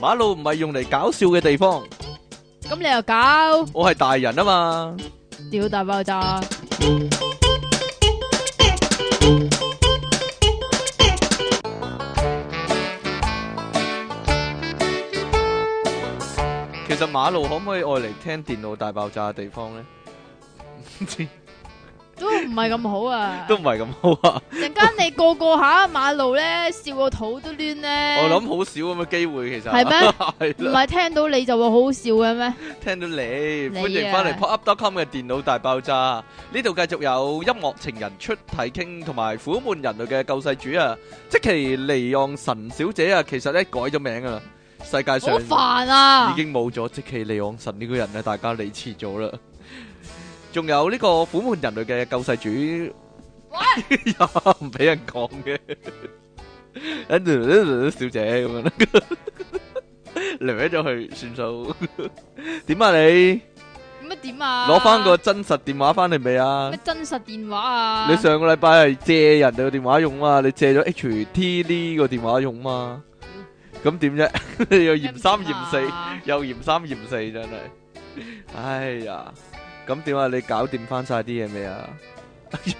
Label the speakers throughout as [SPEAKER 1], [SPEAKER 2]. [SPEAKER 1] 馬路唔係用嚟搞笑嘅地方，
[SPEAKER 2] 咁你又搞
[SPEAKER 1] 我係大人啊嘛。
[SPEAKER 2] 屌大爆炸，
[SPEAKER 1] 其實馬路可唔可以愛嚟聽電腦大爆炸嘅地方咧？唔知
[SPEAKER 2] 都唔係咁好啊！
[SPEAKER 1] 都唔係咁好啊！
[SPEAKER 2] 陣間你個個下馬路咧，笑個肚都攣咧。
[SPEAKER 1] 我諗好少咁嘅機會，其實
[SPEAKER 2] 係 咩
[SPEAKER 1] 係
[SPEAKER 2] 唔
[SPEAKER 1] 啦。
[SPEAKER 2] 係聽到你就會好好笑嘅咩？
[SPEAKER 1] 聽到你，
[SPEAKER 2] 你
[SPEAKER 1] 歡迎翻嚟
[SPEAKER 2] 啊
[SPEAKER 1] popup.com 嘅電腦大爆炸，呢度繼續有音樂情人出體傾同埋苦悶人類嘅救世主啊，即其離岸神小姐啊，其實咧改咗名噶啦，世界
[SPEAKER 2] 好
[SPEAKER 1] 上
[SPEAKER 2] 煩啊
[SPEAKER 1] 已！經冇咗即其離岸神呢個人咧，大家理遲咗啦。仲有呢個苦悶人類嘅救世主， 呀唔俾人講嘅， 小姐咁樣啦， 掠咗佢算數。點啊你？
[SPEAKER 2] 咁啊點啊？
[SPEAKER 1] 攞翻個真實電話翻嚟未啊？
[SPEAKER 2] 咩真實電話啊？
[SPEAKER 1] 你上個禮拜係借人哋個電話用嘛？你借咗 HT 呢個電話用嘛？咁點啫？ 你又嫌三嫌四，又嫌三嫌四，真係。哎呀，咁點啊？你搞掂翻晒啲嘢未 啊？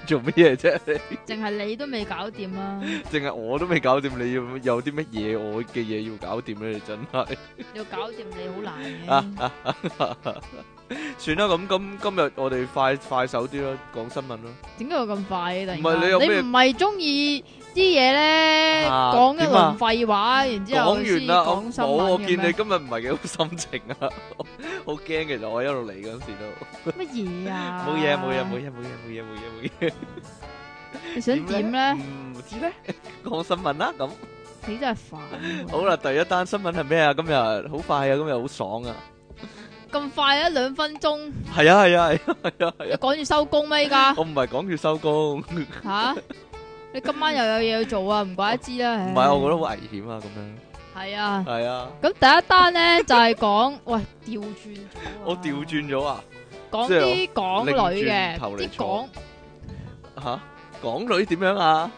[SPEAKER 1] 做乜嘢啫？
[SPEAKER 2] 淨係你都未搞掂啊！
[SPEAKER 1] 淨係我都未搞掂，你要有啲乜嘢我嘅嘢要搞掂咧？你真係。
[SPEAKER 2] 要搞掂你好難
[SPEAKER 1] 啊
[SPEAKER 2] 嘅。
[SPEAKER 1] 啊啊啊算啦，咁咁今日我哋快快手啲啦，講新聞啦。
[SPEAKER 2] 點解要咁快嘅？
[SPEAKER 1] 唔
[SPEAKER 2] 突
[SPEAKER 1] 係
[SPEAKER 2] 然
[SPEAKER 1] 你
[SPEAKER 2] 間
[SPEAKER 1] 有咩
[SPEAKER 2] 你唔係中意啲嘢咧，
[SPEAKER 1] 啊
[SPEAKER 2] 講一
[SPEAKER 1] 點啊
[SPEAKER 2] 輪廢話，然之後先
[SPEAKER 1] 講完啦，我
[SPEAKER 2] 講新
[SPEAKER 1] 冇我見
[SPEAKER 2] 聞嘅
[SPEAKER 1] 你
[SPEAKER 2] 咩？
[SPEAKER 1] 今日唔 係幾好心情啊，好驚其實我一路嚟嗰陣時都
[SPEAKER 2] 乜嘢啊？
[SPEAKER 1] 冇嘢冇嘢冇嘢冇嘢冇嘢冇嘢冇嘢。
[SPEAKER 2] 你想點咧？
[SPEAKER 1] 唔知咧，講新聞啦咁。
[SPEAKER 2] 你真係煩。
[SPEAKER 1] 好啦，，第一單新聞係咩啊？今日好快啊，今日好爽啊。
[SPEAKER 2] 咁快啊，兩分鐘，
[SPEAKER 1] 係啊係啊係啊係啊
[SPEAKER 2] 你
[SPEAKER 1] 係啊！
[SPEAKER 2] 趕住收工咩？依家
[SPEAKER 1] 我唔係講住收工，唔
[SPEAKER 2] 吓？你今晚又有嘢要做啊？唔怪得知啦。唉
[SPEAKER 1] 係我覺得好危險啊咁
[SPEAKER 2] 係啊
[SPEAKER 1] 樣。。係啊，
[SPEAKER 2] 咁第一單咧就係講，喂調轉咗啊，
[SPEAKER 1] 我調轉咗啊
[SPEAKER 2] 講
[SPEAKER 1] 即係
[SPEAKER 2] 啲港女
[SPEAKER 1] 擰轉
[SPEAKER 2] 嘅，
[SPEAKER 1] 頭嚟
[SPEAKER 2] 啲
[SPEAKER 1] 坐
[SPEAKER 2] 港
[SPEAKER 1] 吓，港女點樣啊？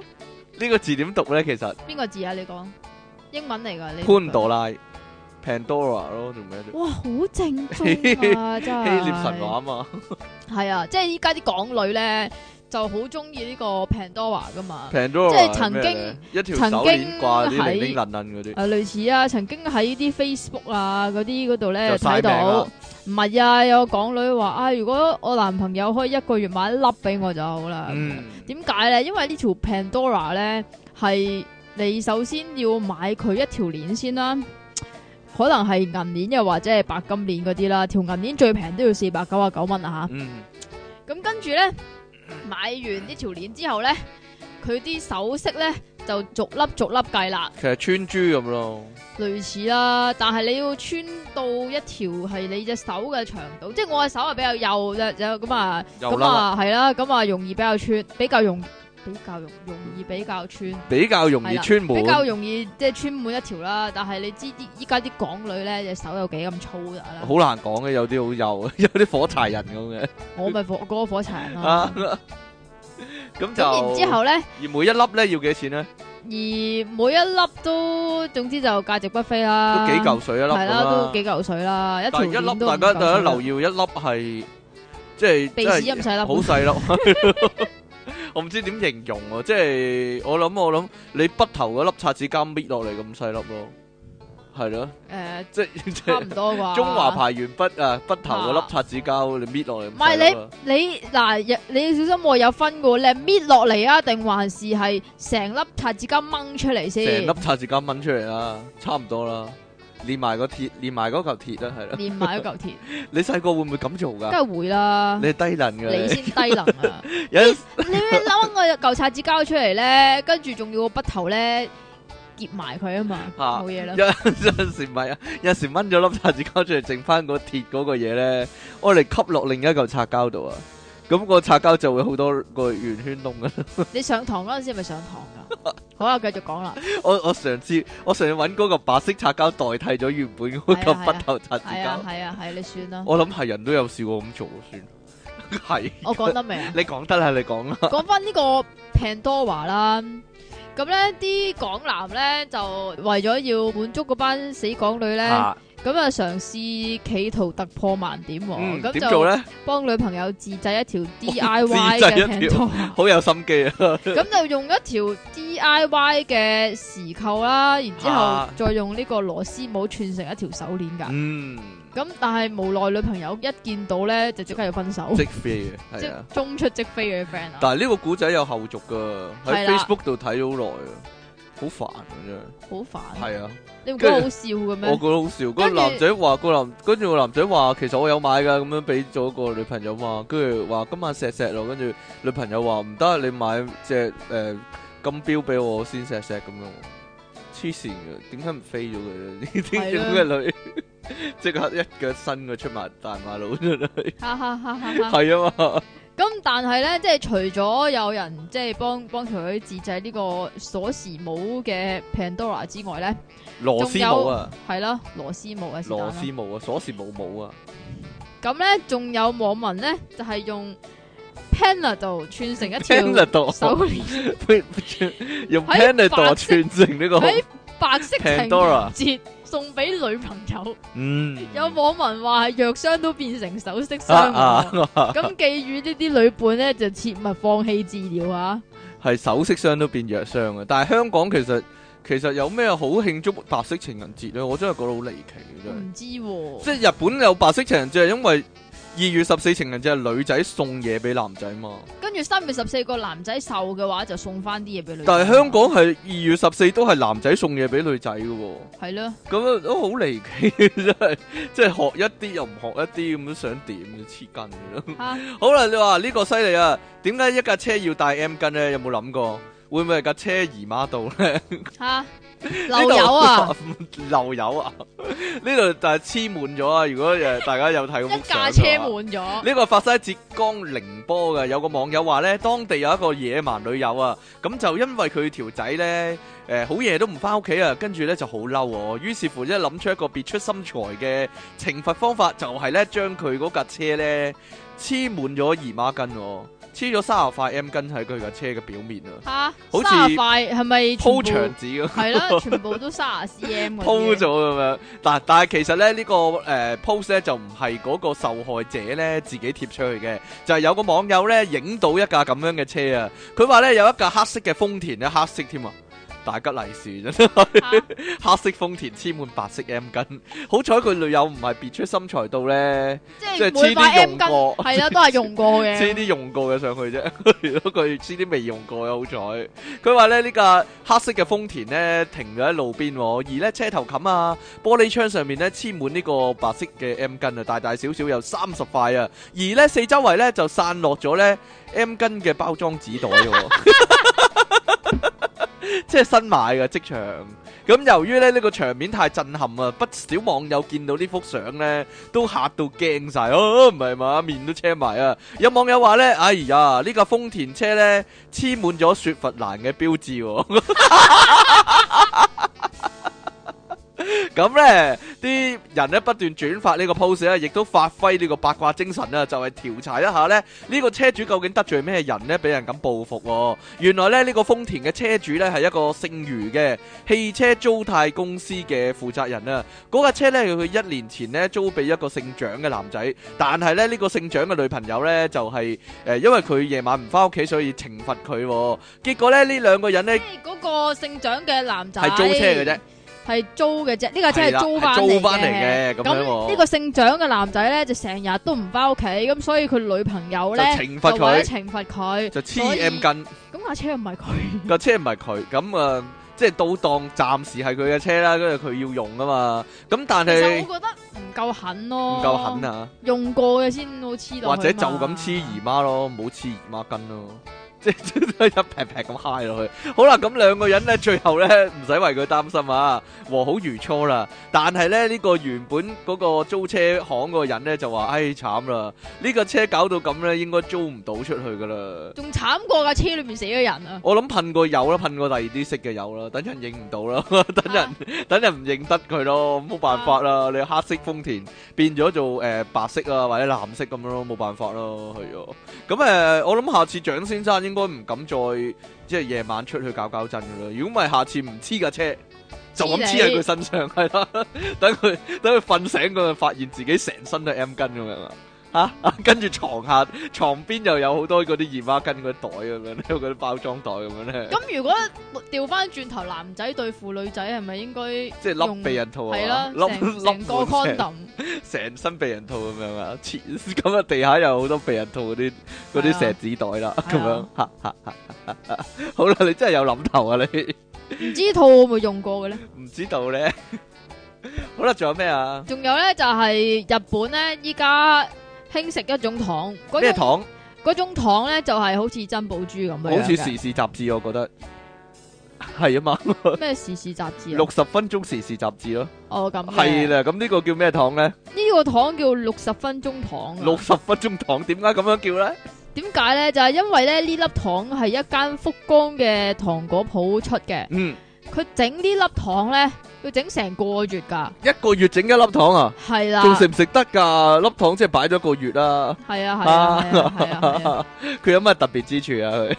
[SPEAKER 1] 呢個字點讀咧？其實
[SPEAKER 2] 邊個字啊？你講英文嚟㗎？你
[SPEAKER 1] 潘朵拉 Pandora 咯，做咩啫？
[SPEAKER 2] 哇，好正宗 啊！真係
[SPEAKER 1] 希臘神話 嘛，
[SPEAKER 2] 係啊，即係依家啲港女咧就好中意呢個 Pandora 噶嘛。
[SPEAKER 1] Pandora
[SPEAKER 2] 即係曾經
[SPEAKER 1] 咩咧一條手鏈掛啲零零撚撚嗰啲，
[SPEAKER 2] 誒類似啊，曾經喺啲 Facebook 啊嗰啲嗰度咧
[SPEAKER 1] 就晒
[SPEAKER 2] 睇
[SPEAKER 1] 命
[SPEAKER 2] 到
[SPEAKER 1] 啦，
[SPEAKER 2] 唔係啊，有個港女話啊，如果我男朋友可以一個月買一粒俾我就好啦。
[SPEAKER 1] 嗯，
[SPEAKER 2] 點解咧？因為呢條 Pandora 咧係你首先要買佢一條鏈先啦，可能係銀鏈又或者係白金鏈嗰啲啦。條銀鏈最平都要四百九啊九蚊啊
[SPEAKER 1] 嗯，
[SPEAKER 2] 吓。咁跟住咧買完呢條鏈之後咧，佢啲首飾咧就逐粒逐粒計啦，
[SPEAKER 1] 其實穿珠咁咯，
[SPEAKER 2] 類似啦。但係你要穿到一條係你隻手嘅長度，即係我嘅手係比較幼嘅啫，咁啊。
[SPEAKER 1] 又
[SPEAKER 2] 咁
[SPEAKER 1] 啦，
[SPEAKER 2] 啊，係啦，咁啊，容易比較穿，比較容比較容容易比較穿，
[SPEAKER 1] 比較容易穿
[SPEAKER 2] 比較
[SPEAKER 1] 滿，
[SPEAKER 2] 容易即係穿滿一條啦。但係你知啲依家啲港女咧隻手有幾咁粗㗎啦，
[SPEAKER 1] 好難講嘅，有啲好幼， 有啲火柴人咁嘅，
[SPEAKER 2] 我咪火嗰個火柴人啦
[SPEAKER 1] 啊。，咁
[SPEAKER 2] 咁
[SPEAKER 1] 就
[SPEAKER 2] 然之後咧，
[SPEAKER 1] 而每一粒咧要幾錢咧？
[SPEAKER 2] 而每一粒都總之就價值不菲
[SPEAKER 1] 都
[SPEAKER 2] 啦，
[SPEAKER 1] 幾嚿水一粒
[SPEAKER 2] 係
[SPEAKER 1] 咁
[SPEAKER 2] 啦，都
[SPEAKER 1] 啦，
[SPEAKER 2] 幾嚿水啦，一條
[SPEAKER 1] 但係一
[SPEAKER 2] 鏈
[SPEAKER 1] 粒
[SPEAKER 2] 都
[SPEAKER 1] 大家
[SPEAKER 2] 唔夠
[SPEAKER 1] 大家
[SPEAKER 2] 水啦
[SPEAKER 1] 留意，一粒係即係
[SPEAKER 2] 鼻
[SPEAKER 1] 真係
[SPEAKER 2] 屎咁細
[SPEAKER 1] 好
[SPEAKER 2] 粒，
[SPEAKER 1] 細粒， 我唔知點形容啊！即係我諗，我諗你筆頭嗰粒擦紙巾搣落嚟咁細粒咯，係咯，
[SPEAKER 2] 誒
[SPEAKER 1] 即係即
[SPEAKER 2] 差
[SPEAKER 1] 係
[SPEAKER 2] 唔多啩。
[SPEAKER 1] 中華牌鉛筆啊，筆頭嗰粒擦紙膠你搣落嚟咁
[SPEAKER 2] 唔
[SPEAKER 1] 細
[SPEAKER 2] 係
[SPEAKER 1] 粒啊，
[SPEAKER 2] 你嗱，有你小心喎，有分噶，你係搣落嚟啊，定還是係成粒擦紙巾掹出嚟
[SPEAKER 1] 成
[SPEAKER 2] 先？
[SPEAKER 1] 粒擦紙膠掹出嚟啦，差唔多啦，連埋個鐵，連埋嗰嚿鐵啦，係啦。
[SPEAKER 2] 連埋一嚿鐵，
[SPEAKER 1] 你細個會唔會咁做
[SPEAKER 2] 梗
[SPEAKER 1] 㗎？
[SPEAKER 2] 係會啦
[SPEAKER 1] 你。係低能
[SPEAKER 2] 你
[SPEAKER 1] 嘅，
[SPEAKER 2] 先低能 啊！
[SPEAKER 1] 你有陣
[SPEAKER 2] 你諗我有嚿擦紙膠出嚟咧，跟住仲要個筆頭咧夾埋佢 啊嘛，
[SPEAKER 1] 嚇
[SPEAKER 2] 冇嘢啦。
[SPEAKER 1] 有陣時唔係啊，有陣時掹咗粒擦紙膠出嚟，剩翻個鐵嗰個嘢咧，我嚟吸落另一嚿擦膠度啊，咁個擦膠就會好多個圓圈窿噶。
[SPEAKER 2] 你上堂嗰陣時係咪上堂噶？好啊，繼續講啦。
[SPEAKER 1] 我我嘗試我上次揾嗰嚿白色擦膠代替咗原本嗰
[SPEAKER 2] 係
[SPEAKER 1] 嚿
[SPEAKER 2] 啊係啊
[SPEAKER 1] 筆頭擦紙
[SPEAKER 2] 係啊
[SPEAKER 1] 膠，
[SPEAKER 2] 係啊係，你算啦。
[SPEAKER 1] 我諗係人都有試過咁做算，係
[SPEAKER 2] 我講得未啊？
[SPEAKER 1] 你講得啦，你講啦，
[SPEAKER 2] 講翻呢個 Pandora 啦，咁咧啲港男咧就為咗要滿足嗰班死港女咧，
[SPEAKER 1] 啊，
[SPEAKER 2] 咁啊嘗試企圖突破盲點喎，
[SPEAKER 1] 嗯，
[SPEAKER 2] 咁
[SPEAKER 1] 點
[SPEAKER 2] 就
[SPEAKER 1] 做咧？
[SPEAKER 2] 幫女朋友自製 一條 D I Y 嘅
[SPEAKER 1] 自製 一條
[SPEAKER 2] Pandora，
[SPEAKER 1] 好有心機啊！
[SPEAKER 2] 咁就用一條 D I Y 嘅匙扣啦，然之後
[SPEAKER 1] 啊
[SPEAKER 2] 再用呢個螺絲帽串成一條手鏈㗎。
[SPEAKER 1] 嗯，
[SPEAKER 2] 咁但係無奈女朋友一見到咧，就即刻要分手，
[SPEAKER 1] 即飛嘅，
[SPEAKER 2] 即
[SPEAKER 1] 係啊。
[SPEAKER 2] 中出即飛嘅 friend 啊，
[SPEAKER 1] 但係呢個古仔有後續噶，喺
[SPEAKER 2] 係啦
[SPEAKER 1] Facebook 度睇咗好耐啊，好煩啊真
[SPEAKER 2] 好煩。
[SPEAKER 1] 係。係啊，
[SPEAKER 2] 你唔覺得
[SPEAKER 1] 跟住
[SPEAKER 2] 好笑嘅
[SPEAKER 1] 我
[SPEAKER 2] 咩？
[SPEAKER 1] 覺得好笑。
[SPEAKER 2] 跟
[SPEAKER 1] 個
[SPEAKER 2] 住
[SPEAKER 1] 男仔話個男，跟住個男仔話其實我有買㗎，咁樣俾咗個女朋友嘛。跟住話今晚錫錫咯，跟住女朋友話唔得，你買隻誒金錶俾我先錫錫咁樣喎。黐線嘅，點解唔飛咗佢
[SPEAKER 2] 係
[SPEAKER 1] 咧？呢啲咁
[SPEAKER 2] 咯
[SPEAKER 1] 嘅女， 即刻一腳伸佢出埋大馬路真係，
[SPEAKER 2] 哈哈哈哈哈！
[SPEAKER 1] 係啊嘛，
[SPEAKER 2] 咁但係咧，即係除咗有人即係幫幫佢自製呢個鎖匙帽嘅 Pandora 之外咧，
[SPEAKER 1] 螺絲帽啊，
[SPEAKER 2] 係啦，螺絲帽啊，是但
[SPEAKER 1] 螺
[SPEAKER 2] 啦
[SPEAKER 1] 絲帽啊，鎖匙冇帽 啊。
[SPEAKER 2] 咁咧，仲有網民咧就係、用 Panadol 串成一條
[SPEAKER 1] Panadol
[SPEAKER 2] 手鏈，
[SPEAKER 1] 用
[SPEAKER 2] 喺
[SPEAKER 1] Panadol
[SPEAKER 2] 白色
[SPEAKER 1] 串成呢個，
[SPEAKER 2] 喺白色情人
[SPEAKER 1] 哦 Pandora
[SPEAKER 2] 節送俾女朋友。
[SPEAKER 1] 嗯，
[SPEAKER 2] 有網民話藥箱都變成首飾
[SPEAKER 1] 啊
[SPEAKER 2] 箱喎，
[SPEAKER 1] 啊，
[SPEAKER 2] 咁寄語呢啲女伴咧就切勿放棄治療啊！
[SPEAKER 1] 係首飾箱都變藥箱啊！但係香港其實其實有咩好慶祝白色情人節咧？我真係覺得好離奇真係。
[SPEAKER 2] 唔知喎、
[SPEAKER 1] 即係日本有白色情人節，係因為二月十四情人節係女仔送嘢俾男仔嘛。
[SPEAKER 2] 跟住三月十四個男仔瘦嘅話，就送翻啲嘢俾女仔。
[SPEAKER 1] 但係香港係二月十四都係男仔送嘢俾女仔嘅喎，
[SPEAKER 2] 係咯，
[SPEAKER 1] 咁啊都好離奇 真係，即係學一啲又唔學一啲咁樣，想點嘅黐筋嘅咯。
[SPEAKER 2] 嚇
[SPEAKER 1] 好啦，你話呢個犀利啊？點解一架車要帶 M 巾咧？有冇諗過？會唔會係架車姨媽到咧？
[SPEAKER 2] 嚇 漏油啊！
[SPEAKER 1] 呢度！漏油啊！呢度但係黐滿咗啊！如果誒大 家有睇嗰幅
[SPEAKER 2] 一
[SPEAKER 1] 相
[SPEAKER 2] 架
[SPEAKER 1] 嘅
[SPEAKER 2] 車
[SPEAKER 1] 話
[SPEAKER 2] 滿咗，
[SPEAKER 1] 呢個發生喺浙江寧波嘅，有個網友話呢，當地有一個野蠻女友啊，咁就因為佢條仔呢，誒、好夜都唔翻屋企啊，跟住呢就好嬲喎，於是乎一諗出一個別出心裁嘅懲罰方法，就係呢將佢嗰架車呢黐滿咗姨媽巾、喎，黐咗三十塊 M 巾喺佢架車嘅表面啊，
[SPEAKER 2] 嚇
[SPEAKER 1] 好似
[SPEAKER 2] 卅塊係咪全
[SPEAKER 1] 鋪
[SPEAKER 2] 部
[SPEAKER 1] 牆紙啊咁。
[SPEAKER 2] 係啦，全部都卅 cm 嗰
[SPEAKER 1] 鋪
[SPEAKER 2] 啲
[SPEAKER 1] 咗咁樣，嗱，但係其實咧呢、個誒、post 咧就唔係嗰個受害者咧自己貼出去嘅，就係、有個網友咧影到一架咁樣嘅車啊，佢話咧有一架黑色嘅豐田咧黑色添啊，大吉利是真 係
[SPEAKER 2] 嚇
[SPEAKER 1] 黑色豐田黐滿白色 M 巾，幸好彩佢女友唔係別出心裁到咧
[SPEAKER 2] 即
[SPEAKER 1] 即係
[SPEAKER 2] 係
[SPEAKER 1] 黐
[SPEAKER 2] 每
[SPEAKER 1] 啲
[SPEAKER 2] 塊 M
[SPEAKER 1] 用
[SPEAKER 2] 巾
[SPEAKER 1] 過
[SPEAKER 2] 係啦，都係啊用過
[SPEAKER 1] 黐
[SPEAKER 2] 嘅。
[SPEAKER 1] 啲用過嘅上去啫， 如果佢黐啲未用過嘅好彩。佢話咧呢架黑色嘅豐田咧停咗喺路邊喎，而咧車頭冚啊、玻璃窗上面咧黐滿呢個白色嘅 M 巾啊，大大小小有三十塊啊，而咧四周圍咧就散落咗咧 M 巾嘅包裝紙袋喎， 即係新買嘅即場。咁由於咧呢個場面太震撼啊，不少網友見到呢幅相咧都嚇到驚晒，哦唔係嘛，面都青埋啊！有網友話咧，哎呀，呢架豐田車咧黐滿咗雪佛蘭嘅標誌喎。咁咧，啲人咧不斷轉發呢個 post 咧，亦都發揮呢個八卦精神啊，就係、調查一下咧，呢個車主究竟得罪咩人呢？俾人咁報復喎、原來咧，呢、個豐田嘅車主咧係一個姓余嘅汽車租貸公司嘅負責人啊。嗰架車咧，佢一年前咧租俾一個姓蔣嘅男仔，但係咧呢、個姓蔣嘅女朋友咧就係、呃因為佢夜晚唔翻屋企，所以懲罰佢、喎。結果咧呢兩個人咧
[SPEAKER 2] 即係嗰個姓蔣嘅男仔
[SPEAKER 1] 係租車嘅啫，
[SPEAKER 2] 係租嘅啫，呢架車
[SPEAKER 1] 啊係啦
[SPEAKER 2] 係租翻
[SPEAKER 1] 係租返嚟嘅咁樣喎
[SPEAKER 2] 咁呢個姓蔣嘅男仔咧，就成日都唔翻屋企，咁所以佢女朋友
[SPEAKER 1] 就
[SPEAKER 2] 咧
[SPEAKER 1] 懲
[SPEAKER 2] 就
[SPEAKER 1] 罰
[SPEAKER 2] 為咗
[SPEAKER 1] 佢，
[SPEAKER 2] 懲罰佢，
[SPEAKER 1] 就
[SPEAKER 2] 所以
[SPEAKER 1] 黐 M 巾。
[SPEAKER 2] 咁架車唔係佢，
[SPEAKER 1] 架車唔係佢，咁啊、呃即係都當暫時係佢嘅車啦，跟住佢要用啊嘛。咁但
[SPEAKER 2] 其實
[SPEAKER 1] 係
[SPEAKER 2] 我覺得唔夠狠
[SPEAKER 1] 唔
[SPEAKER 2] 咯，
[SPEAKER 1] 夠狠，啊，
[SPEAKER 2] 用過嘅先好黐落
[SPEAKER 1] 或
[SPEAKER 2] 去
[SPEAKER 1] 者就
[SPEAKER 2] 嘛
[SPEAKER 1] 咁黐姨媽咯，唔好黐姨媽巾咯。
[SPEAKER 2] 嗯
[SPEAKER 1] 即係 一劈劈咁嗨落去，好啦，咁兩個人呢，最後呢，唔使為佢擔心啊，和好如初啦。但係呢，呢、個原本嗰個租車行嗰個人呢，就話：，唉，慘啦，呢、個車搞到咁呢，應該租唔到出去噶啦。
[SPEAKER 2] 仲慘過架車裏面死咗人啊！
[SPEAKER 1] 我諗噴過油啦，噴過第二啲色嘅油啦，等人認唔到啦， 等
[SPEAKER 2] 啊
[SPEAKER 1] 人、等人唔認得佢咯，冇辦法啦。你黑色豐田變咗做誒、呃白色啊，或者藍色咁樣咯，冇辦法咯，係啊。咁誒、呃我諗下次蔣先生應該該唔敢再即係夜晚出去搞搞震噶啦。如果唔係，下次唔黐架車，就咁黐喺佢身上，係啦。 等佢等佢瞓醒，佢就發現自己成身都係 M 巾咁樣啊！吓、啊， 跟住床下床邊又有好多嗰啲姨媽巾嗰啲袋咁樣， 嗰啲包裝袋咁樣咧，
[SPEAKER 2] 咁如果調翻轉頭，男仔對付女仔係咪應該係
[SPEAKER 1] 即係笠避孕套
[SPEAKER 2] 啦
[SPEAKER 1] 啊，？ 笠
[SPEAKER 2] 成成
[SPEAKER 1] 笠
[SPEAKER 2] 個
[SPEAKER 1] 滿
[SPEAKER 2] condom
[SPEAKER 1] 成身避孕套咁樣啊，切咁啊，地下有好多避孕套嗰啲嗰
[SPEAKER 2] 係
[SPEAKER 1] 啲
[SPEAKER 2] 啊
[SPEAKER 1] 石子袋啦，咁
[SPEAKER 2] 係
[SPEAKER 1] 樣
[SPEAKER 2] 啊
[SPEAKER 1] 嚇嚇嚇嚇嚇好啦，你真係有諗頭啊！ 你
[SPEAKER 2] 唔知套會唔會用過嘅咧？
[SPEAKER 1] 唔知道咧，好啦，仲有咩啊？
[SPEAKER 2] 仲有咧就係日本咧依家興食一種糖，嗰
[SPEAKER 1] 咩
[SPEAKER 2] 種
[SPEAKER 1] 糖？
[SPEAKER 2] 嗰種糖咧就係好似珍寶珠咁樣
[SPEAKER 1] 好似
[SPEAKER 2] 嘅
[SPEAKER 1] 時事雜誌，我覺得係啊 嘛，
[SPEAKER 2] 咩時事雜誌
[SPEAKER 1] 六
[SPEAKER 2] 啊？
[SPEAKER 1] 十分鐘時事雜誌咯，
[SPEAKER 2] 哦咁
[SPEAKER 1] 係
[SPEAKER 2] 嘅
[SPEAKER 1] 啦。咁呢個叫咩糖咧？
[SPEAKER 2] 呢個糖叫六十分鐘糖啊。
[SPEAKER 1] 六十分鐘糖點解咁樣叫咧？
[SPEAKER 2] 點解咧？就係因為咧呢粒糖係一間福岡嘅糖果鋪出嘅，
[SPEAKER 1] 嗯，
[SPEAKER 2] 佢整呢粒糖咧要整成個月㗎，
[SPEAKER 1] 一個月整一粒糖啊，
[SPEAKER 2] 係啦，
[SPEAKER 1] 仲食唔食得㗎？粒糖即係擺咗一個月啦。
[SPEAKER 2] 係啊係啊係啊係啊 係啊，
[SPEAKER 1] 佢有乜特別之處啊？佢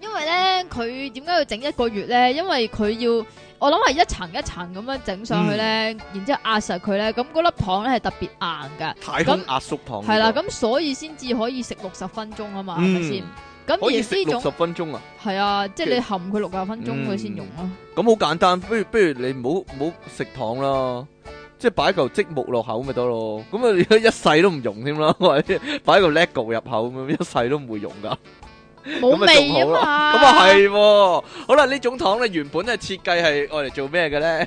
[SPEAKER 2] 因為咧佢點解要整一個月咧？因為佢要我諗係一層一層咁樣整上去咧，然之後壓實佢咧，咁嗰粒糖咧係特別硬㗎，
[SPEAKER 1] 太空壓縮糖
[SPEAKER 2] 係啦，咁所以先至可以食六十分鐘啊嘛，係咪先
[SPEAKER 1] 嗯？，
[SPEAKER 2] 咁
[SPEAKER 1] 可以
[SPEAKER 2] 而
[SPEAKER 1] 食
[SPEAKER 2] 呢
[SPEAKER 1] 六十
[SPEAKER 2] 種
[SPEAKER 1] 分鐘啊！
[SPEAKER 2] 係啊，即係你含佢六十分鐘佢先用咯。
[SPEAKER 1] 咁好簡單，不如不如你唔好唔好食糖啦，即係擺嚿積木落口咪得咯。咁啊，一世都唔溶添啦， 或者擺嚿 lego 入口咁樣，一世都唔會溶
[SPEAKER 2] 啊
[SPEAKER 1] 噶。
[SPEAKER 2] 冇味啊嘛。
[SPEAKER 1] 咁啊係喎，好啦，呢種糖咧原本咧設計係愛嚟做咩嘅咧？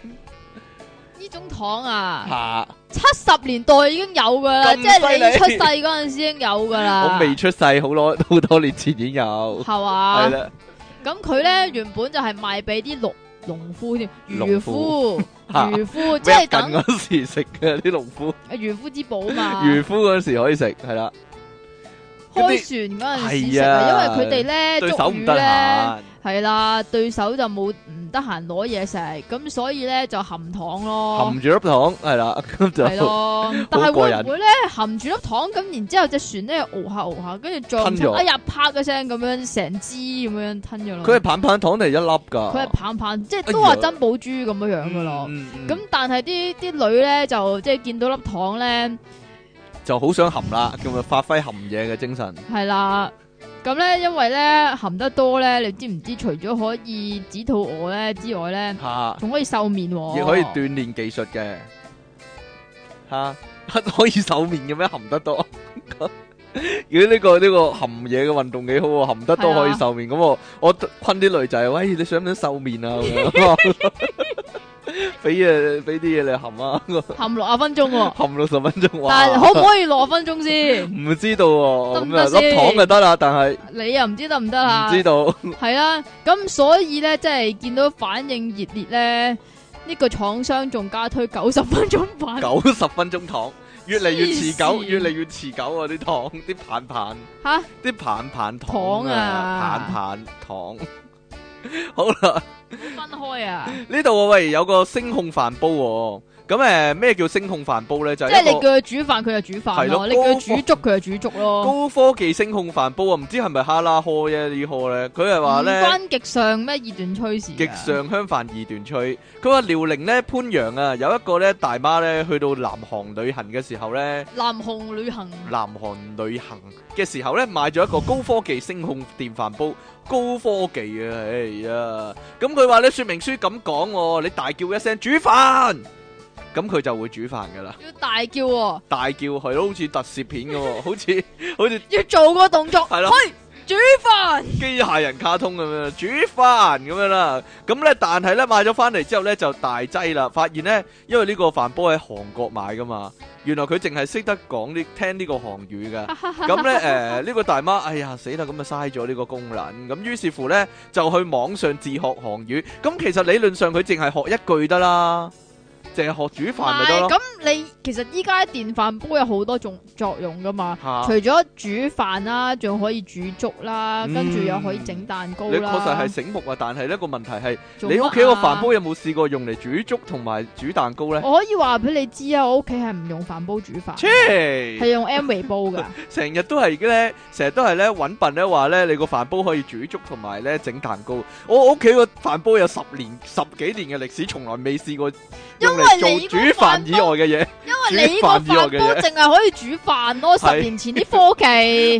[SPEAKER 2] 呢種糖啊，
[SPEAKER 1] 嚇！
[SPEAKER 2] 七十年代已經有噶啦，
[SPEAKER 1] 咁
[SPEAKER 2] 即係
[SPEAKER 1] 犀利
[SPEAKER 2] 你出世嗰陣時已經有噶啦。
[SPEAKER 1] 我未出世，好耐好多 年前已經有，
[SPEAKER 2] 係
[SPEAKER 1] 係
[SPEAKER 2] 嘛？
[SPEAKER 1] 啦，
[SPEAKER 2] 咁佢咧原本就係賣俾啲農農夫添，漁夫
[SPEAKER 1] 農夫
[SPEAKER 2] 漁夫，即係
[SPEAKER 1] rap
[SPEAKER 2] 等
[SPEAKER 1] 緊嗰時食嘅啲農夫。
[SPEAKER 2] 漁夫之寶 嘛。
[SPEAKER 1] 漁夫嗰時可以食，係啦，係啊
[SPEAKER 2] 開船嗰陣時食啊，因為佢哋咧
[SPEAKER 1] 對
[SPEAKER 2] 捉
[SPEAKER 1] 手唔
[SPEAKER 2] 魚
[SPEAKER 1] 得
[SPEAKER 2] 咧
[SPEAKER 1] 閒，
[SPEAKER 2] 係啦，對手就冇唔得閒攞嘢食，咁所以咧就含糖咯
[SPEAKER 1] 含。住粒糖係啦，咁
[SPEAKER 2] 系
[SPEAKER 1] 就
[SPEAKER 2] 咯，但係
[SPEAKER 1] 過
[SPEAKER 2] 會
[SPEAKER 1] 癮
[SPEAKER 2] 唔會咧含住粒糖咁，然之后只船咧熬下熬下，跟住
[SPEAKER 1] 吞
[SPEAKER 2] 撞
[SPEAKER 1] 咗
[SPEAKER 2] 親，哎呀啪嘅聲咁樣，成支咁樣吞咗落去。
[SPEAKER 1] 佢係棒棒糖定係一粒㗎？
[SPEAKER 2] 佢係棒棒，即係
[SPEAKER 1] 哎
[SPEAKER 2] 都
[SPEAKER 1] 呀
[SPEAKER 2] 話珍寶珠咁樣樣噶咯。
[SPEAKER 1] 嗯，嗯嗯
[SPEAKER 2] 咁但係啲啲女咧就即係見到粒糖咧
[SPEAKER 1] 就好想含啦，咁啊發揮含嘢嘅精神。
[SPEAKER 2] 係啦，咁咧因為咧含得多咧，你知唔知？除咗可以止肚餓咧之外咧，
[SPEAKER 1] 吓，
[SPEAKER 2] 仲可以瘦面喎。
[SPEAKER 1] 亦可以鍛煉技術嘅。吓， 可以手面嘅咩？含得多。 如果呢個呢個含嘢嘅運動幾好喎，含得多
[SPEAKER 2] 係啊
[SPEAKER 1] 可以瘦面。咁我我昆啲女仔，喂，你想唔想瘦面啊？咁 樣 俾嘢俾啲嘢你含啊，
[SPEAKER 2] 含六啊分鐘喎，
[SPEAKER 1] 含六十分鐘。 哇
[SPEAKER 2] 但係可唔可以六啊分鐘先？
[SPEAKER 1] 唔知道喎，
[SPEAKER 2] 得唔
[SPEAKER 1] 咁啊
[SPEAKER 2] 得
[SPEAKER 1] 粒
[SPEAKER 2] 先啊
[SPEAKER 1] 糖就得啦，但係
[SPEAKER 2] 你又唔知得唔得
[SPEAKER 1] 唔
[SPEAKER 2] 啦？
[SPEAKER 1] 知道
[SPEAKER 2] 系啦，咁所以咧，即系见到反应热烈咧，呢、个厂商仲加推九十分钟版，
[SPEAKER 1] 九十分鐘糖越嚟越持久，
[SPEAKER 2] 黐線
[SPEAKER 1] 越嚟越持久啊！啲糖，啲棒棒，
[SPEAKER 2] 吓
[SPEAKER 1] 啲棒棒糖
[SPEAKER 2] 糖
[SPEAKER 1] 啊，
[SPEAKER 2] 啊
[SPEAKER 1] 棒棒糖。好啦，
[SPEAKER 2] 分开啊！
[SPEAKER 1] 呢度啊喂有個聲控飯煲喎，咁誒咩叫聲控飯煲咧？就
[SPEAKER 2] 即系
[SPEAKER 1] 係
[SPEAKER 2] 你
[SPEAKER 1] 一
[SPEAKER 2] 叫
[SPEAKER 1] 個
[SPEAKER 2] 佢煮饭，佢就煮
[SPEAKER 1] 係
[SPEAKER 2] 饭
[SPEAKER 1] 咯
[SPEAKER 2] 咯；你叫佢煮粥，佢就煮粥咯。
[SPEAKER 1] 高科技聲控飯煲啊，唔知係咪哈拉科咧呢科咧？佢係話
[SPEAKER 2] 唔啊
[SPEAKER 1] 咧。
[SPEAKER 2] 关极上咩熱段趨事啊，
[SPEAKER 1] 極上香飯二段吹。佢話遼寧咧潘陽啊，有一個咧大媽咧去到南韓旅行嘅時候咧，
[SPEAKER 2] 南紅旅行
[SPEAKER 1] 南韓旅行嘅時候咧買咗一個高科技聲控電飯煲，高科技啊，哎呀！咁佢話咧說明書咁講喎，你大叫一聲煮飯，咁佢就會煮飯噶啦。
[SPEAKER 2] 要大叫、喎，
[SPEAKER 1] 大叫係咯，好似特攝片嘅喎，好似好似
[SPEAKER 2] 要做個動作，
[SPEAKER 1] 係咯。
[SPEAKER 2] 煮飯
[SPEAKER 1] 機械人卡通咁樣，煮飯咁樣啦。咁咧，但係咧買咗翻嚟之後咧就大劑啦，發現咧因為呢個飯煲喺韓國買噶嘛，原來佢淨係識得講呢聽呢個韓語 噶。咁咧誒呢、個大媽，哎呀死啦，咁啊嘥咗呢個功能。咁於是乎咧就去網上自學韓語。咁其實理論上佢淨係學一句得啦，净系学煮
[SPEAKER 2] 唔
[SPEAKER 1] 饭咪得
[SPEAKER 2] 係
[SPEAKER 1] 咯。
[SPEAKER 2] 咁你其實依家電飯煲有好多種作用噶嘛，
[SPEAKER 1] 吓
[SPEAKER 2] 除，咗煮飯啦，仲可以煮粥啦，
[SPEAKER 1] 嗯
[SPEAKER 2] 跟住又可以整蛋糕
[SPEAKER 1] 你確實
[SPEAKER 2] 啦
[SPEAKER 1] 係。醒目啊，但係呢個問題係
[SPEAKER 2] 做
[SPEAKER 1] 你
[SPEAKER 2] 乜
[SPEAKER 1] 屋企個
[SPEAKER 2] 啊
[SPEAKER 1] 飯煲有冇試過用嚟煮粥同埋煮蛋糕咧？
[SPEAKER 2] 我可以話俾你知啊，我屋企係唔用飯煲煮飯，係
[SPEAKER 1] 切，
[SPEAKER 2] 用 M 微 煲噶。
[SPEAKER 1] 成日都係嘅咧，成日都係咧揾笨咧話咧，你個飯煲可以煮粥同埋咧整蛋糕。我屋企個飯煲有十年、十幾年嘅歷史，從來未試過
[SPEAKER 2] 因
[SPEAKER 1] 用
[SPEAKER 2] 為
[SPEAKER 1] 嚟做
[SPEAKER 2] 你
[SPEAKER 1] 煮
[SPEAKER 2] 個
[SPEAKER 1] 飯以
[SPEAKER 2] 飯煲
[SPEAKER 1] 外嘅嘢。
[SPEAKER 2] 因為你個飯煲淨係可以煮飯咯，
[SPEAKER 1] 係
[SPEAKER 2] 十年前啲科 技，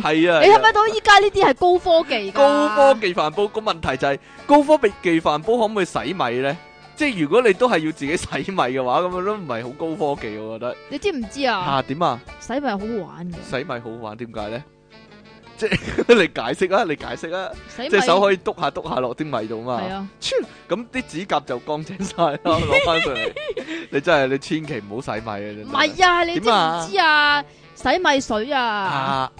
[SPEAKER 1] 係啊，
[SPEAKER 2] 你
[SPEAKER 1] 係啊
[SPEAKER 2] 睇唔睇到依家呢啲係高科技㗎
[SPEAKER 1] 高科技飯煲個問題就係、高科技飯煲可唔可以洗米呢？即係如果你都係要自己洗米嘅話，咁樣都唔係好高科技，我覺得。
[SPEAKER 2] 你知唔知啊？
[SPEAKER 1] 啊點啊？
[SPEAKER 2] 洗米好好玩嘅，
[SPEAKER 1] 洗米好玩，點解呢？即係 你解釋啊，你解釋啊！
[SPEAKER 2] 洗米
[SPEAKER 1] 隻手可以篤下篤下落啲米度嘛
[SPEAKER 2] 係。啊，
[SPEAKER 1] 超咁啲指甲就乾淨晒啦， 攞翻上嚟。你真係你千祈唔好洗米啊！真
[SPEAKER 2] 唔
[SPEAKER 1] 係
[SPEAKER 2] 係啊，你知
[SPEAKER 1] 點
[SPEAKER 2] 唔
[SPEAKER 1] 啊
[SPEAKER 2] 知啊？洗米水啊，
[SPEAKER 1] 啊，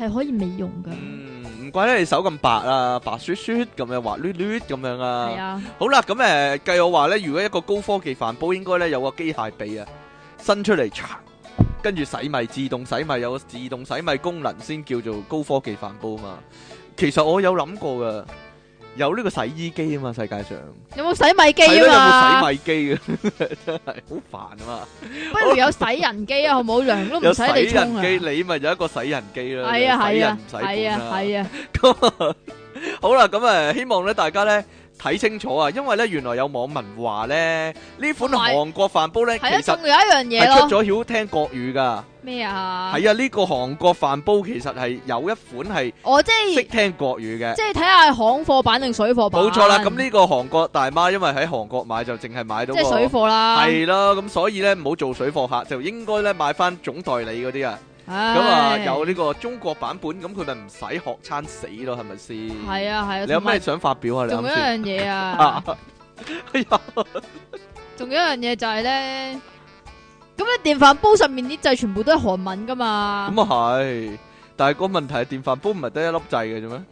[SPEAKER 2] 係可以美容㗎，
[SPEAKER 1] 嗯，唔怪得你手咁白啊，白雪雪咁樣滑捋捋咁樣啊。
[SPEAKER 2] 係啊，
[SPEAKER 1] 好啦，咁誒計我話咧，如果一個高科技飯煲應該咧有個機械臂啊，伸出嚟，嚓跟住洗米自動洗米有個自動洗米功能先叫做高科技飯煲嘛。其實我有諗過噶，有呢個洗衣機啊嘛，世界上
[SPEAKER 2] 有冇洗米
[SPEAKER 1] 係
[SPEAKER 2] 機啊嘛？
[SPEAKER 1] 咯有冇洗米機嘅？ 真係好煩啊嘛！
[SPEAKER 2] 不如有洗人機啊，好冇涼都
[SPEAKER 1] 有
[SPEAKER 2] 唔
[SPEAKER 1] 洗
[SPEAKER 2] 使你沖
[SPEAKER 1] 人
[SPEAKER 2] 啊。
[SPEAKER 1] 機，你咪有一個洗人機啦，
[SPEAKER 2] 係啊
[SPEAKER 1] 洗
[SPEAKER 2] 係
[SPEAKER 1] 人
[SPEAKER 2] 啊
[SPEAKER 1] 唔使
[SPEAKER 2] 係
[SPEAKER 1] 管
[SPEAKER 2] 啊
[SPEAKER 1] 啦。
[SPEAKER 2] 係啊，
[SPEAKER 1] 咁啊，好啦，咁啊，希望咧大家咧睇清楚啊，因為咧原來有網民話咧呢款
[SPEAKER 2] 同埋
[SPEAKER 1] 韓國飯煲咧其
[SPEAKER 2] 係啊，仲
[SPEAKER 1] 實
[SPEAKER 2] 有一樣
[SPEAKER 1] 係
[SPEAKER 2] 嘢
[SPEAKER 1] 出
[SPEAKER 2] 咯，
[SPEAKER 1] 咗曉聽國語噶，
[SPEAKER 2] 咩啊？
[SPEAKER 1] 係啊，呢個韓國飯煲其實係有一款係
[SPEAKER 2] 我即
[SPEAKER 1] 識
[SPEAKER 2] 係
[SPEAKER 1] 聽國語嘅。
[SPEAKER 2] 即係睇下行貨版定水貨版。
[SPEAKER 1] 冇錯啦，咁呢個韓國大媽因為喺韓國買就淨係買到
[SPEAKER 2] 即係水
[SPEAKER 1] 個
[SPEAKER 2] 貨啦。
[SPEAKER 1] 係啦，咁所以咧唔好做水貨客，就應該咧買翻總代理嗰啲啊。咁啊
[SPEAKER 2] 唉
[SPEAKER 1] 有呢個中國版本，咁佢咪唔使學餐死咯，係咪先？
[SPEAKER 2] 係啊係啊，
[SPEAKER 1] 你有
[SPEAKER 2] 同埋
[SPEAKER 1] 咩想發表啊？你
[SPEAKER 2] 仲有一
[SPEAKER 1] 啱先。
[SPEAKER 2] 樣嘢啊
[SPEAKER 1] 啊，！ 哎呀，
[SPEAKER 2] 仲有一樣嘢就係咧，咁你電飯煲上面啲掣全部都係韓文噶嘛，
[SPEAKER 1] 咁啊係，但係個問題係電飯煲唔係得一粒掣嘅啫咩？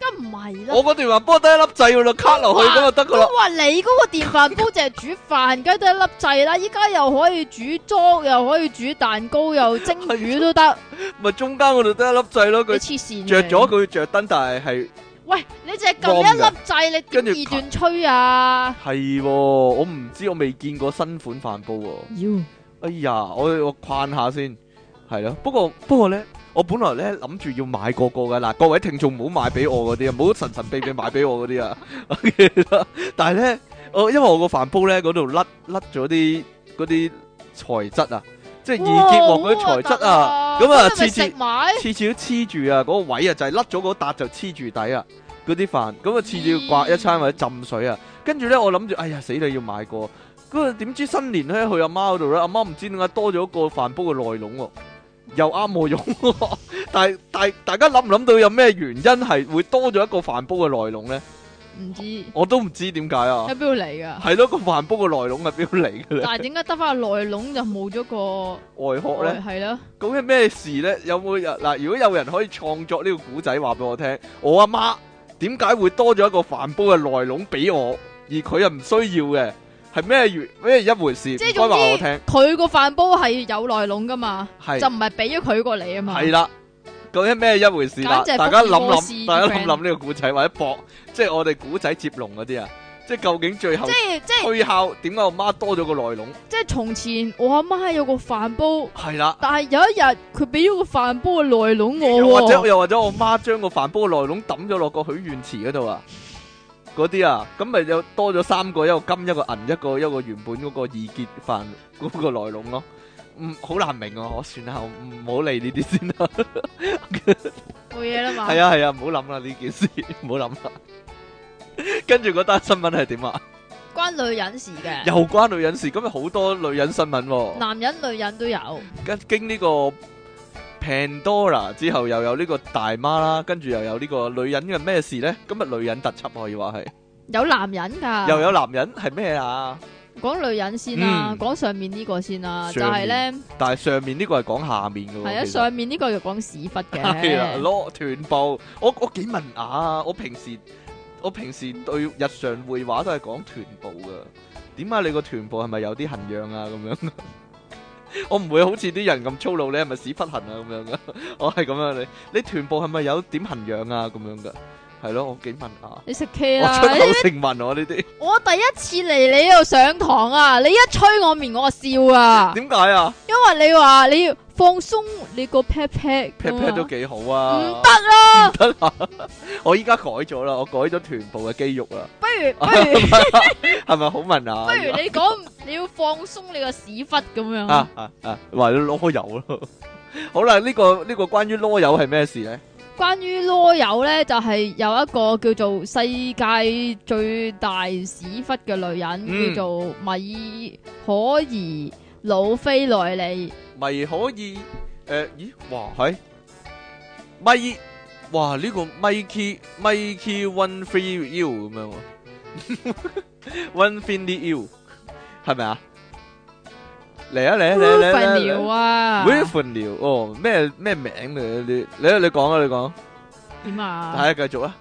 [SPEAKER 2] 梗唔係啦
[SPEAKER 1] 我。個電飯煲得一粒掣㗎咯，卡落去咁就得噶啦
[SPEAKER 2] 都。話你嗰個電飯煲就係煮飯，梗係得一粒掣啦。依家又可以煮粥，又可以煮蛋糕，又蒸魚都得。
[SPEAKER 1] 咪中間嗰度得一粒掣咯，
[SPEAKER 2] 你
[SPEAKER 1] 佢
[SPEAKER 2] 黐線嘅
[SPEAKER 1] 着咗佢着燈，但係係
[SPEAKER 2] 喂，你淨係撳一粒掣，你
[SPEAKER 1] 跟住
[SPEAKER 2] 點二段吹啊？
[SPEAKER 1] 係喎，我唔知我未見過新款飯煲喎。
[SPEAKER 2] 妖，
[SPEAKER 1] 哎呀，我我框下先，係咯。不過不過咧，我本來咧諗住要買個個嘅，嗱，各位聽眾唔好買俾我嗰啲啊，唔好神神秘秘買俾我嗰啲啊。 但係咧，我因為我個飯煲咧嗰度甩甩咗啲嗰啲材質啊，即係易結鑊嗰啲材質啊，
[SPEAKER 2] 哇
[SPEAKER 1] 咁啊
[SPEAKER 2] 咁你
[SPEAKER 1] 次
[SPEAKER 2] 咪
[SPEAKER 1] 次
[SPEAKER 2] 食埋
[SPEAKER 1] 次次都黐住啊，嗰、個位啊就係甩咗嗰笪就黐住底啊。嗰啲飯咁啊，次次要刮一餐或者浸水啊，跟住咧我諗住，哎呀死啦要買個，咁啊點知新年咧去阿媽嗰度咧，阿媽唔知點解多咗個飯煲嘅內籠喎，又啱我用喎，但係但係大家諗唔諗到有咩原因係會多咗一個飯煲嘅內籠咧？
[SPEAKER 2] 唔知喺
[SPEAKER 1] 我都唔知點解啊，
[SPEAKER 2] 邊度嚟噶？
[SPEAKER 1] 係咯個飯煲嘅內籠係邊度嚟嘅咧？
[SPEAKER 2] 但系點解得翻個內籠就冇咗個哦
[SPEAKER 1] 外殼咧？
[SPEAKER 2] 係咯？
[SPEAKER 1] 究竟咩事呢？有冇人嗱？如果有人可以創作呢個古仔話俾我聽，我阿媽點解會多咗一個飯煲嘅內籠俾我，而佢又唔需要嘅，係咩原咩一回事？唔
[SPEAKER 2] 即係
[SPEAKER 1] 該話我聽，
[SPEAKER 2] 佢個飯煲係有內籠噶嘛，就
[SPEAKER 1] 係
[SPEAKER 2] 唔係俾咗佢過嚟啊嘛。
[SPEAKER 1] 係啦。究竟咩一回事啦？
[SPEAKER 2] 簡直係
[SPEAKER 1] 大家諗
[SPEAKER 2] 福爾摩斯
[SPEAKER 1] 諗，
[SPEAKER 2] 啲
[SPEAKER 1] 大家諗
[SPEAKER 2] friend
[SPEAKER 1] 諗呢個古仔或者博，即係我哋古仔接龍嗰啲啊！即係究竟最後
[SPEAKER 2] 即係即係
[SPEAKER 1] 推敲點解我媽多咗個內籠？
[SPEAKER 2] 即係從前我阿媽有個飯煲，
[SPEAKER 1] 係啦。
[SPEAKER 2] 但係有一日佢俾咗個飯煲嘅內籠
[SPEAKER 1] 又
[SPEAKER 2] 我
[SPEAKER 1] 或者
[SPEAKER 2] 喎。
[SPEAKER 1] 又或者我媽將個飯煲嘅內籠抌咗落個許願池嗰度啊，嗰啲啊，咁咪有多咗三個，一個金，一個銀，一個一個原本嗰個易結飯 嗰個內籠咯。嗯，好難明啊！我算啦，我唔好理呢啲先啦。
[SPEAKER 2] 冇嘢啦嘛。
[SPEAKER 1] 係啊係啊，唔好諗啦呢件事， 唔好諗啦。跟住嗰單新聞係點啊？
[SPEAKER 2] 關女人事嘅，
[SPEAKER 1] 又關女人事，今日好多女人新聞喎、
[SPEAKER 2] 男人女人都有。
[SPEAKER 1] 跟經呢個 Pandora 之後，又有呢個大媽啦，跟住又有呢個女人嘅咩事呢？今日女人特輯可以話係，
[SPEAKER 2] 有男人噶，
[SPEAKER 1] 又有男人係咩啊？
[SPEAKER 2] 講女人先啦，
[SPEAKER 1] 嗯
[SPEAKER 2] 講上面呢個先啦，就
[SPEAKER 1] 上
[SPEAKER 2] 係
[SPEAKER 1] 面
[SPEAKER 2] 咧，
[SPEAKER 1] 但係上面呢個係講下面嘅喎，
[SPEAKER 2] 係啊，
[SPEAKER 1] 其實
[SPEAKER 2] 上面呢個就講屎忽
[SPEAKER 1] 係啦，
[SPEAKER 2] 嘅，
[SPEAKER 1] 攞臀部，我我幾文雅啊！我平時我平時對日常會話都係講臀部噶，點解你個臀部係咪有啲痕癢啊？咁樣， 我唔會好似啲人咁粗魯，你係咪屎忽痕啊？咁樣噶， 我係咁樣你，你臀部係咪有點痕癢啊？咁樣噶，係咯，我幾問啊，
[SPEAKER 2] 你食 K
[SPEAKER 1] 我
[SPEAKER 2] 啦
[SPEAKER 1] 出！口成文我呢啲，
[SPEAKER 2] 我第一次嚟你呢度上堂啊，你一吹我面我就笑啊，
[SPEAKER 1] 點解啊？
[SPEAKER 2] 因為你話你要放鬆你個 pat pat 嗯
[SPEAKER 1] 劈劈都幾好啊，
[SPEAKER 2] 唔得啦，
[SPEAKER 1] 我依家改咗啦，我改咗臀部嘅肌肉啦，
[SPEAKER 2] 不如不如。
[SPEAKER 1] 係咪好文啊？
[SPEAKER 2] 不如你講，你要放鬆你個屎忽咁樣。
[SPEAKER 1] 啊啊啊，話咗啰柚咯，好啦，呢個呢個關於啰柚係咩事咧？
[SPEAKER 2] 關於啰柚咧，就係、有一個叫做世界最大屎忽嘅女人，
[SPEAKER 1] 嗯
[SPEAKER 2] 叫做米可兒魯菲內利。
[SPEAKER 1] 咪可以誒？咦，哇係咪？哇呢個 Mikey Mikey One Three U 咁樣喎，One Three U 係咪啊？嚟啊嚟啊嚟啊嚟啊
[SPEAKER 2] 肥
[SPEAKER 1] 嚟
[SPEAKER 2] 料
[SPEAKER 1] 啊
[SPEAKER 2] 啊，
[SPEAKER 1] ！Wilfred 聊哦，咩咩名嚟啊？你你你講啊，你講，
[SPEAKER 2] 點啊？
[SPEAKER 1] 係啊，繼續啊，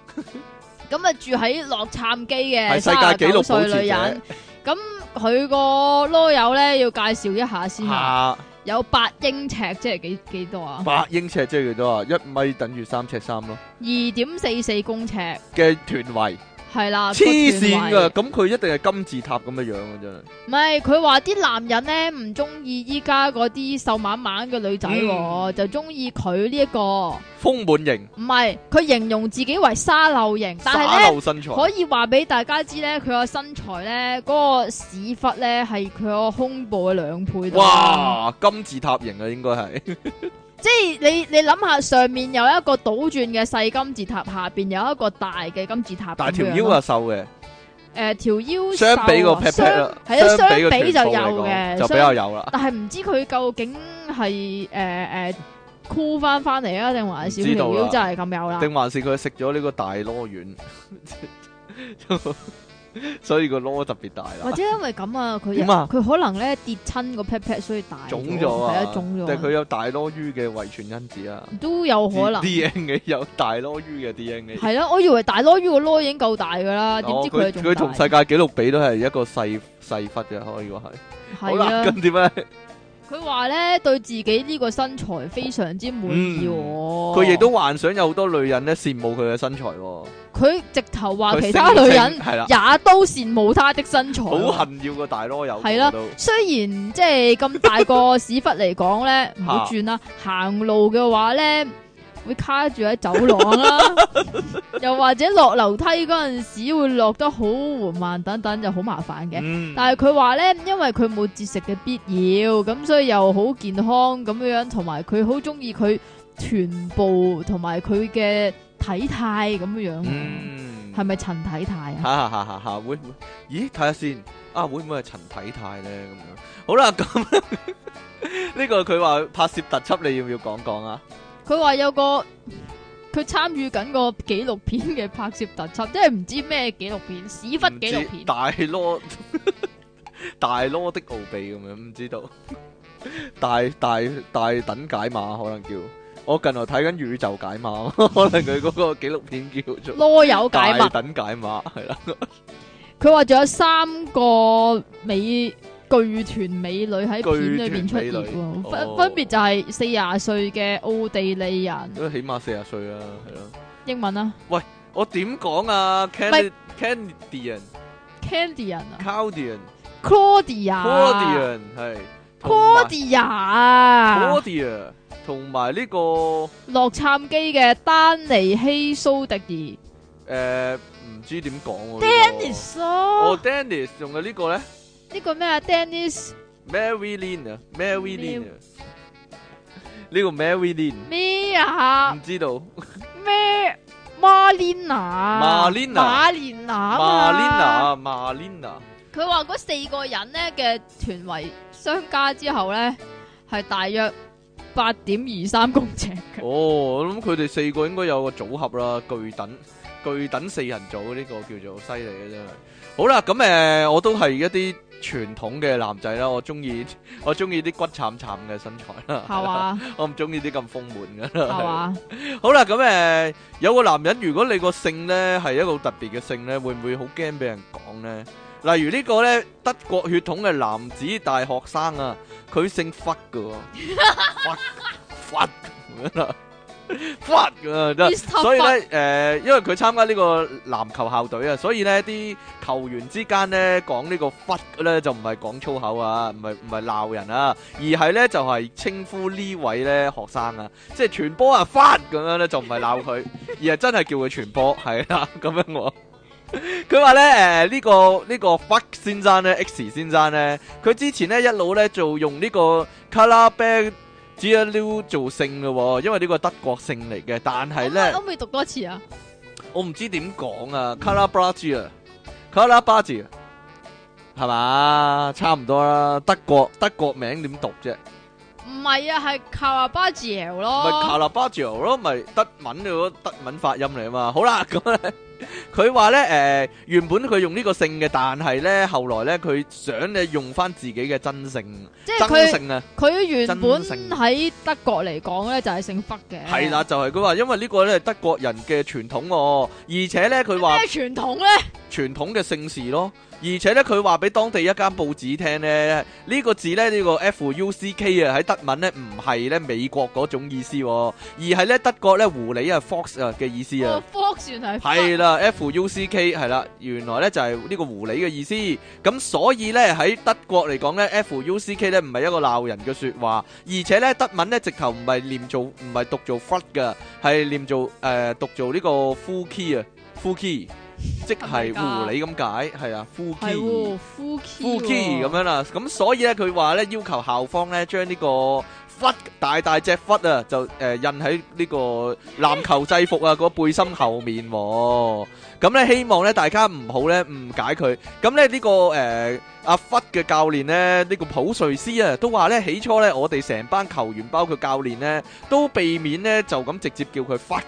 [SPEAKER 2] 咁啊住喺洛杉磯嘅
[SPEAKER 1] 係世界紀錄
[SPEAKER 2] 39歲
[SPEAKER 1] 保持者
[SPEAKER 2] 女人。咁佢個啰柚咧要介紹一下先啊，
[SPEAKER 1] 下
[SPEAKER 2] 有八英尺，即係幾幾多啊？
[SPEAKER 1] 八英尺即係幾多啊？一米等於三尺三咯
[SPEAKER 2] 二點四四公尺，
[SPEAKER 1] 嘅臀圍。
[SPEAKER 2] 係啦，啊個
[SPEAKER 1] 黐
[SPEAKER 2] 臀
[SPEAKER 1] 線
[SPEAKER 2] 圍
[SPEAKER 1] 噶，咁佢一定係金字塔咁嘅樣啊，真係。
[SPEAKER 2] 唔係，佢話啲男人咧唔中意依家嗰啲瘦蜢蜢嘅女仔、
[SPEAKER 1] 嗯
[SPEAKER 2] 喎，就中意佢呢一個。
[SPEAKER 1] 豐滿型，
[SPEAKER 2] 唔係，佢形容自己為沙漏型，但係
[SPEAKER 1] 耍
[SPEAKER 2] 咧
[SPEAKER 1] 流身材，
[SPEAKER 2] 可以話俾大家知咧，佢個身材咧嗰、個屎忽咧係佢個胸部嘅兩倍到啦。
[SPEAKER 1] 哇，金字塔型啊，應該係。
[SPEAKER 2] 即係你你諗下，上面有一個倒轉嘅細金字塔，下邊有一個大嘅金字塔。
[SPEAKER 1] 但係條腰啊，瘦嘅，
[SPEAKER 2] 誒條、腰
[SPEAKER 1] 相比個
[SPEAKER 2] 瘦啊
[SPEAKER 1] pat pat 啦，
[SPEAKER 2] 相係啊，
[SPEAKER 1] 相比個
[SPEAKER 2] 相比就
[SPEAKER 1] 臀部嚟
[SPEAKER 2] 有
[SPEAKER 1] 講
[SPEAKER 2] 嘅，
[SPEAKER 1] 就比較有啦。
[SPEAKER 2] 但系唔知佢究竟係诶诶箍翻翻嚟啊，定還是
[SPEAKER 1] 唔知道
[SPEAKER 2] 條
[SPEAKER 1] 啦
[SPEAKER 2] 腰真係咁有啦？
[SPEAKER 1] 定還是佢食咗呢個大螺丸， 所以個螺特別大
[SPEAKER 2] 或
[SPEAKER 1] 啦。
[SPEAKER 2] 者因為咁啊，佢
[SPEAKER 1] 點啊
[SPEAKER 2] 佢可能咧跌親個 pat pat，所以大
[SPEAKER 1] 腫咗啊
[SPEAKER 2] 係啊，腫
[SPEAKER 1] 但係佢
[SPEAKER 2] 咗
[SPEAKER 1] 有大螺魚嘅遺傳因子啊
[SPEAKER 2] 都有可能。
[SPEAKER 1] ，DNA 有大螺魚嘅 DNA。
[SPEAKER 2] 係啦，我以為大啰魚個啰已經夠大噶啦，點
[SPEAKER 1] 哦
[SPEAKER 2] 知
[SPEAKER 1] 佢
[SPEAKER 2] 仲
[SPEAKER 1] 佢同世
[SPEAKER 2] 大
[SPEAKER 1] 界紀錄比都係一個細細忽嘅，可以話係。好
[SPEAKER 2] 係
[SPEAKER 1] 啦，
[SPEAKER 2] 啊！
[SPEAKER 1] 咁點咧？
[SPEAKER 2] 佢話咧對自己呢個身材非常之滿意喎。
[SPEAKER 1] 嗯佢亦都幻想有好多女人咧羨慕佢嘅身材喎，
[SPEAKER 2] 佢直頭話
[SPEAKER 1] 佢
[SPEAKER 2] 其他
[SPEAKER 1] 聲稱
[SPEAKER 2] 女人
[SPEAKER 1] 係啦，
[SPEAKER 2] 也都羨慕她的身材喎。
[SPEAKER 1] 好恨要個大啰柚，
[SPEAKER 2] 係啦
[SPEAKER 1] 都
[SPEAKER 2] 雖然即係咁大個屎忽嚟 講咧，唔好
[SPEAKER 1] 嚇
[SPEAKER 2] 轉啦。行路嘅話咧，會卡住喺走廊啦， 又或者落樓梯嗰陣時會落得好緩慢，等等就好麻煩嘅。
[SPEAKER 1] 嗯，
[SPEAKER 2] 但係佢話咧，因為佢冇節食嘅必要，咁所以又好健康咁樣樣，同埋佢好中意佢臀部同埋佢嘅體態咁樣樣，
[SPEAKER 1] 嗯，
[SPEAKER 2] 係咪陳體態啊？
[SPEAKER 1] 哈哈哈哈哈，會唔會？咦，睇下先，啊，會唔會係陳體泰咧咁樣？好啦，咁呢個佢話拍攝特輯，你要唔要講講啊？
[SPEAKER 2] 佢話有個佢參與緊個紀錄片嘅拍攝特輯，即係唔知咩紀錄片，屎忽紀
[SPEAKER 1] 唔
[SPEAKER 2] 錄
[SPEAKER 1] 知
[SPEAKER 2] 片。
[SPEAKER 1] 大啰 大啰的奧秘咁樣，唔知道 大大大等解碼可能叫我近來睇緊宇宙解碼， 可能佢嗰個紀錄片叫做
[SPEAKER 2] 啰柚解
[SPEAKER 1] 大
[SPEAKER 2] 密，
[SPEAKER 1] 等解碼係啦，
[SPEAKER 2] 佢話仲有三個美巨團美女喺片裏邊出
[SPEAKER 1] 巨團美
[SPEAKER 2] 現
[SPEAKER 1] 女
[SPEAKER 2] 喎，分
[SPEAKER 1] 哦
[SPEAKER 2] 分別就係四廿歲嘅奧地利人，
[SPEAKER 1] 都起碼四十歲啦，係咯。
[SPEAKER 2] 英文啊
[SPEAKER 1] 我點講啊？Can Canadian
[SPEAKER 2] ，Candy 人啊
[SPEAKER 1] Caudian
[SPEAKER 2] ，Claudia，Claudia，Claudia
[SPEAKER 1] Caudian 係
[SPEAKER 2] 啊
[SPEAKER 1] Caudia 同埋呢個
[SPEAKER 2] 洛杉磯嘅丹尼希蘇迪
[SPEAKER 1] 誒唔知點講喎。
[SPEAKER 2] 爾
[SPEAKER 1] 呢
[SPEAKER 2] ，Dennis
[SPEAKER 1] 個
[SPEAKER 2] 咯
[SPEAKER 1] 哦，Dennis 仲有呢個咧。
[SPEAKER 2] 呢個咩啊，Dennis
[SPEAKER 1] Mary Lynn 啊，Mary
[SPEAKER 2] Mary-
[SPEAKER 1] Lynn 啊，呢個 Mary Lynn
[SPEAKER 2] 咩啊？
[SPEAKER 1] 唔知道
[SPEAKER 2] 咩 Marlena 啊
[SPEAKER 1] Marlena
[SPEAKER 2] Marlena 啊
[SPEAKER 1] 啊
[SPEAKER 2] 嘛
[SPEAKER 1] Marlena，Marlena
[SPEAKER 2] 佢話嗰四個人咧嘅團圍相加之後咧，係大約八點二三公尺嘅
[SPEAKER 1] 哦，。我諗佢哋四個應該有個組合啦，巨等巨等四人組呢個叫做犀利嘅真係。好啦，咁誒、呃我都係一啲傳統嘅男仔啦，我中意我中意啲骨慘慘嘅身材啦，
[SPEAKER 2] 係嘛？
[SPEAKER 1] 我唔中意啲咁豐滿嘅
[SPEAKER 2] 係
[SPEAKER 1] 啦。
[SPEAKER 2] 嘛？
[SPEAKER 1] 好啦，咁誒、呃有個男人，如果你個姓咧係一個好特別嘅姓咧，會唔會好驚俾人講咧？例如呢個咧德國血統嘅男子大學生啊，佢姓忽噶喎，忽忽咁樣啦，忽啊真係
[SPEAKER 2] Mr. Fuck
[SPEAKER 1] 所以咧誒、因為佢參加呢個籃球校隊啊，所以咧啲球員之間咧講呢個忽咧就唔係講粗口啊，唔係唔係鬧人啊，而係咧就係、稱呼呢位咧學生啊，即係傳波啊忽咁樣咧就唔係鬧佢，而係真係叫佢傳波，係啦咁樣喎。佢話咧，誒、呢、個呢、個 Fuck 先生咧，X 先生咧，佢之前咧一路咧就用呢個 c o l o r b a g g i a l u 做姓嘅喎，因為呢個德國姓嚟嘅，但係咧
[SPEAKER 2] 可唔可以讀多次啊？
[SPEAKER 1] 我唔知點講啊 c o l o r b a g g i a c o l o r b a g g i a 係嘛，差唔多啦，德國德國名點讀啫？
[SPEAKER 2] 唔係啊，係卡拉巴治
[SPEAKER 1] 咪
[SPEAKER 2] 咯。
[SPEAKER 1] Caravaggio 咯，咪德文嘅德文發音嚟啊嘛。好啦，咁咧 佢話咧誒，原本佢用呢個姓嘅，但係咧後來咧佢想咧用翻自己嘅真姓，
[SPEAKER 2] 即係
[SPEAKER 1] 真
[SPEAKER 2] 佢
[SPEAKER 1] 姓啊，
[SPEAKER 2] 佢原本
[SPEAKER 1] 真性
[SPEAKER 2] 喺德國嚟講咧就係姓忽嘅。
[SPEAKER 1] 係啦，就係佢話因為呢個咧係德國人嘅傳統喎，而且咧佢話
[SPEAKER 2] 咩傳統咧？
[SPEAKER 1] 傳統嘅姓氏咯，而且咧佢話俾當地一間報紙聽咧，呢、個字咧呢、個 F U C K 啊喺德文咧唔係咧美國嗰種意思、喎，而係咧德國咧狐狸啊 fox 啊嘅意思啊
[SPEAKER 2] 個。科算係忽
[SPEAKER 1] 係啦，F U C K 係啦，原來咧就係呢個狐狸嘅意思。咁所以咧喺德國嚟講咧，F U C K 咧唔係一個鬧人嘅説話，而且咧德文咧直頭唔係念做唔係讀做 f u t 嘅，係念做誒、呃、讀做呢個 f u k 啊 f u k 即係
[SPEAKER 2] 係
[SPEAKER 1] 狐
[SPEAKER 2] 咪㗎
[SPEAKER 1] 狸咁解，係啊 f u
[SPEAKER 2] 係
[SPEAKER 1] k
[SPEAKER 2] 喎，夫 k
[SPEAKER 1] 夫妻咁樣啦，咁所以咧佢話咧要求校方咧將呢個忽大大隻忽啊，就誒、呃印喺呢個籃球制服啊個背心後面喎、咁咧希望咧大家唔好咧誤解佢。咁咧呢個誒、呃阿忽嘅教練咧，呢、個普瑞斯啊，都話咧起初咧我哋成班球員包括教練咧，都避免咧就咁直接叫佢忽嘅。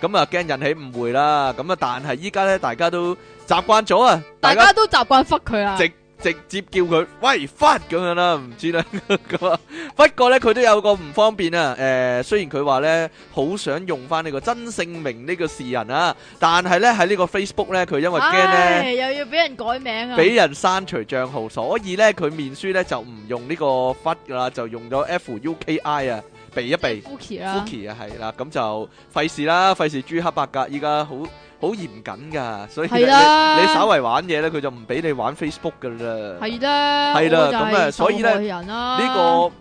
[SPEAKER 1] 咁啊，驚引起誤會啦。咁啊，但係依家咧，大家都習慣咗啊，
[SPEAKER 2] 大家都習慣忽佢啊啦。
[SPEAKER 1] 直直接叫佢喂忽咁樣啦，唔知啦 咁啊。不過咧，佢都有個唔方便啊。誒、雖然佢話咧好想用翻呢個真姓名呢個事人啊，但係咧喺呢個 Facebook 咧，佢因為啊驚咧
[SPEAKER 2] 唉，又要俾人改名啊！
[SPEAKER 1] 俾人刪除帳號，所以咧佢面書咧就唔用呢個忽噶啦，就用咗 F U K I 啊，避一避。
[SPEAKER 2] 夫 k 啦，
[SPEAKER 1] Fuki 啊，係啦，咁就費事啦，費事朱黑白格，依家好好嚴謹噶，所以
[SPEAKER 2] 係
[SPEAKER 1] 呢
[SPEAKER 2] 啦
[SPEAKER 1] 你你稍為玩嘢咧，佢就唔俾你玩 Facebook 噶啦。
[SPEAKER 2] 係啊啦，
[SPEAKER 1] 啊係啦
[SPEAKER 2] 我就係
[SPEAKER 1] 咁啊所以呢
[SPEAKER 2] 受害人啦，
[SPEAKER 1] 呢、個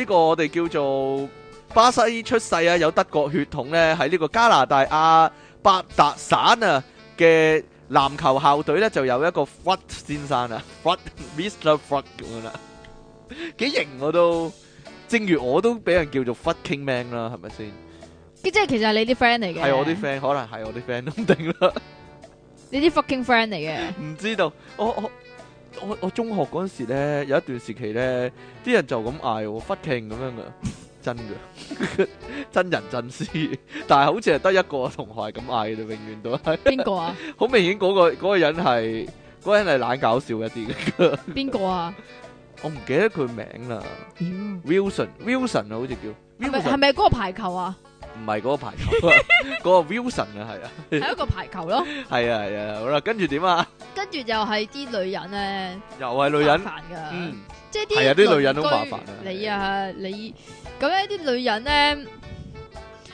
[SPEAKER 1] 呢、個我哋叫做巴西出世啊，有德國血統咧，喺呢個加拿大亞伯達省啊嘅籃球校隊咧，就有一個 Fred 先生啊，Fred Mr. Fred 咁樣啦， 幾型我都。正如我都俾人叫做 fucking man 啦，係咪先？
[SPEAKER 2] 即係其實係你啲 friend 嚟嘅，
[SPEAKER 1] 係我啲 friend，可能係我啲 friend 都唔定啦，
[SPEAKER 2] 你啲 fucking friend 嚟嘅，
[SPEAKER 1] 唔知道。我我我我中學嗰陣時咧，有一段時期咧，啲人就咁嗌我 fucking 咁樣噶， 真噶。真人真事， 但係好似係得一個同學係咁嗌嘅，永遠都 係。
[SPEAKER 2] 邊個啊？
[SPEAKER 1] 好明顯嗰、個嗰個人係嗰個人係懶搞笑一啲嘅，
[SPEAKER 2] 邊個啊？
[SPEAKER 1] 我唔記得佢名啦。
[SPEAKER 2] 妖
[SPEAKER 1] Wilson Wilson 啊，好似叫
[SPEAKER 2] 係咪
[SPEAKER 1] Wilson，
[SPEAKER 2] 係咪嗰個排 球啊？
[SPEAKER 1] 唔係嗰個排球 啊，嗰個 Wilson 啊，係啊，
[SPEAKER 2] 係一個排球咯，
[SPEAKER 1] 係啊，係啊，好啦，跟住點啊？
[SPEAKER 2] 跟住又係啲女人咧，
[SPEAKER 1] 又係女人，
[SPEAKER 2] 麻煩㗎
[SPEAKER 1] 嗯，
[SPEAKER 2] 即係
[SPEAKER 1] 係啊
[SPEAKER 2] 啲
[SPEAKER 1] 啲女人
[SPEAKER 2] 鄰
[SPEAKER 1] 好麻
[SPEAKER 2] 居
[SPEAKER 1] 煩啊
[SPEAKER 2] 你啊，你咁咧啲女人咧，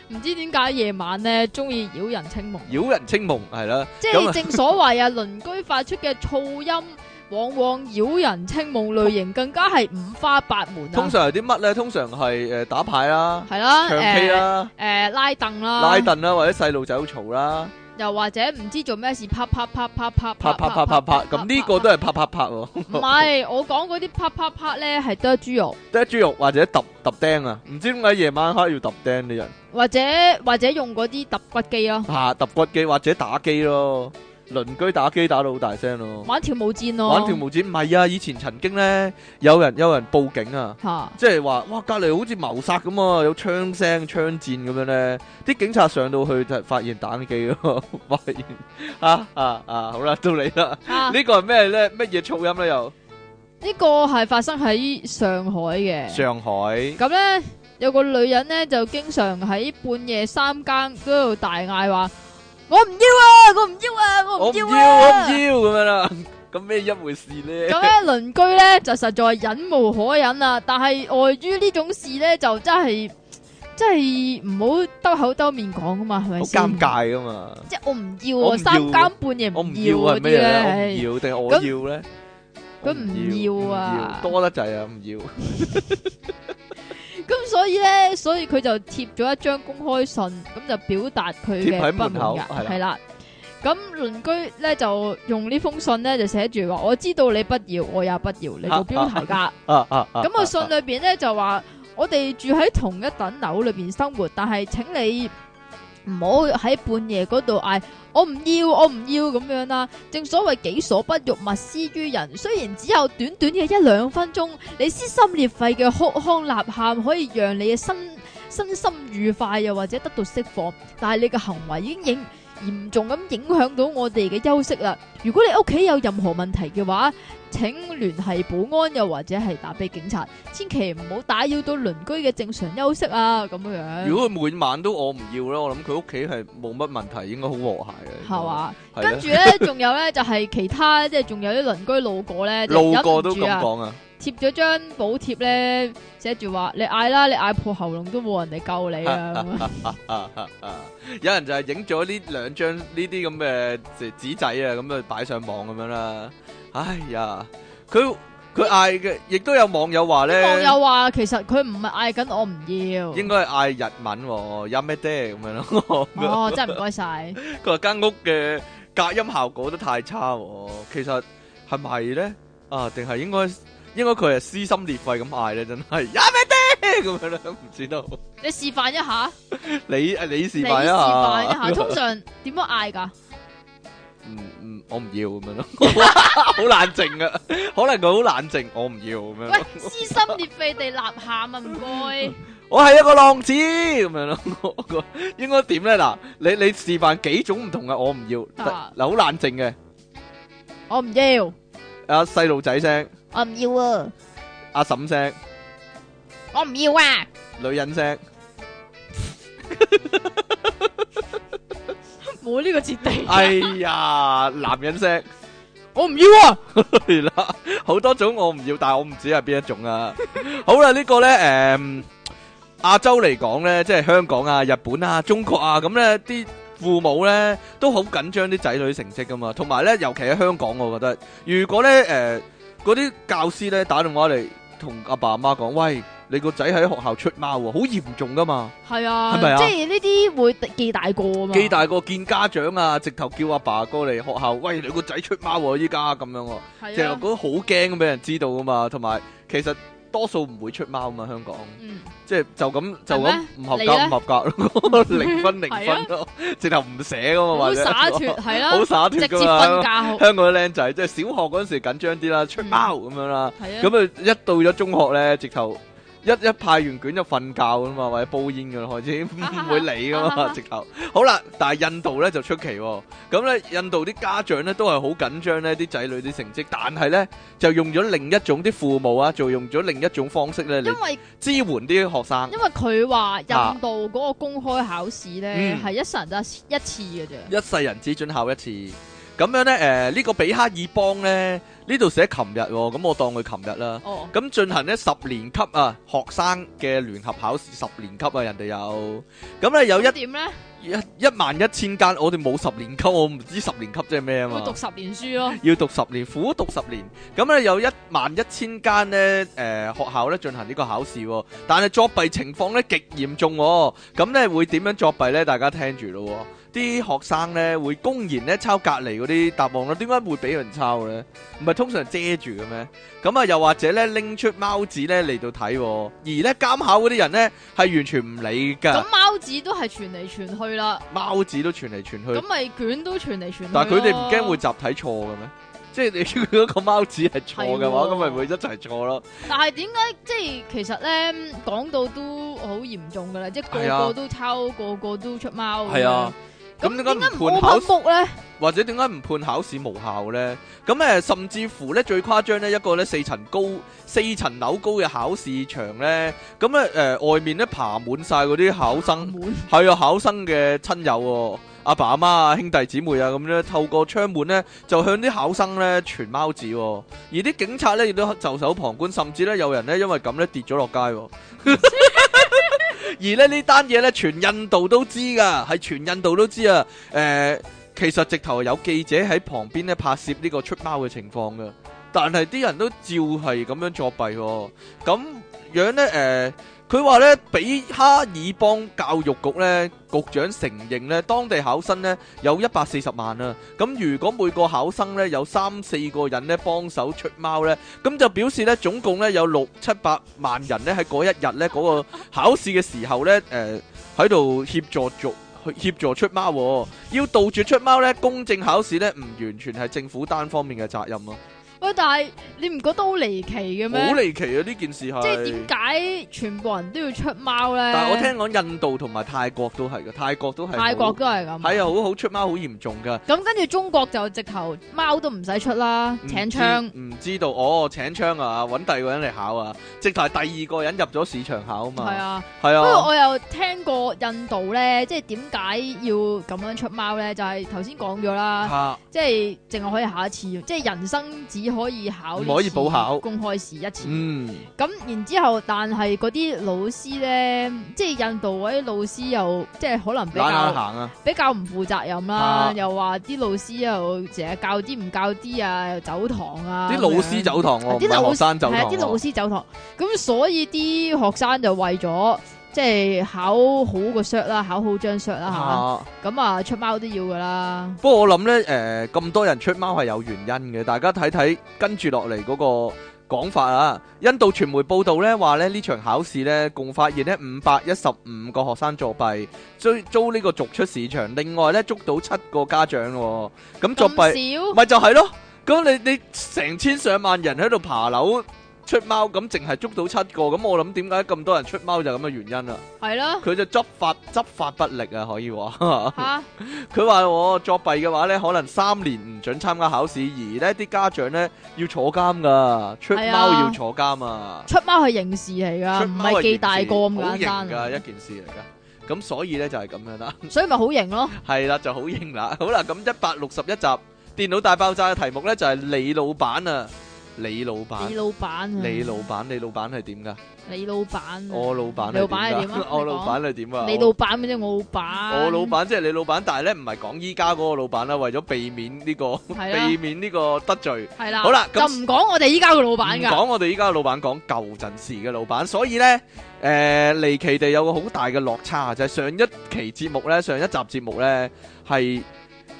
[SPEAKER 2] 唔知點解夜晚咧中意擾人清夢，
[SPEAKER 1] 擾人清夢係啦，
[SPEAKER 2] 即
[SPEAKER 1] 咁啊
[SPEAKER 2] 係正所謂啊，鄰居發出嘅噪音，往往擾人清夢類型更加係五花八門啊。
[SPEAKER 1] 通常係啲乜咧？通常係誒打牌啦、
[SPEAKER 2] 係啦，
[SPEAKER 1] 唱 K
[SPEAKER 2] 誒
[SPEAKER 1] 啦、
[SPEAKER 2] 誒拉凳啦，
[SPEAKER 1] 啊拉，凳啦，或者細路仔好嘈啦，
[SPEAKER 2] 又或者唔知做咩事，啪啪啪啪啪
[SPEAKER 1] 啪啪啪啪啪，咁呢個都係啪啪啪喎。
[SPEAKER 2] 唔係我講嗰啲啪啪啪咧係剁豬肉，
[SPEAKER 1] 剁豬肉或者揼揼釘啊！唔知點解夜晚黑要揼釘啲人，
[SPEAKER 2] 或者或者用嗰啲揼骨機咯，
[SPEAKER 1] 嚇、揼骨機或者打機咯，鄰居打機打到好大聲咯，
[SPEAKER 2] 玩跳舞毡咯，
[SPEAKER 1] 玩跳舞毽唔係啊！以前曾經咧有人有人報警啊，
[SPEAKER 2] 吓，
[SPEAKER 1] 即係話哇隔離好似謀殺咁啊，有槍聲槍戰咁樣咧，啲警察上到去就發現打機咯， 發現啊啊啊！好啦，到你啦，
[SPEAKER 2] 啊
[SPEAKER 1] 呢個係咩咧？乜嘢噪音咧？又
[SPEAKER 2] 呢個係發生喺上海嘅。
[SPEAKER 1] 上海
[SPEAKER 2] 咁咧有個女人咧就經常喺半夜三更嗰度大嗌話：我唔要啊！我唔要啊！我
[SPEAKER 1] 我
[SPEAKER 2] 唔
[SPEAKER 1] 唔要
[SPEAKER 2] 要
[SPEAKER 1] 我唔
[SPEAKER 2] 啊！
[SPEAKER 1] 要咁樣啦， 咁咩一回事咧？
[SPEAKER 2] 咁咧鄰居咧就實在忍無可忍啦，但係礙於呢種事咧就真係真係唔好兜口兜面講噶嘛，係咪
[SPEAKER 1] 好
[SPEAKER 2] 先？
[SPEAKER 1] 尷尬噶嘛！
[SPEAKER 2] 即係我唔要
[SPEAKER 1] 我唔
[SPEAKER 2] 啊，
[SPEAKER 1] 要
[SPEAKER 2] 三更半夜
[SPEAKER 1] 我唔
[SPEAKER 2] 要
[SPEAKER 1] 要
[SPEAKER 2] 嗰
[SPEAKER 1] 係
[SPEAKER 2] 啲
[SPEAKER 1] 咩
[SPEAKER 2] 咧，唉
[SPEAKER 1] 咧？我唔要定係我要
[SPEAKER 2] 咁
[SPEAKER 1] 咧？我
[SPEAKER 2] 咁唔要啊
[SPEAKER 1] 唔要多得滯啊！唔要。
[SPEAKER 2] 咁所以咧，所以佢就貼咗一張公開信，咁就表達佢
[SPEAKER 1] 貼喺
[SPEAKER 2] 嘅
[SPEAKER 1] 門
[SPEAKER 2] 不
[SPEAKER 1] 口
[SPEAKER 2] 滿
[SPEAKER 1] 係啦
[SPEAKER 2] 㗎，係啦。咁鄰居咧就用呢封信咧就寫住話：我知道你不要，我也不要，你做標題㗎。
[SPEAKER 1] 啊啊 啊！
[SPEAKER 2] 咁個
[SPEAKER 1] 啊
[SPEAKER 2] 信裏邊咧就話：我哋住喺同一等樓裏邊生活，但係請你唔好喺半夜嗰度嗌我唔要，我唔要咁樣啦。正所謂己所不欲，勿施於人。雖然只有短短嘅一兩分鐘，你撕心裂肺嘅哭腔吶喊，可以讓你嘅身身心愉快，又或者得到釋放，但係你嘅行為已經影嚴重咁影響到我哋嘅休息啦。如果你屋企有任何問題嘅話，請聯繫保安，又或者係打俾警察，千祈唔好打擾到鄰居嘅正常休息啊！咁樣樣
[SPEAKER 1] 如果佢每晚都我唔要咧，我諗佢屋企係冇乜問題，應該好和諧嘅。
[SPEAKER 2] 係嘛？
[SPEAKER 1] 係啊？
[SPEAKER 2] 跟住咧，仲有咧就係其他，即係仲有啲鄰居路過咧，就
[SPEAKER 1] 路
[SPEAKER 2] 忍唔
[SPEAKER 1] 過都
[SPEAKER 2] 住
[SPEAKER 1] 咁
[SPEAKER 2] 啊，
[SPEAKER 1] 講啊！
[SPEAKER 2] 貼咗張補貼咧，寫住話你嗌啦，你嗌破喉嚨都冇人嚟救你啊！咁樣
[SPEAKER 1] 啊啊啊！有人就係影咗呢兩張呢啲咁嘅紙紙仔啊，咁啊擺上網咁樣啦。哎呀，佢佢嗌嘅，亦都有網友話咧，
[SPEAKER 2] 網友話其實佢唔係嗌緊我唔要，
[SPEAKER 1] 應該係嗌日文喎，有咩爹咁樣咯。
[SPEAKER 2] 哦，真係唔該晒，
[SPEAKER 1] 佢話間屋嘅隔音效果都太差喎。其實係咪咧？啊，定係應該應該佢係撕心裂肺咁嗌咧，真係 有咩爹咁樣咧，唔知道。
[SPEAKER 2] 你示範一下，
[SPEAKER 1] 你啊你示
[SPEAKER 2] 你示
[SPEAKER 1] 範一
[SPEAKER 2] 範一
[SPEAKER 1] 下 啊
[SPEAKER 2] 下，。通常點樣嗌㗎？
[SPEAKER 1] 唔唔，我唔要咁樣咯，好冷靜啊！可能佢 好冷靜，我唔要咁樣
[SPEAKER 2] 喂
[SPEAKER 1] 咯。，
[SPEAKER 2] 撕心裂肺地吶喊啊！唔 該，
[SPEAKER 1] 我係一個浪子咁樣咯， 我應該點咧？嗱，你你示範幾種唔同嘅我唔要，
[SPEAKER 2] 啊
[SPEAKER 1] 嗱好冷靜嘅，
[SPEAKER 2] 我唔要，
[SPEAKER 1] 阿細路仔聲，
[SPEAKER 2] 我唔要啊，
[SPEAKER 1] 阿嬸聲，
[SPEAKER 2] 我唔要啊，
[SPEAKER 1] 女人聲，
[SPEAKER 2] 冇呢個設定，
[SPEAKER 1] 哎呀，男人聲，
[SPEAKER 2] 我唔要啊，
[SPEAKER 1] 係啦，好多種我唔要，但係我唔知係邊一種啊。好啦，呢個咧誒。嗯亞洲嚟講咧，即係香港啊、日本啊、中國啊，咁咧啲父母咧都好緊張啲仔女成績噶嘛，同埋咧，尤其喺香港，我覺得如果咧誒嗰啲教師咧打電話嚟同阿爸阿媽講，喂，你個仔喺學校出貓喎，好嚴重噶嘛，
[SPEAKER 2] 係啊，
[SPEAKER 1] 係咪啊
[SPEAKER 2] 即係呢啲會記大個啊嘛，
[SPEAKER 1] 幾大個見家長啊，直頭叫阿爸過嚟學校，喂，你個仔出貓喎，依家咁樣喎、
[SPEAKER 2] 係
[SPEAKER 1] 就
[SPEAKER 2] 啊
[SPEAKER 1] 嗰，個好驚咁俾人知道噶嘛，同埋其實多數唔會出貓啊嘛，香港。
[SPEAKER 2] 嗯，
[SPEAKER 1] 即係就咁就
[SPEAKER 2] 係
[SPEAKER 1] 咁
[SPEAKER 2] 咩
[SPEAKER 1] 唔合
[SPEAKER 2] 你
[SPEAKER 1] 格
[SPEAKER 2] 呢
[SPEAKER 1] 唔合格 咯，零分零
[SPEAKER 2] 係啊
[SPEAKER 1] 分咯，直頭唔寫噶嘛，
[SPEAKER 2] 好
[SPEAKER 1] 啊或者
[SPEAKER 2] 灑脱，係
[SPEAKER 1] 好
[SPEAKER 2] 啦，
[SPEAKER 1] 灑
[SPEAKER 2] 直
[SPEAKER 1] 脱噶
[SPEAKER 2] 接
[SPEAKER 1] 嘛
[SPEAKER 2] 瞓。覺，
[SPEAKER 1] 香港啲僆仔即係小學嗰陣時緊張啲啦，出貓
[SPEAKER 2] 嗯
[SPEAKER 1] 咁樣啦，
[SPEAKER 2] 係啊，
[SPEAKER 1] 咁啊一到咗中學咧，直頭一一派完卷就瞓覺噶嘛，或者煲煙噶啦開始，
[SPEAKER 2] 啊哈
[SPEAKER 1] 唔會理噶
[SPEAKER 2] 啊哈
[SPEAKER 1] 嘛，
[SPEAKER 2] 哈
[SPEAKER 1] 直頭。好啦，但係印度咧就出奇喎，咁咧印度啲家長咧都係好緊張咧啲仔女啲成績，但係咧就用咗另一種啲父母啊，就用咗另一種方式咧嚟
[SPEAKER 2] 因為
[SPEAKER 1] 支援啲學生。
[SPEAKER 2] 因為佢話印度嗰個公開考試咧
[SPEAKER 1] 啊嗯
[SPEAKER 2] 係一神得一次嘅啫，
[SPEAKER 1] 一世人只准考一次。咁樣呢，誒、呢、個比克爾邦呢，呢度寫琴日喎，咁我當佢琴日啦。
[SPEAKER 2] 哦，
[SPEAKER 1] 咁進行呢十年級啊學生嘅聯合考試，十年級啊人哋有，咁呢，有
[SPEAKER 2] 咁
[SPEAKER 1] 一
[SPEAKER 2] 點咧？
[SPEAKER 1] 一一萬一千間，我哋冇十年級，我唔知十年級即係咩啊
[SPEAKER 2] 會
[SPEAKER 1] 嘛
[SPEAKER 2] 讀。十年書咯，
[SPEAKER 1] 要讀十年，苦讀十年。咁咧有一萬一千間咧誒學校咧進行呢個考試、喎，但係作弊情況咧極嚴重、喎。咁咧會點樣作弊咧？大家聽住咯、喎。啲學生咧會公然咧抄隔離嗰啲答案咯，點解會俾人抄咧？唔係通常遮住嘅咩？咁啊又或者咧拎出貓紙咧嚟到睇、喎，而咧監考嗰啲人咧係完全唔理 㗎，
[SPEAKER 2] 咁貓子都係傳嚟傳去啦，
[SPEAKER 1] 貓紙都傳嚟傳去
[SPEAKER 2] 咁。咪卷都傳嚟傳去咯，
[SPEAKER 1] 但係佢哋唔驚會集體錯嘅咩？即係你如果個貓子係錯嘅話，
[SPEAKER 2] 係喎
[SPEAKER 1] 咁咪會一齊錯咯。
[SPEAKER 2] 但係點解即係其實咧講到都好嚴重噶啦，即係
[SPEAKER 1] 係啊
[SPEAKER 2] 個個都抄，個個都出貓。
[SPEAKER 1] 係啊，
[SPEAKER 2] 咁
[SPEAKER 1] 咁點
[SPEAKER 2] 點
[SPEAKER 1] 解
[SPEAKER 2] 解
[SPEAKER 1] 唔
[SPEAKER 2] 唔
[SPEAKER 1] 判考
[SPEAKER 2] open book 咧？
[SPEAKER 1] 或者點解唔判考試無效呢？咁誒，甚至乎呢，最誇張呢，一個呢四層高、四層樓高嘅考試場呢，呃咁咧誒外面呢，爬滿晒嗰啲考生，
[SPEAKER 2] 滿
[SPEAKER 1] 係啊考生嘅親友喎、阿爸阿媽啊、兄弟姊妹啊咁咧，透過窗門咧就向啲考生咧傳貓子、喎。而啲警察咧亦都袖手旁觀，甚至咧有人咧因為咁咧跌咗落街、喎。而咧呢單嘢咧全印度都知噶，係全印度都知啊。誒、其實直頭有記者喺旁邊咧拍攝呢個出貓嘅情況噶，但係啲人都照係咁樣作弊、喎。咁樣咧誒。佢話咧，比哈爾邦教育局咧局長承認咧，當地考生咧有一百四十萬啊。咁如果每個考生咧有三四個人咧幫手出貓咧，咁就表示咧總共咧有六七百萬人咧喺嗰一日咧嗰、個考試嘅時候咧，誒喺度協助做。協助出貓、喎，要杜絕出貓咧，公正考試咧唔完全係政府單方面嘅責任咯、啊
[SPEAKER 2] 喂，但系你唔覺得好離奇嘅
[SPEAKER 1] 好
[SPEAKER 2] 咩？
[SPEAKER 1] 離奇啊！呢件事係。
[SPEAKER 2] 即係點解全部人都要出貓咧？
[SPEAKER 1] 但係我聽講印度同埋泰國都係嘅，泰國都係好
[SPEAKER 2] 泰國都係咁。
[SPEAKER 1] 係啊，好好出貓好嚴重噶。
[SPEAKER 2] 咁跟住中國就直頭貓都唔使出啦，
[SPEAKER 1] 唔
[SPEAKER 2] 請
[SPEAKER 1] 知
[SPEAKER 2] 槍。
[SPEAKER 1] 唔知道哦，請槍啊，揾第二個人嚟考啊，直頭係第二個人入咗市場考啊
[SPEAKER 2] 係
[SPEAKER 1] 嘛，
[SPEAKER 2] 啊，
[SPEAKER 1] 係
[SPEAKER 2] 不過
[SPEAKER 1] 啊，
[SPEAKER 2] 我又聽過印度咧，即係點解要咁樣出貓咧？就係頭先講咗啦，
[SPEAKER 1] 嚇
[SPEAKER 2] 即係淨係可以考一次，即係人生只可以考呢
[SPEAKER 1] 唔可以
[SPEAKER 2] 次
[SPEAKER 1] 補考
[SPEAKER 2] 公開試一次。
[SPEAKER 1] 嗯
[SPEAKER 2] 咁然之後，但係嗰啲老師咧，即係印度嗰啲老師又即係可能比
[SPEAKER 1] 懶懶
[SPEAKER 2] 較
[SPEAKER 1] 行啊，
[SPEAKER 2] 比較唔負責任啦，
[SPEAKER 1] 啊
[SPEAKER 2] 又話啲老師又成日教啲唔教啲啊，又走堂啊，
[SPEAKER 1] 啲老師走堂喎，唔
[SPEAKER 2] 啲老
[SPEAKER 1] 係學生走
[SPEAKER 2] 係啊，
[SPEAKER 1] 堂
[SPEAKER 2] 啲老
[SPEAKER 1] 喎，
[SPEAKER 2] 師走堂，咁所以啲學生就為咗即係考好個 shot 啦，考好張 shot 啦
[SPEAKER 1] 嚇
[SPEAKER 2] 吓，咁啊出貓都要噶啦，
[SPEAKER 1] 不過我諗咧，誒咁多人出貓係有原因嘅，大家睇睇跟住落嚟嗰個講法啊。印度傳媒報道咧話咧呢場考試咧共發現呢五百一十五個學生作弊，遭遭呢個逐出市場，另外咧捉到七個家長喎，咁作
[SPEAKER 2] 咁
[SPEAKER 1] 弊
[SPEAKER 2] 少
[SPEAKER 1] 咪就係咯。咁你你成千上萬人喺度爬樓出貓，咁淨係捉到七個，咁我諗點解咁多人出貓就係咁嘅原因啦。
[SPEAKER 2] 係啦
[SPEAKER 1] 佢就執法執法不力啊，可以話。
[SPEAKER 2] 吓，
[SPEAKER 1] 佢話我作弊嘅話呢，可能三年唔准參加考試，而呢啲家長呢，要坐監噶，出貓
[SPEAKER 2] 係啊
[SPEAKER 1] 要坐監啊，
[SPEAKER 2] 出貓係刑事嚟噶，
[SPEAKER 1] 出
[SPEAKER 2] 唔
[SPEAKER 1] 貓
[SPEAKER 2] 係
[SPEAKER 1] 係
[SPEAKER 2] 記大
[SPEAKER 1] 個
[SPEAKER 2] 過咁
[SPEAKER 1] 好型
[SPEAKER 2] 簡單
[SPEAKER 1] 噶一
[SPEAKER 2] 啊，
[SPEAKER 1] 件事嚟噶。咁所以呢，就係咁樣啦，
[SPEAKER 2] 所以咪好型咯，
[SPEAKER 1] 係啦就好型啦。好啦，咁一百六十一集電腦大爆炸嘅題目呢，就係李老闆啊，李老
[SPEAKER 2] 李
[SPEAKER 1] 闆，
[SPEAKER 2] 老闆啊，
[SPEAKER 1] 李老闆，李老闆係點噶？
[SPEAKER 2] 李老闆啊，
[SPEAKER 1] 我老闆
[SPEAKER 2] 你老闆
[SPEAKER 1] 係
[SPEAKER 2] 係
[SPEAKER 1] 點
[SPEAKER 2] 點啊
[SPEAKER 1] 㗎 我
[SPEAKER 2] 你
[SPEAKER 1] 老
[SPEAKER 2] 講
[SPEAKER 1] 闆係點啊？
[SPEAKER 2] 你老闆咪啫，我老闆，
[SPEAKER 1] 我老闆即係你老闆，但係呢，唔係講依家嗰個老闆啦，為咗避免呢個
[SPEAKER 2] 係啦
[SPEAKER 1] 避免呢個得罪。
[SPEAKER 2] 係啦，
[SPEAKER 1] 好啦
[SPEAKER 2] 就
[SPEAKER 1] 咁
[SPEAKER 2] 唔講我哋依家個老闆
[SPEAKER 1] 唔
[SPEAKER 2] 噶，
[SPEAKER 1] 講我哋依家嘅老闆，講舊陣時嘅老闆，所以呢，誒、呃、離奇地有個好大嘅落差，就係、上一期節目呢，上一集節目呢，係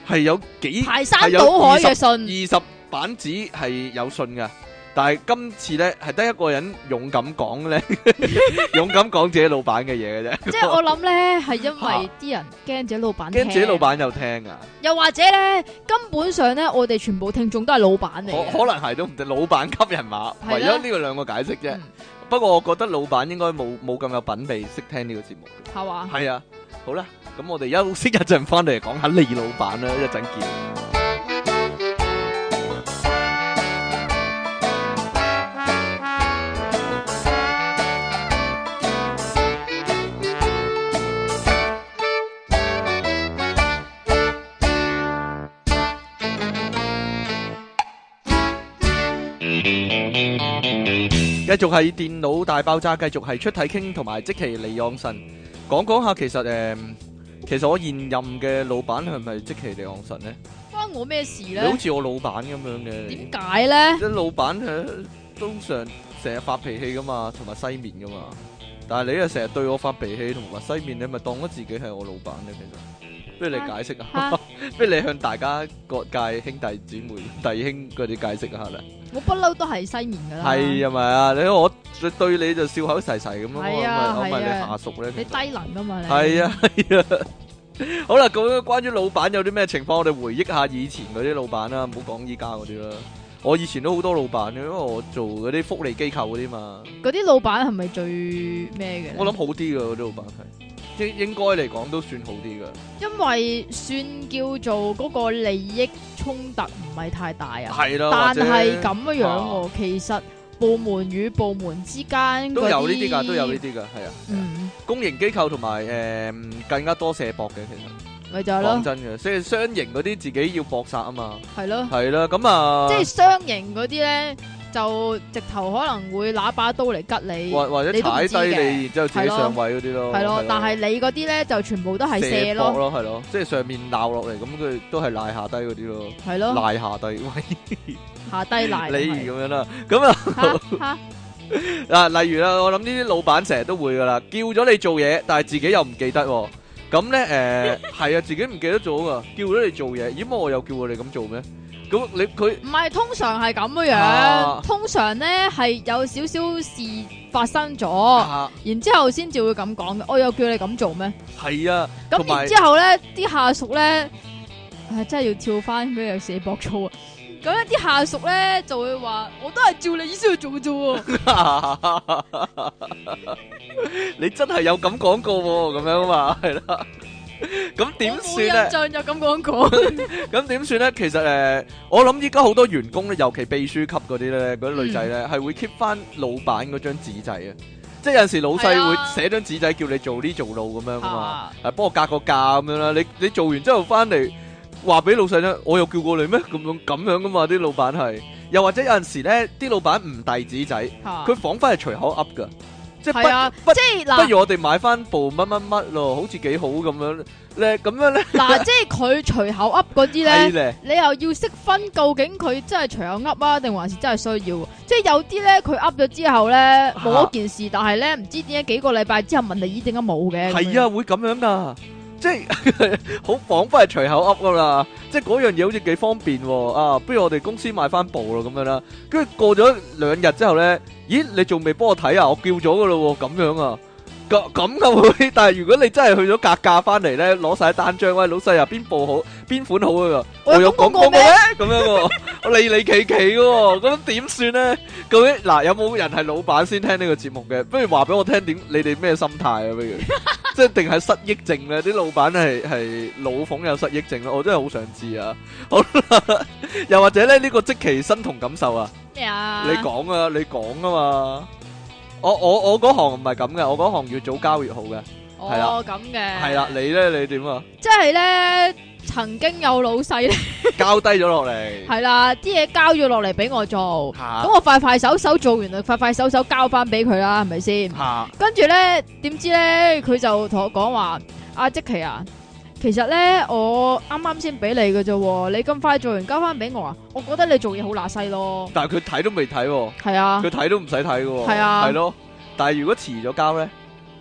[SPEAKER 1] 係有幾
[SPEAKER 2] 排山倒海嘅
[SPEAKER 1] 二
[SPEAKER 2] 信，
[SPEAKER 1] 十版紙係有信嘅，但係今次呢，係得一個人勇敢講 呢，勇敢講自己老闆嘅嘢嘅啫，
[SPEAKER 2] 即係我諗咧係因為啲人驚自己老闆
[SPEAKER 1] 驚自己
[SPEAKER 2] 聽
[SPEAKER 1] 老闆有聽啊，
[SPEAKER 2] 又或者咧，根本上咧，我哋全部聽眾都係老闆嚟
[SPEAKER 1] 可
[SPEAKER 2] 嘅，
[SPEAKER 1] 可能係都唔定，老闆級人馬，
[SPEAKER 2] 係啦
[SPEAKER 1] 為咗呢個兩個解釋啫。
[SPEAKER 2] 嗯
[SPEAKER 1] 不過我覺得老闆應該冇冇咁有品味，識聽呢個節目。
[SPEAKER 2] 嗯係嘛？
[SPEAKER 1] 系啊，好啦，咁我哋休息一陣，翻嚟講下李老闆啦，一陣見。繼續係電腦大爆炸，繼續係出體傾同埋即其利昂神。講講下，其實诶、嗯其實我現任嘅老闆係咪即其利昂神咧？
[SPEAKER 2] 關我咩事
[SPEAKER 1] 你
[SPEAKER 2] 咧
[SPEAKER 1] 好？似我老闆咁樣嘅，
[SPEAKER 2] 點解咧？
[SPEAKER 1] 啲老闆诶通常成日發脾氣噶嘛，同埋西面噶嘛。但係你又成日對我發脾氣同埋西面，你咪當咗自己係我老闆咧？其實，不如你解釋下
[SPEAKER 2] 啊，
[SPEAKER 1] 不如你向大家各界兄弟姊妹、 弟兄嗰啲解釋下啦。
[SPEAKER 2] 我不嬲都係西面噶啦，
[SPEAKER 1] 係啊咪啊，你我對你就笑口噬噬咁咯，
[SPEAKER 2] 係
[SPEAKER 1] 我
[SPEAKER 2] 啊
[SPEAKER 1] 咪我咪
[SPEAKER 2] 係
[SPEAKER 1] 你下
[SPEAKER 2] 啊
[SPEAKER 1] 屬咧。其
[SPEAKER 2] 你
[SPEAKER 1] 實
[SPEAKER 2] 低能噶嘛？你
[SPEAKER 1] 係啊，係啊。好啦，咁樣關於老闆有啲咩情況，我哋回憶下以前嗰啲老闆啦，唔好講依家嗰啲啦。我以前都好多老闆嘅，因為我做嗰啲福利機構嗰啲嘛，
[SPEAKER 2] 嗰啲老闆係咪最咩嘅？
[SPEAKER 1] 我諗，好啲嘅嗰啲老闆係，應應該嚟講都算好啲嘅。
[SPEAKER 2] 因為算叫做嗰個利益衝突唔係太大啊，
[SPEAKER 1] 係啦，
[SPEAKER 2] 但
[SPEAKER 1] 或者
[SPEAKER 2] 係咁樣樣
[SPEAKER 1] 啊
[SPEAKER 2] 喎，其實部門與部門之間
[SPEAKER 1] 都有
[SPEAKER 2] 嗰
[SPEAKER 1] 呢啲㗎，都有呢啲㗎，係啊。係啊
[SPEAKER 2] 嗯，
[SPEAKER 1] 公營機構同埋誒更加多卸膊嘅其實
[SPEAKER 2] 咪就係
[SPEAKER 1] 講
[SPEAKER 2] 咯，
[SPEAKER 1] 真嘅，即係雙型嗰啲自己要搏殺啊嘛，
[SPEAKER 2] 係咯，
[SPEAKER 1] 係啦，咁啊，
[SPEAKER 2] 嗯即係雙型嗰啲咧，就直頭可能會拿把刀嚟吉你，
[SPEAKER 1] 或或者
[SPEAKER 2] 你都唔
[SPEAKER 1] 踩
[SPEAKER 2] 知
[SPEAKER 1] 低
[SPEAKER 2] 嘅
[SPEAKER 1] 你，然之後自己
[SPEAKER 2] 係咯
[SPEAKER 1] 上位嗰啲咯，
[SPEAKER 2] 係咯
[SPEAKER 1] 係。
[SPEAKER 2] 但係你嗰啲咧就全部都係
[SPEAKER 1] 射
[SPEAKER 2] 射
[SPEAKER 1] 咯，
[SPEAKER 2] 咯，
[SPEAKER 1] 咯係咯，即係上面鬧落嚟，咁佢都係賴下低嗰啲咯，
[SPEAKER 2] 係咯，
[SPEAKER 1] 賴下低，喂
[SPEAKER 2] 下低賴
[SPEAKER 1] 你咁樣啦，咁啊
[SPEAKER 2] 嚇嚇
[SPEAKER 1] 嗱，例如啦，我諗呢啲老闆成日都會噶啦，叫咗你做嘢，但係自己又唔記得喎，咁咧誒係啊，自己唔記得咗噶，叫咗你做嘢，咦乜我又叫過你咁做咩？咁你佢
[SPEAKER 2] 唔係，通常係咁樣，
[SPEAKER 1] 啊
[SPEAKER 2] 通常咧係有少少事發生咗，
[SPEAKER 1] 啊
[SPEAKER 2] 然之後先至會咁講嘅。我有叫你咁做咩？
[SPEAKER 1] 係啊， 同
[SPEAKER 2] 咁
[SPEAKER 1] 埋
[SPEAKER 2] 然之後咧，啲下屬咧，唉，真係要跳翻俾佢死搏操啊！咁一啲下屬咧就會話：我都係照你意思去做嘅啫喎。
[SPEAKER 1] 你真係有咁講過喎，咁樣嘛，係啦，咁
[SPEAKER 2] 我
[SPEAKER 1] 點
[SPEAKER 2] 冇
[SPEAKER 1] 算啊
[SPEAKER 2] 印
[SPEAKER 1] 咧？
[SPEAKER 2] 象就咁講過。
[SPEAKER 1] 咁點算咧？其實誒、呃我諗依家好多員工咧，尤其秘書級嗰啲咧，嗰啲女仔
[SPEAKER 2] 嗯
[SPEAKER 1] 咧，係、會 keep 翻老闆嗰張紙仔啊。即係有陣時老
[SPEAKER 2] 係
[SPEAKER 1] 細
[SPEAKER 2] 啊
[SPEAKER 1] 會寫張紙仔叫你做呢做路咁樣噶嘛，
[SPEAKER 2] 啊
[SPEAKER 1] 誒幫我格個價咁樣啦。你你做完之後翻嚟話俾老細咧，我又叫過你咩？咁樣咁樣噶嘛，啲老闆係。又或者有陣時咧，啲老闆唔遞紙仔，
[SPEAKER 2] 啊
[SPEAKER 1] 佢彷彿係隨口噏噶，即係不
[SPEAKER 2] 係啊，
[SPEAKER 1] 不
[SPEAKER 2] 即係
[SPEAKER 1] 不
[SPEAKER 2] 嗱
[SPEAKER 1] 如我哋買翻部乜乜乜咯，好似幾好咁樣咧，咁樣咧
[SPEAKER 2] 嗱，即係佢隨口噏嗰啲咧
[SPEAKER 1] 係。咧。
[SPEAKER 2] 你又要識分究竟佢真係隨口噏啊，定還是真係需要？即係有啲咧，佢噏咗之後咧冇一件事，但係咧唔知點解幾個禮拜之後問你咦點解冇嘅？咁
[SPEAKER 1] 系
[SPEAKER 2] 樣
[SPEAKER 1] 啊，，會咁樣噶，即係 好仿佛係隨口噏噶啦，即係嗰樣嘢好似幾方便喎啊！不如我哋公司買翻部咯咁樣啦，跟住過咗兩日之後咧，咦你仲未幫我睇啊？我叫咗噶咯喎，咁樣啊，咁咁噶會？但係如果你真係去咗格價翻嚟咧，攞晒單張喂老細啊，邊部好邊款好啊？
[SPEAKER 2] 我有講過
[SPEAKER 1] 過
[SPEAKER 2] 咩
[SPEAKER 1] 咩？咁樣喎，我理理奇奇嘅喎，咁點算咧？究竟嗱有冇人係老闆先聽呢個節目嘅？不如話俾我聽點，你哋咩心態啊？不如即係定係失憶症咧？啲老闆係係老馮有失憶症咯，我真係好想知啊！好 啦，又或者咧呢個即其身同感受啊，
[SPEAKER 2] 咩啊？
[SPEAKER 1] 你講啊，你講啊嘛。我我我嗰行唔係咁嘅，我嗰行越早交越好嘅。係啦
[SPEAKER 2] 哦咁嘅
[SPEAKER 1] 係啦，，你咧你點啊？
[SPEAKER 2] 即係咧曾經有老細 咧
[SPEAKER 1] 交低咗落嚟，
[SPEAKER 2] 係啦，啲嘢交咗落嚟俾我做，
[SPEAKER 1] 下
[SPEAKER 2] 咁我快快手手做完就快快手手交翻俾佢啦，係咪先？
[SPEAKER 1] 下
[SPEAKER 2] 跟住咧，點知咧佢就同我講話：阿、即奇啊，其實咧我啱啱先俾你嘅啫喎，你咁快做完交翻俾我啊？我覺得你做嘢好乸西咯，
[SPEAKER 1] 但係佢睇都未睇喎。
[SPEAKER 2] 係啊
[SPEAKER 1] 佢，睇都唔使睇嘅喎，
[SPEAKER 2] 係啊
[SPEAKER 1] 係咯。但係如果遲咗交咧，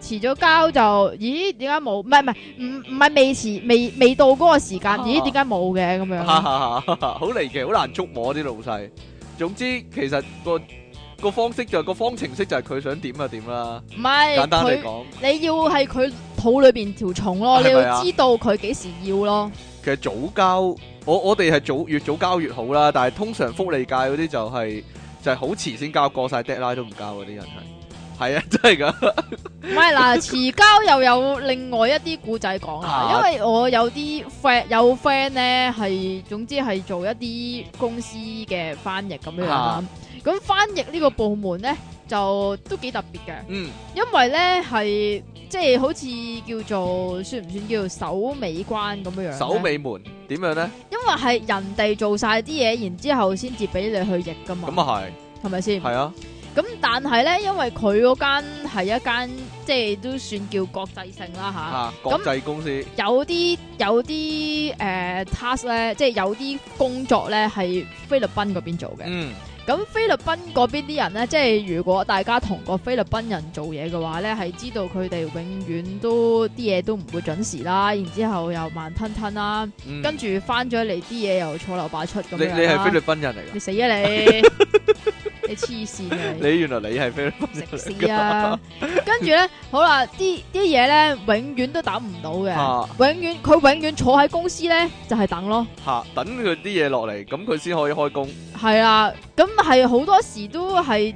[SPEAKER 2] 遲咗交就咦點解冇？唔係唔係唔唔係未遲未未到嗰個時間，
[SPEAKER 1] 啊
[SPEAKER 2] 咦點解冇嘅咁樣？
[SPEAKER 1] 好離奇，好難捉摸啲老細。總之其實個個方式就係個方程式就係佢想點就點啦。
[SPEAKER 2] 唔係
[SPEAKER 1] 簡單嚟
[SPEAKER 2] 佢
[SPEAKER 1] 講，
[SPEAKER 2] 你要係佢肚裏邊條蟲咯，你
[SPEAKER 1] 係咪啊
[SPEAKER 2] 要知道佢幾時要咯，
[SPEAKER 1] 其實早交，我我哋係早越早交越好啦。但係通常福利界嗰啲就係、就係好遲先交，過晒 deadline 都唔交嗰啲人係。係啊， 真係㗎，
[SPEAKER 2] 唔係嗱，遲交又有另外一啲古仔講啦，
[SPEAKER 1] 啊
[SPEAKER 2] 因為我有啲 friend 有 friend 咧係總之係做一啲公司嘅翻譯咁樣啦
[SPEAKER 1] 啊。
[SPEAKER 2] 咁翻譯呢個部門咧就都幾特別嘅，
[SPEAKER 1] 嗯，
[SPEAKER 2] 因為咧係即係好似叫做算唔算叫做首尾關咁樣樣呢
[SPEAKER 1] 守，尾門點樣咧？
[SPEAKER 2] 因為係人哋做晒啲嘢，然之後先至俾你去譯噶嘛，
[SPEAKER 1] 咁啊
[SPEAKER 2] 係咪先
[SPEAKER 1] 係，？係啊，
[SPEAKER 2] 咁但係咧，因為佢嗰間係一間即係都算叫國際性啦吓。
[SPEAKER 1] 啊國際公司
[SPEAKER 2] 有啲有啲誒、呃 task 咧，即係有啲工作咧係菲律賓嗰邊做嘅。
[SPEAKER 1] 嗯
[SPEAKER 2] 咁、菲律賓嗰邊啲人咧，即係如果大家同個菲律賓人做嘢嘅話咧，係知道佢哋永遠都啲嘢都唔會準時啦，然之後又慢吞吞啦，
[SPEAKER 1] 嗯，
[SPEAKER 2] 跟住翻咗嚟啲嘢又錯漏百出咁
[SPEAKER 1] 你
[SPEAKER 2] 樣
[SPEAKER 1] 你係菲律
[SPEAKER 2] 賓，
[SPEAKER 1] 賓人嚟㗎
[SPEAKER 2] 你死 啊你！你黐線啊！你！
[SPEAKER 1] 你原來你係菲律賓人
[SPEAKER 2] 食屎啊！跟住咧，好啦，啲啲嘢咧永遠都等唔到嘅。
[SPEAKER 1] 啊！
[SPEAKER 2] 永遠佢永遠坐喺公司咧就係、等咯，
[SPEAKER 1] 吓，等佢啲嘢落嚟，咁佢先可以開工。
[SPEAKER 2] 係啦，咁係好多時都係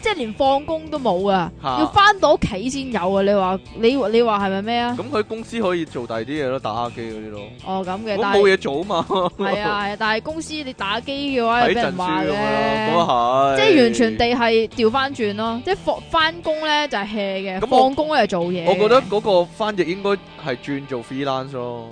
[SPEAKER 2] 即係連放工都冇啊，
[SPEAKER 1] 嚇
[SPEAKER 2] 要翻到屋企先有啊！你話你你話係咪咩啊？
[SPEAKER 1] 咁佢公司可以做第二啲嘢咯，打下機嗰啲咯。
[SPEAKER 2] 哦咁嘅，
[SPEAKER 1] 咁
[SPEAKER 2] 但
[SPEAKER 1] 冇
[SPEAKER 2] 係
[SPEAKER 1] 嘢做啊嘛，
[SPEAKER 2] 係啊係啊，但係公司你打機嘅 話
[SPEAKER 1] 睇
[SPEAKER 2] 又俾
[SPEAKER 1] 陣書
[SPEAKER 2] 人話
[SPEAKER 1] 咁樣咯。咁
[SPEAKER 2] 嘅。
[SPEAKER 1] 啊係，
[SPEAKER 2] 即係完全地。係調翻轉咯，即係放翻工咧就係 hea 嘅，
[SPEAKER 1] 咁我
[SPEAKER 2] 放工咧就做嘢嘅。
[SPEAKER 1] 我覺得嗰個翻譯應該係轉做 freelance 咯，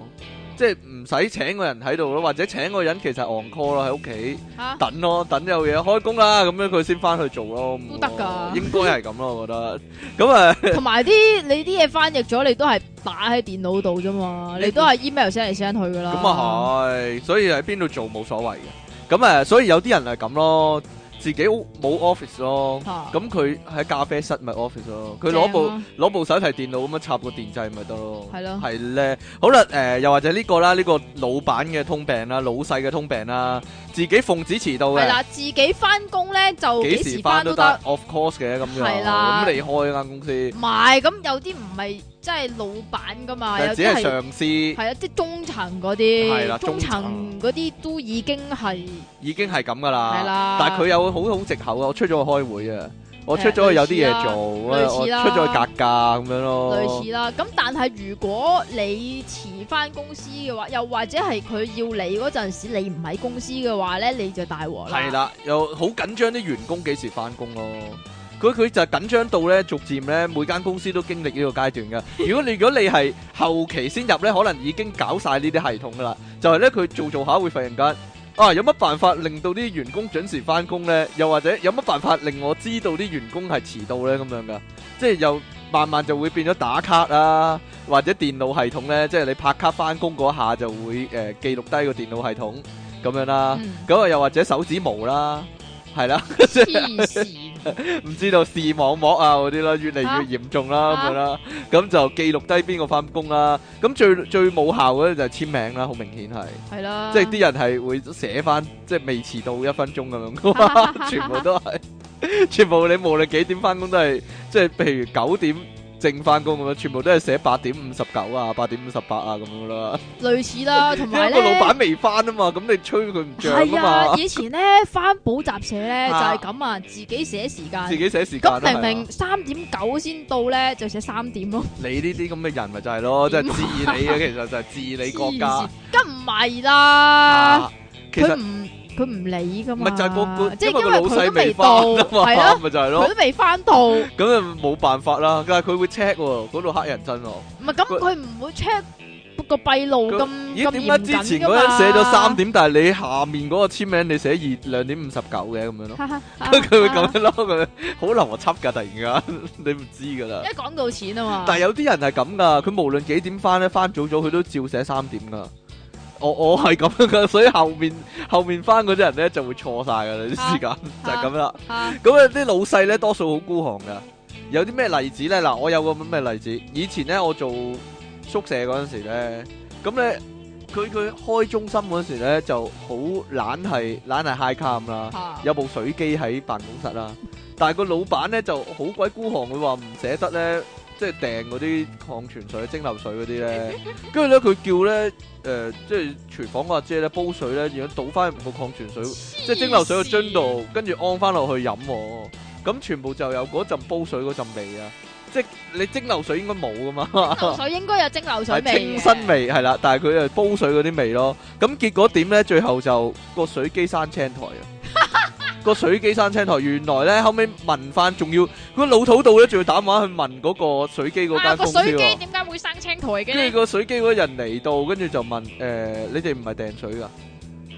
[SPEAKER 1] 即係唔使請個人喺度咯，或者請個人其實 on call 咯，喺屋企
[SPEAKER 2] 吓
[SPEAKER 1] 等咯，等有嘢開工啦，咁樣佢先翻去做咯，
[SPEAKER 2] 都得㗎
[SPEAKER 1] 應該係咁咯，我覺得。咁啊，
[SPEAKER 2] 同埋啲你啲嘢翻譯咗，你都係打喺電腦度啫嘛，
[SPEAKER 1] 你
[SPEAKER 2] 你都係 email send 嚟 send 去噶啦。
[SPEAKER 1] 咁啊係，所以喺邊度做冇所謂嘅。咁啊，所以有啲人係咁咯，自己屋冇 office 咯。
[SPEAKER 2] 嚇，
[SPEAKER 1] 咁佢喺咖啡室咪 office 咯，佢攞部
[SPEAKER 2] 正啊
[SPEAKER 1] 攞部手提電腦咁樣插個電掣咪得咯，
[SPEAKER 2] 係咯
[SPEAKER 1] 係啊咧。好啦，誒、又或者呢個啦，呢、個老闆嘅通病啦，老細嘅通病啦，自己奉旨遲到
[SPEAKER 2] 係
[SPEAKER 1] 嘅，
[SPEAKER 2] 啦，自己翻工咧就
[SPEAKER 1] 幾
[SPEAKER 2] 幾
[SPEAKER 1] 時
[SPEAKER 2] 時
[SPEAKER 1] 翻
[SPEAKER 2] 翻
[SPEAKER 1] 都
[SPEAKER 2] 都
[SPEAKER 1] 得
[SPEAKER 2] 得。
[SPEAKER 1] ，of course 嘅咁樣，
[SPEAKER 2] 係啦
[SPEAKER 1] 咁你開間公司，
[SPEAKER 2] 唔係，咁有啲唔係即係老闆噶嘛，有
[SPEAKER 1] 但只
[SPEAKER 2] 啲
[SPEAKER 1] 係
[SPEAKER 2] 係
[SPEAKER 1] 上司
[SPEAKER 2] 係啊，即係中層嗰
[SPEAKER 1] 係啦
[SPEAKER 2] 啲，
[SPEAKER 1] 中
[SPEAKER 2] 中
[SPEAKER 1] 層
[SPEAKER 2] 層嗰啲都已經係
[SPEAKER 1] 已經係咁噶
[SPEAKER 2] 係
[SPEAKER 1] 啦，
[SPEAKER 2] 啦。
[SPEAKER 1] 但係佢有好好藉口啊，我出咗去開會啊，我出咗
[SPEAKER 2] 誒
[SPEAKER 1] 去有啲嘢
[SPEAKER 2] 類似啦啊
[SPEAKER 1] 做，我我
[SPEAKER 2] 類似啦
[SPEAKER 1] 出咗去格價咁樣咯，
[SPEAKER 2] 類似啦，咁但係如果你遲翻公司嘅話，又或者係佢要你嗰陣時你唔喺公司嘅話咧，你就大鑊啦。
[SPEAKER 1] 係，啦，又好緊張啲員工幾時翻工咯。佢佢就緊張到咧，逐漸咧每間公司都經歷呢個階段噶。如果你如果你係後期先入咧，可能已經搞晒呢啲系統噶啦。就係咧佢做做下會忽然間啊，有乜辦法令到啲員工準時翻工咧？又或者有乜辦法令我知道啲員工係遲到咧？咁樣噶，即係又慢慢就會變咗打卡啦，或者電腦系統咧，即係你拍卡翻工嗰下就會誒、呃、記錄低個電腦系統咁樣啦。
[SPEAKER 2] 嗯
[SPEAKER 1] 咁啊，又或者手指毛啦，係 啦，
[SPEAKER 2] 黐線，
[SPEAKER 1] 唔知道視網膜啊嗰啲啦，越嚟越嚴重啦咁
[SPEAKER 2] 啊
[SPEAKER 1] 樣啦，咁就記錄低邊個翻工啦。咁最最冇效嘅就係簽名啦，好明顯係，
[SPEAKER 2] 係啦，
[SPEAKER 1] 即係啲人係會寫翻，即係未遲到一分鐘咁樣噶 嘛，全部都係，全部你無論幾點翻工都係，即係譬如九點正翻工咁樣，全部都係寫八點五十九啊，八點五十八啊咁樣啦。
[SPEAKER 2] 類似啦，同
[SPEAKER 1] 因為
[SPEAKER 2] 埋
[SPEAKER 1] 個
[SPEAKER 2] 咧，
[SPEAKER 1] 老闆未翻啊嘛，咁你吹佢唔漲
[SPEAKER 2] 係
[SPEAKER 1] 啊
[SPEAKER 2] 啊，
[SPEAKER 1] 嘛，
[SPEAKER 2] 以前咧翻補習社咧就
[SPEAKER 1] 啊
[SPEAKER 2] 係咁啊，自己寫時間
[SPEAKER 1] 自。己寫時間啊
[SPEAKER 2] 咁明
[SPEAKER 1] 係啊
[SPEAKER 2] 明三點九先到咧，就寫三點咯。
[SPEAKER 1] 你呢啲咁嘅人咪就係咯，即係治理啊，其實就係治理國家
[SPEAKER 2] 黐線，梗唔係啦，
[SPEAKER 1] 啊。其
[SPEAKER 2] 佢
[SPEAKER 1] 實
[SPEAKER 2] 唔佢唔理噶
[SPEAKER 1] 咪
[SPEAKER 2] 嘛，
[SPEAKER 1] 就係個個，
[SPEAKER 2] 即
[SPEAKER 1] 因為
[SPEAKER 2] 係
[SPEAKER 1] 個
[SPEAKER 2] 因為
[SPEAKER 1] 老
[SPEAKER 2] 佢
[SPEAKER 1] 細
[SPEAKER 2] 都
[SPEAKER 1] 未
[SPEAKER 2] 未
[SPEAKER 1] 翻
[SPEAKER 2] 到，
[SPEAKER 1] 啊嘛，
[SPEAKER 2] 係咯，
[SPEAKER 1] 咪就係
[SPEAKER 2] 佢
[SPEAKER 1] 咯
[SPEAKER 2] 都。未翻到，唔
[SPEAKER 1] 咁啊冇辦法啦，但係佢會 check 喎，嗰度黑人憎喎。
[SPEAKER 2] 係咁
[SPEAKER 1] 佢
[SPEAKER 2] 佢唔會 check 個閉路
[SPEAKER 1] 咦？
[SPEAKER 2] 咁嗯咁
[SPEAKER 1] 點
[SPEAKER 2] 嚴
[SPEAKER 1] 解之
[SPEAKER 2] 謹
[SPEAKER 1] 前
[SPEAKER 2] 噶
[SPEAKER 1] 嗰
[SPEAKER 2] 嘛？
[SPEAKER 1] 陣寫咗三 點，但係你下面嗰個簽名你寫二兩點五十九嘅咁樣咯？
[SPEAKER 2] 啊
[SPEAKER 1] 佢會咁樣咯，佢好邏輯㗎，突然間 你唔知㗎啦。
[SPEAKER 2] 一講到錢啊嘛，
[SPEAKER 1] 但係有啲人係咁噶，佢無論幾點翻咧，翻早咗佢都照寫三點噶。我我係咁樣 噶，所以後面後面翻嗰啲人咧就會錯晒噶啦啲時間，就係咁啦。
[SPEAKER 2] 啊
[SPEAKER 1] 咁啊啲老細咧多數好孤寒噶。有啲咩例子咧？嗱，我有個咁嘅例子，以前咧我做宿舍嗰陣時咧，咁咧佢佢開中心嗰陣時咧就好懶係懶係 high cam 啦。
[SPEAKER 2] 啊
[SPEAKER 1] 有部水機喺辦公室啦，但係個老闆咧就好鬼孤寒，佢話唔捨得咧，即係訂嗰啲礦泉水、蒸餾水嗰啲咧，跟住咧佢叫咧誒、呃即係廚房個阿姐咧煲水咧，然後倒翻入個礦泉水，即係蒸餾水個樽度，跟住安翻落去飲喎，咁全部就有嗰陣煲水嗰陣味啊！即係你蒸餾水應該冇噶嘛，
[SPEAKER 2] 蒸餾水應該有蒸餾水
[SPEAKER 1] 係
[SPEAKER 2] 味嘅，
[SPEAKER 1] 清新味係啦，但係佢係煲水嗰啲味咯。咁結果點呢？最後就個水機生青苔啊！ 個水機生青苔，原來呢，後尾問翻，仲要個老土度呢，仲要打電話去問嗰個水機嗰間
[SPEAKER 2] 啊個
[SPEAKER 1] 公司
[SPEAKER 2] 水機
[SPEAKER 1] 喎。
[SPEAKER 2] 點解會生青苔嘅
[SPEAKER 1] 跟
[SPEAKER 2] 咧
[SPEAKER 1] 住？個水機嗰人嚟到，跟住就問：誒、你哋唔係訂水㗎？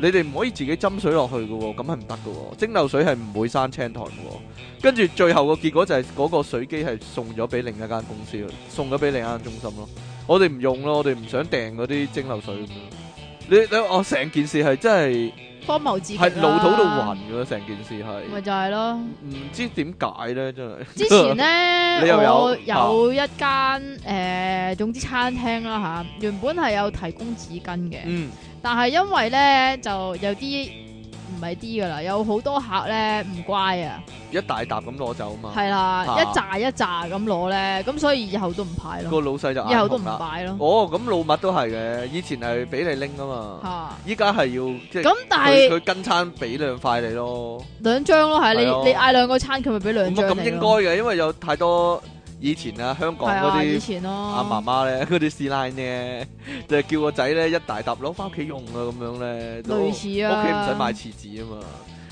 [SPEAKER 1] 你哋唔可以自己斟水落去嘅喎，咁係唔得嘅喎。蒸餾水係唔會生青苔嘅喎。跟住最後個結果就係嗰個水機係送咗俾另一間公司咯，送咗俾另一間中心咯。我哋唔用咯，我哋唔想訂嗰啲蒸餾水咁樣。你你我成件事係真係
[SPEAKER 2] 荒謬至極啦
[SPEAKER 1] 係老土到暈嘅，成件事係
[SPEAKER 2] 咪就 係咯。
[SPEAKER 1] 唔知點解咧，真係。
[SPEAKER 2] 之前
[SPEAKER 1] 你
[SPEAKER 2] 咧，
[SPEAKER 1] 又有啊
[SPEAKER 2] 我有一間誒、呃，總之餐廳啦嚇，原本係有提供紙巾嘅，
[SPEAKER 1] 嗯
[SPEAKER 2] 但係因為咧就有啲唔係啲噶啦，有好多客咧唔乖啊，
[SPEAKER 1] 一大沓咁攞走啊嘛，
[SPEAKER 2] 係啦，
[SPEAKER 1] 啊
[SPEAKER 2] 一紮一紮咁攞咧，咁所以以後都唔派咯，
[SPEAKER 1] 個老細就
[SPEAKER 2] 以
[SPEAKER 1] 眼
[SPEAKER 2] 後都
[SPEAKER 1] 紅
[SPEAKER 2] 唔
[SPEAKER 1] 啦。
[SPEAKER 2] 擺咯
[SPEAKER 1] 哦，咁老麥都係嘅，以前係俾你拎噶嘛，
[SPEAKER 2] 嚇。
[SPEAKER 1] 依家係要哦即係
[SPEAKER 2] 咁但
[SPEAKER 1] 佢
[SPEAKER 2] 係
[SPEAKER 1] 佢跟餐俾兩塊你咯，
[SPEAKER 2] 兩張咯，係你
[SPEAKER 1] 係咯啊
[SPEAKER 2] 你嗌兩個餐，佢咪俾
[SPEAKER 1] 咁啊
[SPEAKER 2] 兩張
[SPEAKER 1] 咁
[SPEAKER 2] 你
[SPEAKER 1] 應該
[SPEAKER 2] 咯。
[SPEAKER 1] 嘅，因為有太多以前啊，香港
[SPEAKER 2] 係
[SPEAKER 1] 嗰
[SPEAKER 2] 啊，以
[SPEAKER 1] 啲
[SPEAKER 2] 前咯，
[SPEAKER 1] 阿媽媽咧， 嗰啲師奶咧，就係叫個仔咧一大沓攞翻屋企用啊，咁樣咧，都
[SPEAKER 2] 類似啊，
[SPEAKER 1] 屋企唔使買廁紙啊嘛，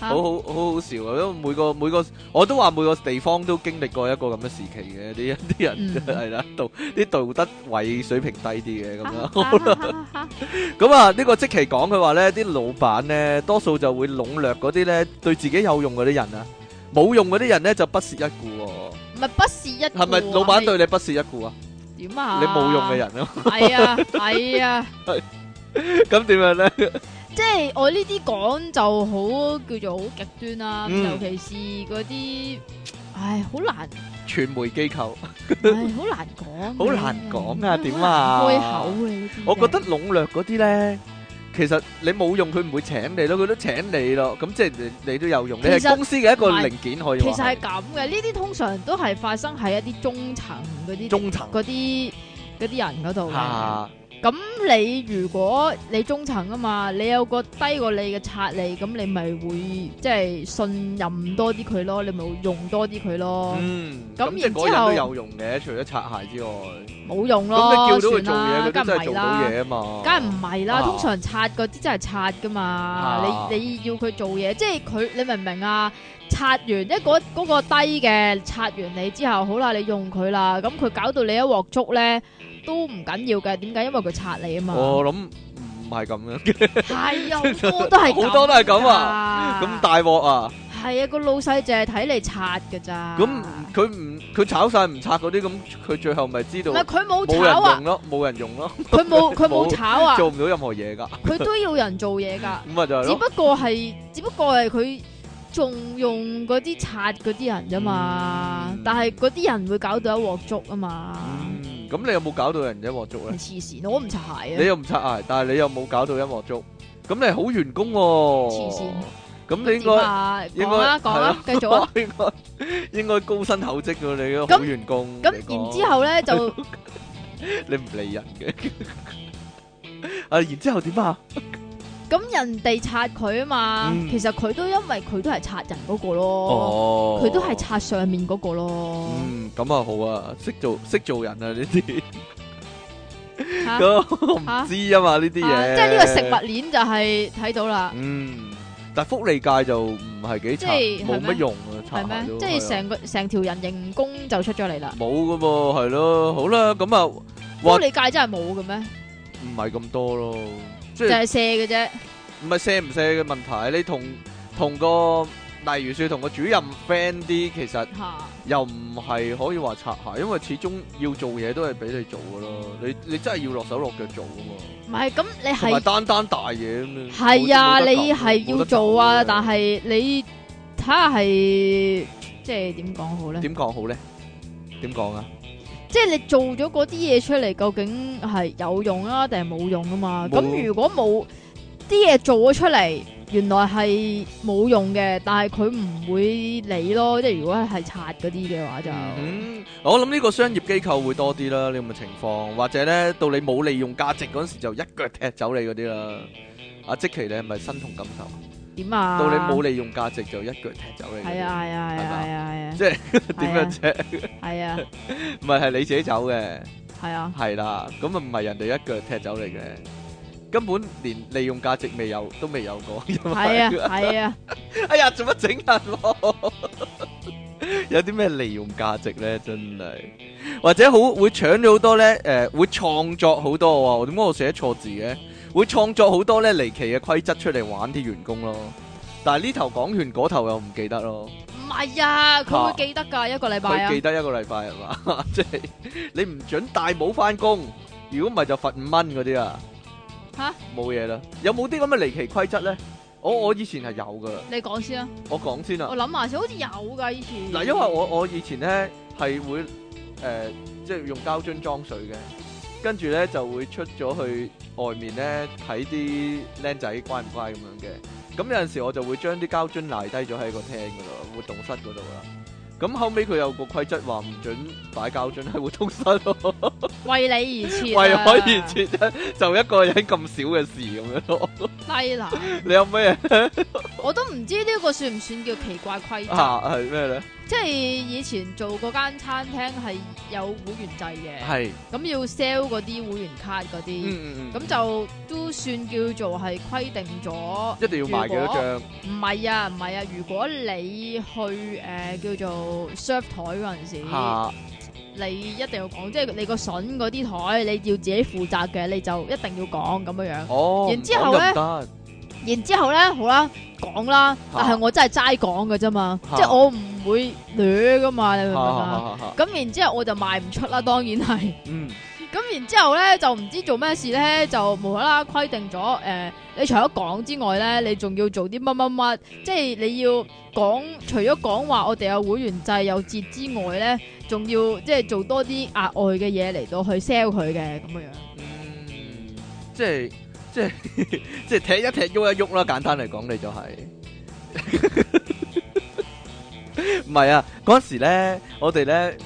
[SPEAKER 2] 嚇，
[SPEAKER 1] 好好好好笑啊！因為每個每個我都話每個地方都經歷過一個咁嘅時期嘅，啲啲人
[SPEAKER 2] 嗯
[SPEAKER 1] 係啦，道啲道德位水平低啲
[SPEAKER 2] 啊
[SPEAKER 1] 嘅咁樣。
[SPEAKER 2] 嚇，
[SPEAKER 1] 咁啊，呢個即期講佢話咧，啲老闆咧多數就會籠掠嗰啲咧對自己有用嗰啲人啊，冇用嗰啲人咧就不屑一顧喎。
[SPEAKER 2] 唔係不是一
[SPEAKER 1] 係咪
[SPEAKER 2] 個
[SPEAKER 1] 老闆對
[SPEAKER 2] 係
[SPEAKER 1] 你不屑一顧啊？
[SPEAKER 2] 點啊？
[SPEAKER 1] 你冇用嘅人 啊？
[SPEAKER 2] 係 啊係啊。
[SPEAKER 1] 咁點樣咧？
[SPEAKER 2] 即係我呢啲講就好叫做好極端啦，
[SPEAKER 1] 嗯
[SPEAKER 2] 尤其是嗰啲，唉，好 難，
[SPEAKER 1] 傳媒機構
[SPEAKER 2] 唉，好難講，
[SPEAKER 1] 好難講啊點啊
[SPEAKER 2] 好難開口嘅呢啲
[SPEAKER 1] 我覺得籠掠嗰啲咧，其實你冇用，佢唔會請你咯，佢都請你咯，咁即係你你都有用，你
[SPEAKER 2] 其實
[SPEAKER 1] 係公司嘅一
[SPEAKER 2] 唔
[SPEAKER 1] 個
[SPEAKER 2] 係
[SPEAKER 1] 零件可以
[SPEAKER 2] 其
[SPEAKER 1] 話。
[SPEAKER 2] 實係咁嘅，呢啲通常都係發生喺一啲中層嗰啲
[SPEAKER 1] 中啊層
[SPEAKER 2] 嗰啲嗰啲人嗰度嘅。
[SPEAKER 1] 嚇，
[SPEAKER 2] 咁你如果你中層啊嘛，你有個低過你嘅策你，咁你咪會即係信任多啲佢咯，你咪會用多啲佢咯，
[SPEAKER 1] 嗯，
[SPEAKER 2] 咁
[SPEAKER 1] 咁即係
[SPEAKER 2] 然
[SPEAKER 1] 嗰
[SPEAKER 2] 之
[SPEAKER 1] 人
[SPEAKER 2] 後
[SPEAKER 1] 都有用嘅，除咗擦鞋之外，
[SPEAKER 2] 冇用咯。
[SPEAKER 1] 咁你叫到佢做
[SPEAKER 2] 算啦
[SPEAKER 1] 嘢，佢都
[SPEAKER 2] 梗
[SPEAKER 1] 真
[SPEAKER 2] 唔係
[SPEAKER 1] 係做到
[SPEAKER 2] 啦
[SPEAKER 1] 嘢啊嘛。
[SPEAKER 2] 梗係唔係啦，
[SPEAKER 1] 啊
[SPEAKER 2] 通常刷嗰啲真係刷噶嘛，
[SPEAKER 1] 啊
[SPEAKER 2] 你你要佢做嘢，即係佢你明唔明啊？刷完一嗰嗰個低嘅刷完你之後，好啦，你用佢啦，咁佢搞到你一鑊粥咧都唔緊要嘅，點解？因為佢刷你啊嘛，
[SPEAKER 1] 我諗唔係咁樣，
[SPEAKER 2] 係啊，好多都係
[SPEAKER 1] 好多都係咁
[SPEAKER 2] 啊
[SPEAKER 1] 咁大鑊啊！
[SPEAKER 2] 係啊，個老細淨係睇你刷噶咋，
[SPEAKER 1] 咁佢唔佢炒晒唔拆嗰啲，咁佢最後咪知道
[SPEAKER 2] 唔係佢冇
[SPEAKER 1] 冇
[SPEAKER 2] 炒
[SPEAKER 1] 人
[SPEAKER 2] 啊
[SPEAKER 1] 用，咯，冇人用咯，
[SPEAKER 2] 佢冇佢 冇
[SPEAKER 1] 冇
[SPEAKER 2] 炒啊，
[SPEAKER 1] 做唔到任何嘢㗎，
[SPEAKER 2] 佢都要人做嘢
[SPEAKER 1] 咁
[SPEAKER 2] 㗎。
[SPEAKER 1] 咪就係
[SPEAKER 2] 只
[SPEAKER 1] 咯。
[SPEAKER 2] 不過係，只不過係佢仲用嗰啲刷嗰啲人啫嘛，
[SPEAKER 1] 嗯
[SPEAKER 2] 但係嗰啲人會搞到一鑊粥啊嘛，
[SPEAKER 1] 嗯，咁你有冇搞到人一鑊粥咧？
[SPEAKER 2] 係黐線，我唔擦鞋
[SPEAKER 1] 你
[SPEAKER 2] 啊，
[SPEAKER 1] 又唔擦鞋，但係你又冇搞到音樂足，咁你係好員工喎。
[SPEAKER 2] 黐線
[SPEAKER 1] 咁你應
[SPEAKER 2] 點
[SPEAKER 1] 該
[SPEAKER 2] 啊？
[SPEAKER 1] 應
[SPEAKER 2] 講啦，
[SPEAKER 1] 該
[SPEAKER 2] 講啦，繼續 啊！，
[SPEAKER 1] 應該應該高薪厚職㗎你個好員工。
[SPEAKER 2] 咁
[SPEAKER 1] 你講
[SPEAKER 2] 然之後咧就
[SPEAKER 1] 你唔理人嘅。 啊，然之後點啊？
[SPEAKER 2] 咁人哋刷佢啊嘛，
[SPEAKER 1] 嗯
[SPEAKER 2] 其實佢都因為佢都係刷人嗰個咯，
[SPEAKER 1] 哦，
[SPEAKER 2] 佢都係。刷上面嗰個咯，
[SPEAKER 1] 嗯，咁啊好啊，識做識做人啊呢啲，
[SPEAKER 2] 嚇
[SPEAKER 1] 咁我唔
[SPEAKER 2] 嚇
[SPEAKER 1] 知啊嘛呢啲
[SPEAKER 2] 啊
[SPEAKER 1] 嘢。
[SPEAKER 2] 即係呢個食物。鏈就係睇到啦，
[SPEAKER 1] 嗯，但福利界就唔係幾差，
[SPEAKER 2] 即
[SPEAKER 1] 冇
[SPEAKER 2] 係
[SPEAKER 1] 乜
[SPEAKER 2] 係咩
[SPEAKER 1] 用啊，擦
[SPEAKER 2] 係
[SPEAKER 1] 鞋
[SPEAKER 2] 咩？
[SPEAKER 1] 都
[SPEAKER 2] 即
[SPEAKER 1] 係啊
[SPEAKER 2] 係成個成條人形蚣就出咗嚟啦，
[SPEAKER 1] 冇噶噃，係咯，好啦，咁啊，哇
[SPEAKER 2] 玻璃界真係冇嘅咩？
[SPEAKER 1] 唔係咁多咯，即
[SPEAKER 2] 就
[SPEAKER 1] 係
[SPEAKER 2] 係射嘅啫，
[SPEAKER 1] 唔係卸唔卸嘅問題，你同同個例如說同個主任 friend 啲，其實
[SPEAKER 2] 吓
[SPEAKER 1] 又唔係可以話擦鞋，因為始終要做嘢都係俾你做噶咯，你你真係要落手落腳做噶嘛，
[SPEAKER 2] 唔係咁你
[SPEAKER 1] 同埋
[SPEAKER 2] 係
[SPEAKER 1] 單單大嘢咁樣，
[SPEAKER 2] 係啊，
[SPEAKER 1] 冇得
[SPEAKER 2] 你
[SPEAKER 1] 冇得
[SPEAKER 2] 係要
[SPEAKER 1] 冇得
[SPEAKER 2] 做啊，
[SPEAKER 1] 嘅
[SPEAKER 2] 但係你睇下係即係點講好咧？
[SPEAKER 1] 點講好咧？點講啊？
[SPEAKER 2] 即係你做咗嗰啲嘢出嚟，究竟係有用啊，定係冇用啊嘛？
[SPEAKER 1] 冇
[SPEAKER 2] 咁如果冇啲嘢做咗出嚟，原來係冇用嘅，但係佢唔會理咯。即係如果係刷嗰啲嘅話就
[SPEAKER 1] 嗯，我諗呢個商業機構會多啲啦，呢咁嘅情況，或者咧到你冇利用價值嗰陣時，就一腳踢走你嗰啲啦。阿即奇，你係咪身同感受？
[SPEAKER 2] 點啊？
[SPEAKER 1] 到你冇利用價值就一腳踢走你嗰啲。
[SPEAKER 2] 係啊係啊
[SPEAKER 1] 係
[SPEAKER 2] 係啊
[SPEAKER 1] 嘛
[SPEAKER 2] 係啊係啊，
[SPEAKER 1] 即
[SPEAKER 2] 係
[SPEAKER 1] 點樣啫？
[SPEAKER 2] 係啊
[SPEAKER 1] 唔係係你自己走嘅，
[SPEAKER 2] 係啊。
[SPEAKER 1] 係啦，咁啊唔係人哋一腳踢走你嘅，根本連利用價值未有都未有過。因為
[SPEAKER 2] 係啊，係啊，
[SPEAKER 1] 哎呀，做乜整人喎？有啲咩利用價值咧？真係或者好會搶咗好多咧？誒、會創作好多啊！我點解我寫錯字嘅？會創作好多咧離奇嘅規則出嚟玩啲員工咯。但係呢頭講完嗰頭又唔記得咯，
[SPEAKER 2] 唔係啊，佢會記得㗎，一個禮拜
[SPEAKER 1] 佢
[SPEAKER 2] 啊
[SPEAKER 1] 記，得一個禮拜係嘛？ 即係你唔准戴帽翻工，如果唔係就罰五蚊嗰啲啊！
[SPEAKER 2] 吓
[SPEAKER 1] 冇嘢啦。有冇啲咁嘅離奇規則咧？我我以前係有噶，
[SPEAKER 2] 你講先啊，
[SPEAKER 1] 我講先啦
[SPEAKER 2] 我。諗下先，好似有㗎以前。
[SPEAKER 1] 嗱，因為我我以前咧係會誒、呃即係用膠樽裝水嘅，跟住咧就會出咗去外面咧睇啲僆仔乖唔乖咁樣嘅。咁有陣時我就會將啲膠樽賴低咗喺個廳嗰度，活動室嗰度啦。咁後尾佢有個規則話唔准擺膠樽喺活動室咯，
[SPEAKER 2] 為你而設，
[SPEAKER 1] 為可以，設 就一個人咁少嘅事咁樣咯。
[SPEAKER 2] 低啦，
[SPEAKER 1] 你有咩？
[SPEAKER 2] 我都唔知呢個算唔算叫奇怪規則，
[SPEAKER 1] 啊，系咩咧？
[SPEAKER 2] 即係以前做嗰間餐廳係有會員制嘅，
[SPEAKER 1] 系，
[SPEAKER 2] 咁要 sell 嗰啲會員卡嗰啲。
[SPEAKER 1] 嗯嗯
[SPEAKER 2] 咁
[SPEAKER 1] 嗯，
[SPEAKER 2] 就都算叫做係規定咗，
[SPEAKER 1] 一定要卖几多张？
[SPEAKER 2] 唔係啊，唔係啊。如果你去誒、呃叫做 serve 台嗰陣時，
[SPEAKER 1] 吓，
[SPEAKER 2] 你一定要講，即係你個筍嗰啲台，你要自己負責嘅，你就一定要講咁樣樣。
[SPEAKER 1] 哦，
[SPEAKER 2] 然之後呢
[SPEAKER 1] 唔講就唔
[SPEAKER 2] 然之後咧，好啦，講啦，
[SPEAKER 1] 嚇
[SPEAKER 2] 但係我真係齋講嘅啫嘛，
[SPEAKER 1] 嚇
[SPEAKER 2] 即係我唔會捋噶嘛，你明唔
[SPEAKER 1] 得，
[SPEAKER 2] 明啊？
[SPEAKER 1] 吓吓吓，
[SPEAKER 2] 咁然之後我就賣唔出啦，當然係。
[SPEAKER 1] 嗯，
[SPEAKER 2] 咁然之後咧，就唔知做咩事咧，就無啦啦規定咗誒、呃你除咗講之外咧，你仲要做啲乜乜乜，即係你要講，除咗講話我哋有會員制有折之外咧，仲要即係做多啲額外嘅嘢嚟到去 sell 佢嘅咁樣樣。
[SPEAKER 1] 嗯，即系即系 即系踢一踢喐一喐啦，簡單嚟講你就係 唔係啊？嗰陣時咧，我哋咧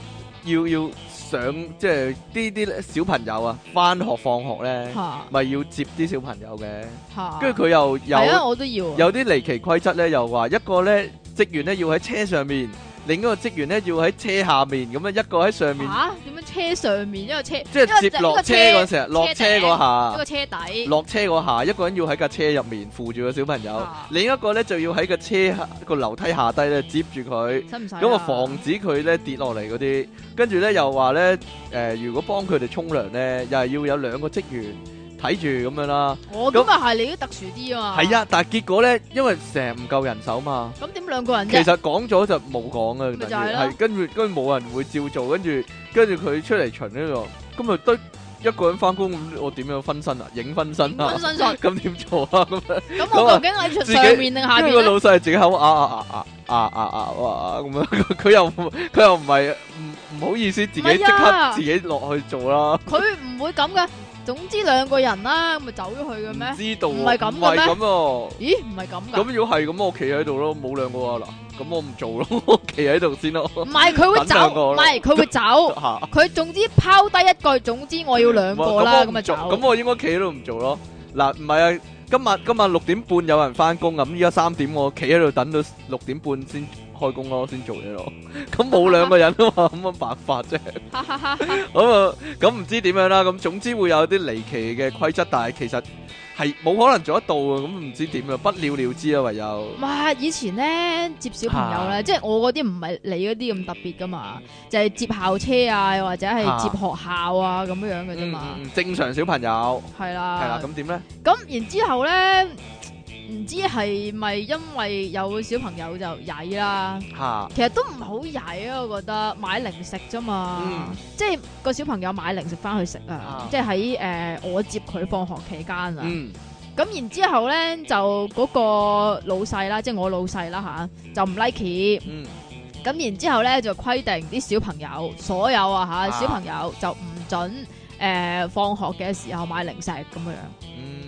[SPEAKER 1] 要要上即係啲啲小朋友啊，翻學放學咧，
[SPEAKER 2] 嚇
[SPEAKER 1] 咪要接啲小朋友嘅，
[SPEAKER 2] 嚇，
[SPEAKER 1] 跟住佢又有
[SPEAKER 2] 係啊，我都要啊
[SPEAKER 1] 有啲離奇規則咧，又話一個咧職員咧要喺車上面，另一個職員咧要喺車下面，咁樣一個喺上面，
[SPEAKER 2] 嚇點樣車上面一個車，
[SPEAKER 1] 即係接落車嗰
[SPEAKER 2] 時，
[SPEAKER 1] 時，落車嗰
[SPEAKER 2] 一
[SPEAKER 1] 下
[SPEAKER 2] 個。車底，
[SPEAKER 1] 落車嗰下，一個人要喺架車入面扶住個小朋友，
[SPEAKER 2] 啊
[SPEAKER 1] 另一個咧就要喺個車下個樓梯下低咧接住佢，
[SPEAKER 2] 使唔使啊？
[SPEAKER 1] 咁啊防止佢咧跌落嚟嗰啲。跟住咧又話咧，誒、如果幫佢哋沖涼咧，又係要有兩個職員睇住咁樣啦。
[SPEAKER 2] 我咁啊係你都特殊啲啊嘛。
[SPEAKER 1] 係啊，但係結果咧，因為成日唔夠人手嘛，
[SPEAKER 2] 咁點兩個人
[SPEAKER 1] 其
[SPEAKER 2] 啫？
[SPEAKER 1] 實講咗就冇講啊，
[SPEAKER 2] 咪就
[SPEAKER 1] 等於
[SPEAKER 2] 係咯
[SPEAKER 1] 係跟住跟住冇人會照做，跟住跟住佢出嚟巡呢度，咁咪得一個人翻工，咁我點樣分身啊？影分身啊
[SPEAKER 2] 分？身術，
[SPEAKER 1] 咁點做啊？咁樣
[SPEAKER 2] 咁我究竟喺
[SPEAKER 1] 自己
[SPEAKER 2] 上面定下
[SPEAKER 1] 跟
[SPEAKER 2] 面
[SPEAKER 1] 住個
[SPEAKER 2] 咧？
[SPEAKER 1] 老細自己口啊啊啊啊啊啊啊哇咁樣，佢佢又唔佢又唔係唔唔好意思，自己即
[SPEAKER 2] 唔係
[SPEAKER 1] 刻
[SPEAKER 2] 啊
[SPEAKER 1] 自己落去做啦。
[SPEAKER 2] 佢唔會咁嘅。總之兩個人啦，咁咪走咗去嘅
[SPEAKER 1] 唔
[SPEAKER 2] 咩？
[SPEAKER 1] 知道喎
[SPEAKER 2] 唔係咁嘅
[SPEAKER 1] 唔
[SPEAKER 2] 咩
[SPEAKER 1] 係咁喎。
[SPEAKER 2] 咦，唔係咁噶，
[SPEAKER 1] 咁如果係咁，我企喺度咯，冇兩個啊嗱，咁我唔做咯，我企喺度先咯。
[SPEAKER 2] 唔係佢會
[SPEAKER 1] 等兩個
[SPEAKER 2] 走，
[SPEAKER 1] 咯
[SPEAKER 2] 唔係佢會走。
[SPEAKER 1] 嚇
[SPEAKER 2] 佢總之拋低一句，總之我要
[SPEAKER 1] Vâng,
[SPEAKER 2] 兩個啦，咁咪走。
[SPEAKER 1] 咁我應該企喺度唔做咯。嗱，唔係啊，今日今日六點半有人翻工啊，咁依家三點我企喺度等到六點半先開工咯，先做嘢 咯。咁冇兩個人啊嘛，咁樣辦法啫。
[SPEAKER 2] 哈哈哈！
[SPEAKER 1] 咁啊，咁唔知點樣啦。咁總之會有啲離奇嘅規則，但係其實係冇可能做得到啊。咁唔知點啊，不了了之啊，唯有。
[SPEAKER 2] 唔係以前咧接小朋友
[SPEAKER 1] 啊
[SPEAKER 2] 咧，即係我嗰啲唔係你嗰啲咁特別噶嘛，就係接校車啊，又或者係接學校啊咁樣樣嘅啫
[SPEAKER 1] 嗯
[SPEAKER 2] 嘛，
[SPEAKER 1] 嗯正常小朋友
[SPEAKER 2] 係
[SPEAKER 1] 係啦
[SPEAKER 2] 啦，。
[SPEAKER 1] 咁點咧？
[SPEAKER 2] 咁然之後咧，唔知係咪因為有小朋友就曳啦？
[SPEAKER 1] 嚇
[SPEAKER 2] 其實都唔好曳啊，我覺得買零食啫嘛，
[SPEAKER 1] 嗯
[SPEAKER 2] 即係個小朋友買零食翻去食啊
[SPEAKER 1] 啊，
[SPEAKER 2] 即係喺誒我接佢放學期間啊。
[SPEAKER 1] 嗯
[SPEAKER 2] 咁然之後咧就嗰個老細啦，即係我老細啦吓，就唔 like。
[SPEAKER 1] 嗯
[SPEAKER 2] 咁然之後咧就規定啲小朋友，所有啊
[SPEAKER 1] 啊
[SPEAKER 2] 吓小朋友就唔準誒、呃放學嘅時候買零食咁樣樣，
[SPEAKER 1] 嗯，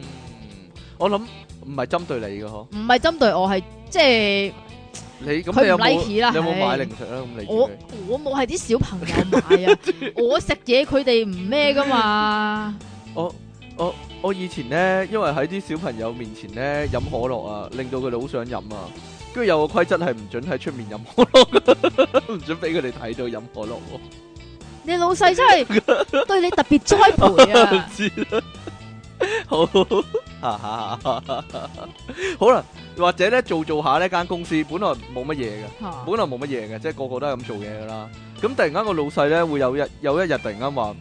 [SPEAKER 1] 我諗唔係針對你嘅嗬。
[SPEAKER 2] 唔係針對我係即係
[SPEAKER 1] 你咁
[SPEAKER 2] 佢
[SPEAKER 1] 你有
[SPEAKER 2] 唔
[SPEAKER 1] 冇
[SPEAKER 2] like 啦
[SPEAKER 1] 你有冇
[SPEAKER 2] 係
[SPEAKER 1] 買零食啦？咁你自己
[SPEAKER 2] 我我冇係啲小朋友 買啊，我食嘢佢哋唔咩 噶嘛，
[SPEAKER 1] 我我我以前咧，因為喺啲小朋友面前咧飲可樂啊，令到佢哋好想飲啊。跟住有個規則係唔准喺出面飲可樂，唔准俾佢哋睇到飲可樂 喎。
[SPEAKER 2] 你老細真 係對你特別栽培
[SPEAKER 1] 唔
[SPEAKER 2] 啊，
[SPEAKER 1] 知啦。好，哈哈哈哈好啦，或者咧做做下呢間公司本來冇乜嘢嘅。
[SPEAKER 2] 嚇
[SPEAKER 1] 本來冇乜嘢嘅，即係個個都係咁做嘢噶啦。咁突然間個老細咧會有一有一日突然間話：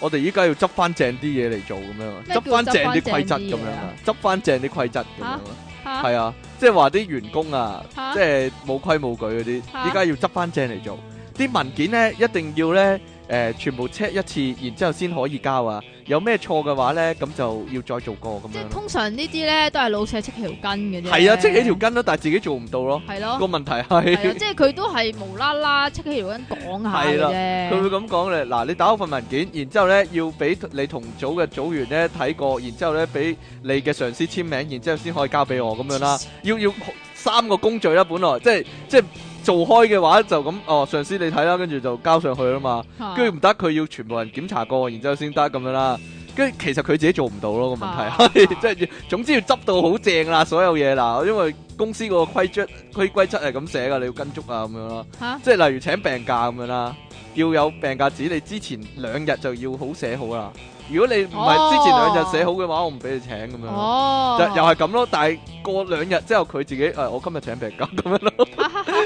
[SPEAKER 1] 我哋依家要執翻正啲嘢嚟做咁樣，
[SPEAKER 2] 咩叫
[SPEAKER 1] 執翻正啲
[SPEAKER 2] 執返
[SPEAKER 1] 規則
[SPEAKER 2] 正啲
[SPEAKER 1] 咁
[SPEAKER 2] 嘢
[SPEAKER 1] 樣
[SPEAKER 2] 啊
[SPEAKER 1] 啊，執翻正啲規則咁樣啊，
[SPEAKER 2] 嚇
[SPEAKER 1] 係啊，即係話啲員工啊，
[SPEAKER 2] 嚇
[SPEAKER 1] 即係冇規冇矩嗰啲，
[SPEAKER 2] 嚇
[SPEAKER 1] 依家要執翻正嚟做。啲文件咧一定要咧誒、呃全部 check 一次，然之後先可以交啊。有咩錯嘅話咧，咁就要再做過咁
[SPEAKER 2] 即係
[SPEAKER 1] 樣咯。
[SPEAKER 2] 通常呢啲咧都係老細戚條筋嘅啫，
[SPEAKER 1] 係啊，即係幾條筋咯，但係自己做唔到咯。
[SPEAKER 2] 係
[SPEAKER 1] 個
[SPEAKER 2] 咯，
[SPEAKER 1] 問題
[SPEAKER 2] 係
[SPEAKER 1] 係
[SPEAKER 2] 啊，。即係佢都係無啦啦戚條筋講下嘅
[SPEAKER 1] 係啦佢會
[SPEAKER 2] 啫，
[SPEAKER 1] 咁講咧，嗱，你打好份文件，然之後咧要俾你同組嘅組員咧睇過，然之後咧俾你嘅上司簽名，然之後先可以交俾我咁樣啦。要要三個工序啦，本來即係即係做開嘅話就咁哦，上司你睇啦，跟住就交上去啦嘛。
[SPEAKER 2] 嚇
[SPEAKER 1] 跟住唔得，佢要全部人檢查過，然之後先得咁樣啦。跟住其實佢自己做唔到咯個問
[SPEAKER 2] 啊
[SPEAKER 1] 題，即係總之要執到好正啦，所有嘢啦，因為公司個規則規規則係咁寫噶，你要跟足啊咁樣啦。
[SPEAKER 2] 吓
[SPEAKER 1] 即係例如請病假咁樣啦，要有病假紙，你之前兩日就要好寫好啦。如果你唔
[SPEAKER 2] 哦
[SPEAKER 1] 係之前兩日寫好嘅話，我唔俾你請咁樣咯。
[SPEAKER 2] 哦，
[SPEAKER 1] 就又係咁咯，但係過兩日之後佢自己誒、我今日請病假 咁樣 咯，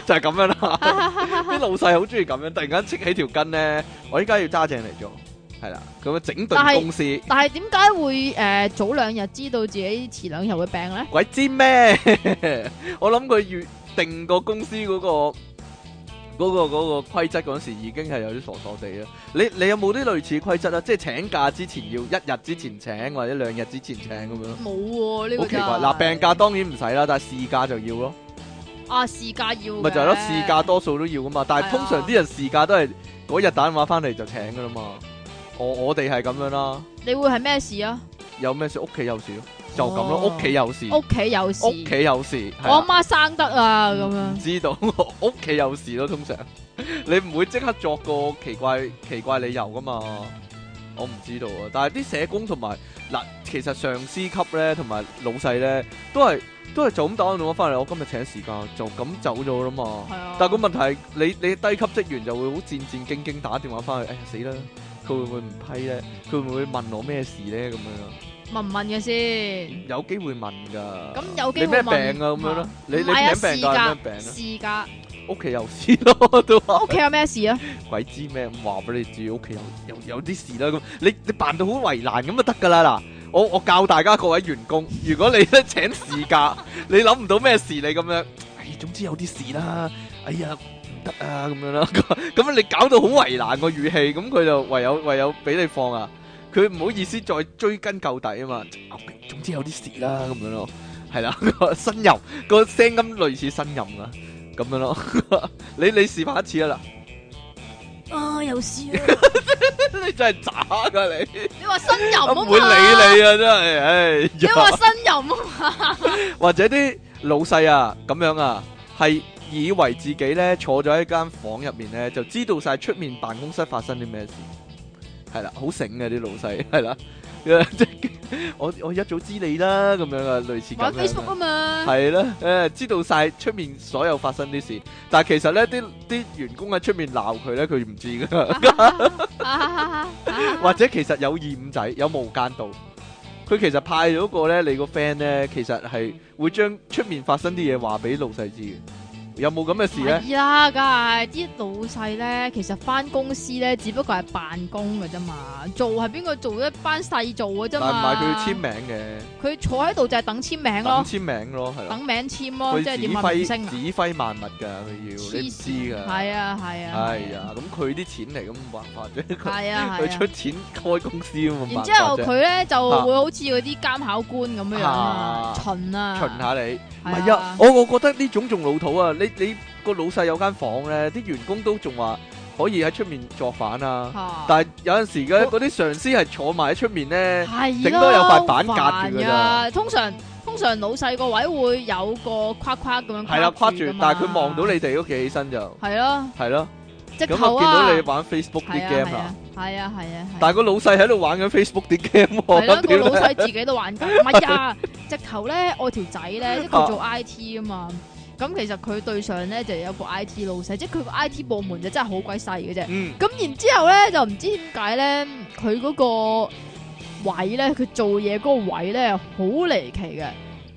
[SPEAKER 1] 就係咁樣啦。啲老細好中意咁樣，突然間戚起條筋咧，我依家要揸正嚟做，係啦，咁樣整
[SPEAKER 2] 但係
[SPEAKER 1] 頓公司。
[SPEAKER 2] 但係點解會诶早兩日知道自己遲兩日會病咧？
[SPEAKER 1] 鬼知咩？ 我諗佢預定個公司嗰、個嗰、個嗰、個規則嗰陣時，已經係有啲傻傻地啦。你你有冇啲類似規則啊？即係請假之前要一日之前請，或者兩日之前請咁樣咯。
[SPEAKER 2] 冇喎呢個
[SPEAKER 1] 好奇怪！
[SPEAKER 2] 真係
[SPEAKER 1] 嗱，病假當然唔使啦，但係事假就要咯，
[SPEAKER 2] 啊事假要
[SPEAKER 1] 咪就係咯，
[SPEAKER 2] 嘅
[SPEAKER 1] 事假多數都要噶嘛。但
[SPEAKER 2] 係啊
[SPEAKER 1] 係通常啲人事假都係嗰日打電話翻嚟就請噶啦嘛。我我哋係咁樣啦，
[SPEAKER 2] 你會係咩事啊？
[SPEAKER 1] 有咩事屋企有事咯，就咁咯，
[SPEAKER 2] 哦
[SPEAKER 1] 屋企有事，
[SPEAKER 2] 屋企有事，
[SPEAKER 1] 屋企有事。係
[SPEAKER 2] 我
[SPEAKER 1] 啦
[SPEAKER 2] 阿媽生得啊咁
[SPEAKER 1] 唔
[SPEAKER 2] 樣，
[SPEAKER 1] 知道 屋企有事咯，通常 你唔會即刻作個奇怪奇怪理由噶嘛。我唔知道啊，但係啲社工同埋嗱，其實上司級咧同埋老細咧都係都係就咁打個電話翻嚟，我今日請時間就咁走咗啦嘛。
[SPEAKER 2] 係啊，
[SPEAKER 1] 但係個問題係你你低級職員就會好戰戰兢兢打電話翻去，哎呀死啦！佢會唔會唔批咧？佢會唔會問我咩事咧？咁樣咯，
[SPEAKER 2] 問唔問嘅先？
[SPEAKER 1] 有機會問㗎。
[SPEAKER 2] 咁有機
[SPEAKER 1] 你
[SPEAKER 2] 會
[SPEAKER 1] 咩
[SPEAKER 2] 問
[SPEAKER 1] 病啊？咁樣咯，你你
[SPEAKER 2] 唔係啊
[SPEAKER 1] 請病假有咩病啊？
[SPEAKER 2] 事假，
[SPEAKER 1] 屋企有事咯， 都話
[SPEAKER 2] 屋企有咩事 啊？
[SPEAKER 1] 鬼知咩？咁話俾你知，屋企有有有啲事啦。咁你你扮到好為難咁就得噶啦。嗱，我我教大家各位員工，如果你咧請事假， 你諗唔到咩事，你咁樣，唉，總之有啲事啦。哎呀，唔得啊，咁樣啦。 咁咁你搞到好為難個語氣，咁佢就唯有唯有俾你放啊。佢唔好意思再追根究底啊嘛。總之有啲事啦，咁樣咯，係啦， 呻吟個聲音類似呻吟啊，咁樣咯。 你你示範一次啊啦。
[SPEAKER 2] 啊有事啊！
[SPEAKER 1] 你真系渣噶你，
[SPEAKER 2] 你話新人啊
[SPEAKER 1] 我
[SPEAKER 2] 嘛
[SPEAKER 1] 唔會理你啊真
[SPEAKER 2] 你
[SPEAKER 1] 係，
[SPEAKER 2] 話
[SPEAKER 1] 唉，
[SPEAKER 2] 新人啊嘛
[SPEAKER 1] 或者啲老細啊咁樣啊，係以為自己咧坐咗喺間房入面咧，就知道晒出面辦公室發生啲咩事，係啦，好醒嘅啲老細係啦， 即係我我一早知你啦咁樣啊，類似咁
[SPEAKER 2] 玩
[SPEAKER 1] 樣
[SPEAKER 2] Facebook
[SPEAKER 1] 啊。
[SPEAKER 2] 啊嘛，
[SPEAKER 1] 係啦，誒、知道晒出面所有發生啲事，但係其實咧啲啲員工喺出面鬧佢咧，佢唔知噶。或者其實有二五仔，有無間道。佢其實派咗個咧，你個 friend 咧，其實係會將出面發生啲嘢話俾老細知嘅。有冇咁嘅事咧？
[SPEAKER 2] 係啦，梗係啲老細咧，其實翻公司咧，只不過係辦公嘅啫嘛，做係邊個做一班細做嘅啫
[SPEAKER 1] 但唔
[SPEAKER 2] 嘛。
[SPEAKER 1] 係佢要簽，名嘅，
[SPEAKER 2] 佢坐喺度就係等簽名
[SPEAKER 1] 等
[SPEAKER 2] 咯，
[SPEAKER 1] 簽名咯，係啦。
[SPEAKER 2] 等名簽咯，
[SPEAKER 1] 佢
[SPEAKER 2] 即係
[SPEAKER 1] 指
[SPEAKER 2] 點啊？明星
[SPEAKER 1] 揮
[SPEAKER 2] 啊，
[SPEAKER 1] 指揮萬物㗎，佢要你唔知㗎。
[SPEAKER 2] 係啊係啊，
[SPEAKER 1] 係啊，咁佢啲錢嚟，咁冇辦法啫。佢
[SPEAKER 2] 係啊
[SPEAKER 1] 佢
[SPEAKER 2] 係
[SPEAKER 1] 出
[SPEAKER 2] 啊。
[SPEAKER 1] 錢開公司咁冇
[SPEAKER 2] 然
[SPEAKER 1] 辦
[SPEAKER 2] 之後
[SPEAKER 1] 法啫。
[SPEAKER 2] 佢咧就會好似嗰啲監考官咁樣樣啊
[SPEAKER 1] 啊，
[SPEAKER 2] 巡啊，
[SPEAKER 1] 巡下你。唔
[SPEAKER 2] 係
[SPEAKER 1] 係啊，我我覺得呢種仲老土啊！你你個老細有間房咧，啲員工都仲話可以喺出面作反啊，
[SPEAKER 2] 啊
[SPEAKER 1] 但係有陣時嘅嗰啲上司係坐埋喺出面咧，
[SPEAKER 2] 系
[SPEAKER 1] 頂多有塊板隔住㗎咋
[SPEAKER 2] 通常通常老細個位會有個框框咁樣
[SPEAKER 1] 係啦跨
[SPEAKER 2] 框
[SPEAKER 1] 住，但係佢望到你哋屋企起身就
[SPEAKER 2] 係咯，
[SPEAKER 1] 係咯，
[SPEAKER 2] 直
[SPEAKER 1] 咁
[SPEAKER 2] 頭
[SPEAKER 1] 啊
[SPEAKER 2] 啊，
[SPEAKER 1] 見到你玩 Facebook
[SPEAKER 2] 係
[SPEAKER 1] 啲
[SPEAKER 2] 啊
[SPEAKER 1] game 啊，，
[SPEAKER 2] 係啊係啊係啊，
[SPEAKER 1] 但係個老細喺度玩緊 Facebook 啲 game
[SPEAKER 2] 係
[SPEAKER 1] 喎，
[SPEAKER 2] 咯個
[SPEAKER 1] 屌
[SPEAKER 2] 老
[SPEAKER 1] 你
[SPEAKER 2] 細自己都 玩緊，唔係啊，直頭咧我條仔咧，即係佢做 I T 啊嘛。咁其實佢對上咧就有個 I T 老細，即係佢個 I T 部門就真係好鬼細嘅啫。
[SPEAKER 1] 嗯
[SPEAKER 2] 咁然之後咧，就唔知點解咧，佢嗰個位咧，佢做嘢嗰個位咧，好離奇嘅，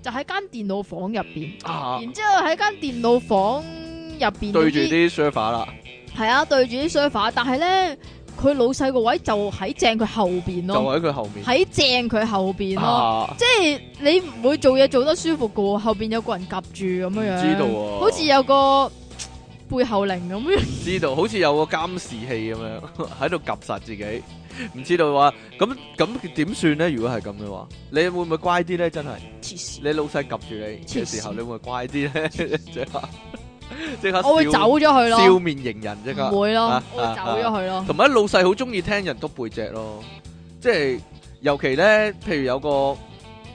[SPEAKER 2] 就喺間電腦房入邊，
[SPEAKER 1] 啊
[SPEAKER 2] 然之後喺間電腦房入邊
[SPEAKER 1] 對
[SPEAKER 2] 嗰
[SPEAKER 1] 住啲 server 啦，
[SPEAKER 2] 係啊，對住啲 server，但係咧，佢老細個位就喺正佢後邊
[SPEAKER 1] 就
[SPEAKER 2] 咯，
[SPEAKER 1] 喺佢後面
[SPEAKER 2] 喺正佢後邊咯，
[SPEAKER 1] 啊，
[SPEAKER 2] 即係你唔會做嘢做得舒服嘅喎，後邊有個人夾住咁
[SPEAKER 1] 唔
[SPEAKER 2] 樣樣，
[SPEAKER 1] 知道啊喎，
[SPEAKER 2] 好似有個背後靈咁樣。
[SPEAKER 1] 知道，好似有個監視器咁樣喺度及實自己，唔知道話咁咁點算呢？如果係咁嘅話，你會唔會乖啲呢？真係
[SPEAKER 2] 黐線
[SPEAKER 1] 你老細及住你嘅時候，
[SPEAKER 2] 黐
[SPEAKER 1] 你
[SPEAKER 2] 線
[SPEAKER 1] 會唔會乖啲呢？ 即刻即刻
[SPEAKER 2] 我會
[SPEAKER 1] 笑
[SPEAKER 2] 走咗佢咯。
[SPEAKER 1] 笑面迎人即
[SPEAKER 2] 唔
[SPEAKER 1] 刻，
[SPEAKER 2] 會咯
[SPEAKER 1] 啊，
[SPEAKER 2] 我會走咗佢咯。
[SPEAKER 1] 同埋老細好中意聽人督背脊咯，即係尤其呢，譬如有個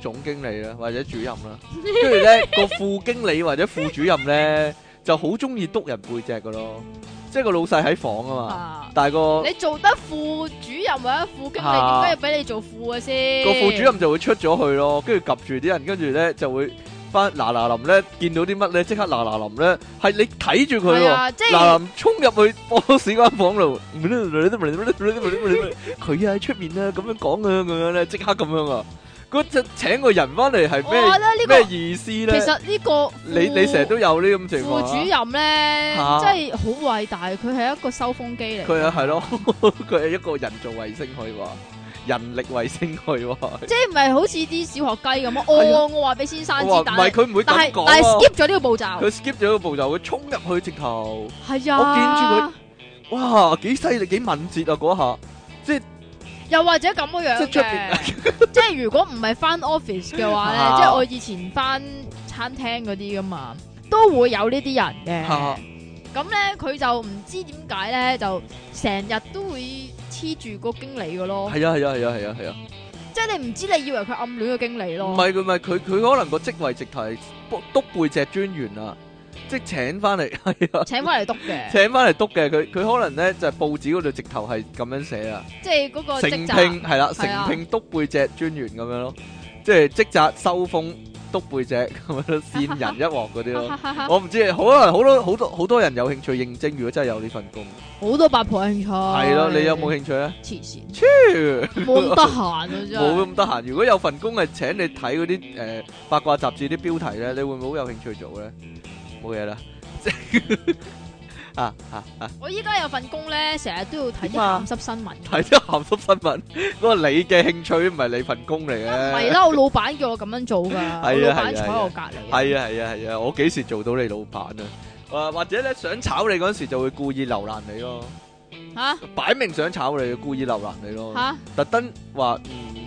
[SPEAKER 1] 總經理啦，或者主任啦，跟 住呢個副經理或者副主任呢，就好中意督人背脊噶咯，即即係個老細喺房啊嘛，
[SPEAKER 2] 啊！
[SPEAKER 1] 但係個
[SPEAKER 2] 你做得副主任或者副經理，點
[SPEAKER 1] 啊
[SPEAKER 2] 解要俾你做副嘅先？
[SPEAKER 1] 個副主任就會出咗去咯，跟住及住啲人，跟住咧就會翻嗱嗱臨咧，見到啲乜咧，即刻嗱嗱臨咧，係你睇住佢
[SPEAKER 2] 係
[SPEAKER 1] 喎。
[SPEAKER 2] 啊，即
[SPEAKER 1] 嗱
[SPEAKER 2] 係
[SPEAKER 1] 臨衝入去波士間房度，佢啊喺出面啊，咁樣講啊，咁樣咧，即刻咁樣啊，嗰隻請個人翻嚟係
[SPEAKER 2] 我覺
[SPEAKER 1] 咩
[SPEAKER 2] 得呢個
[SPEAKER 1] 咩意思
[SPEAKER 2] 其
[SPEAKER 1] 咧？
[SPEAKER 2] 實呢個
[SPEAKER 1] 你
[SPEAKER 2] 副
[SPEAKER 1] 你成日都有呢咁情
[SPEAKER 2] 副主
[SPEAKER 1] 況啊，
[SPEAKER 2] 任咧，
[SPEAKER 1] 嚇
[SPEAKER 2] 真係好偉大，佢係一個收風機嚟。
[SPEAKER 1] 佢啊係咯，佢係一個人造衛星去話，人力衛星去話，
[SPEAKER 2] 即係咪好似啲小學雞咁啊？
[SPEAKER 1] 係啊
[SPEAKER 2] 哦，我話俾先生知
[SPEAKER 1] 我話，唔
[SPEAKER 2] 但
[SPEAKER 1] 係
[SPEAKER 2] 係
[SPEAKER 1] 佢唔會
[SPEAKER 2] 但
[SPEAKER 1] 咁
[SPEAKER 2] 係但係
[SPEAKER 1] 講啊，
[SPEAKER 2] skip 咗呢個步驟
[SPEAKER 1] 佢，skip 咗個步驟，佢衝入去直頭。
[SPEAKER 2] 係啊。
[SPEAKER 1] 我哇，幾犀利，幾敏捷啊！嗰下，
[SPEAKER 2] 又或者咁樣
[SPEAKER 1] 即
[SPEAKER 2] 樣
[SPEAKER 1] 係出邊
[SPEAKER 2] 嘅，即係如果唔係翻 office 嘅 話咧，
[SPEAKER 1] 啊
[SPEAKER 2] 即係我以前翻餐廳嗰啲噶嘛，都會有呢啲人嘅。
[SPEAKER 1] 嚇
[SPEAKER 2] 咁咧佢就唔知點解咧，就成日都會黐住個經理嘅咯，
[SPEAKER 1] 係啊係啊係啊係啊係啊，
[SPEAKER 2] 即係你唔知你以為佢暗戀個經理咯。
[SPEAKER 1] 唔係佢唔係佢佢可能個職位直頭係督督背脊專員啊，即係請翻嚟係啊，
[SPEAKER 2] 請翻嚟督嘅，
[SPEAKER 1] 請翻嚟督嘅佢佢可能咧就係報紙嗰度直頭係咁樣寫啊，
[SPEAKER 2] 即係嗰個
[SPEAKER 1] 成
[SPEAKER 2] 職責
[SPEAKER 1] 聘係啦，
[SPEAKER 2] 係啊
[SPEAKER 1] 成聘督背脊專員咁樣咯，即係職責收風督背脊咁樣咯，線人一鑊嗰啲咯。我唔知，可能好多好多好多人有興趣應徵，如果真係有呢份工，
[SPEAKER 2] 好多八婆興趣。
[SPEAKER 1] 係
[SPEAKER 2] 係
[SPEAKER 1] 咯，你有冇興趣咧？
[SPEAKER 2] 黐線？
[SPEAKER 1] 譬如
[SPEAKER 2] 冇咁得閒啊，真
[SPEAKER 1] 冇
[SPEAKER 2] 係。
[SPEAKER 1] 咁得閒。如果有份工係請你睇嗰啲誒八卦雜誌啲標題咧，你會唔會好有興趣做咧？冇 嘢啦，即係啊啊啊！
[SPEAKER 2] 我依家有份工咧，成日都要睇啲
[SPEAKER 1] 點啊
[SPEAKER 2] 鹹濕新聞。
[SPEAKER 1] 睇啲鹹濕新 聞，嗰個你嘅興趣唔係你份工嚟嘅。
[SPEAKER 2] 唔係啦，我老闆叫我咁樣做噶，我老闆坐喺我隔離。
[SPEAKER 1] 啊係啊係啊係啊！我幾時做到你老闆啊？啊或者咧想炒你嗰陣時就會故意留難你咯，
[SPEAKER 2] 啊
[SPEAKER 1] 擺明想炒你，故意留難你咯。
[SPEAKER 2] 嚇
[SPEAKER 1] 特登話嗯，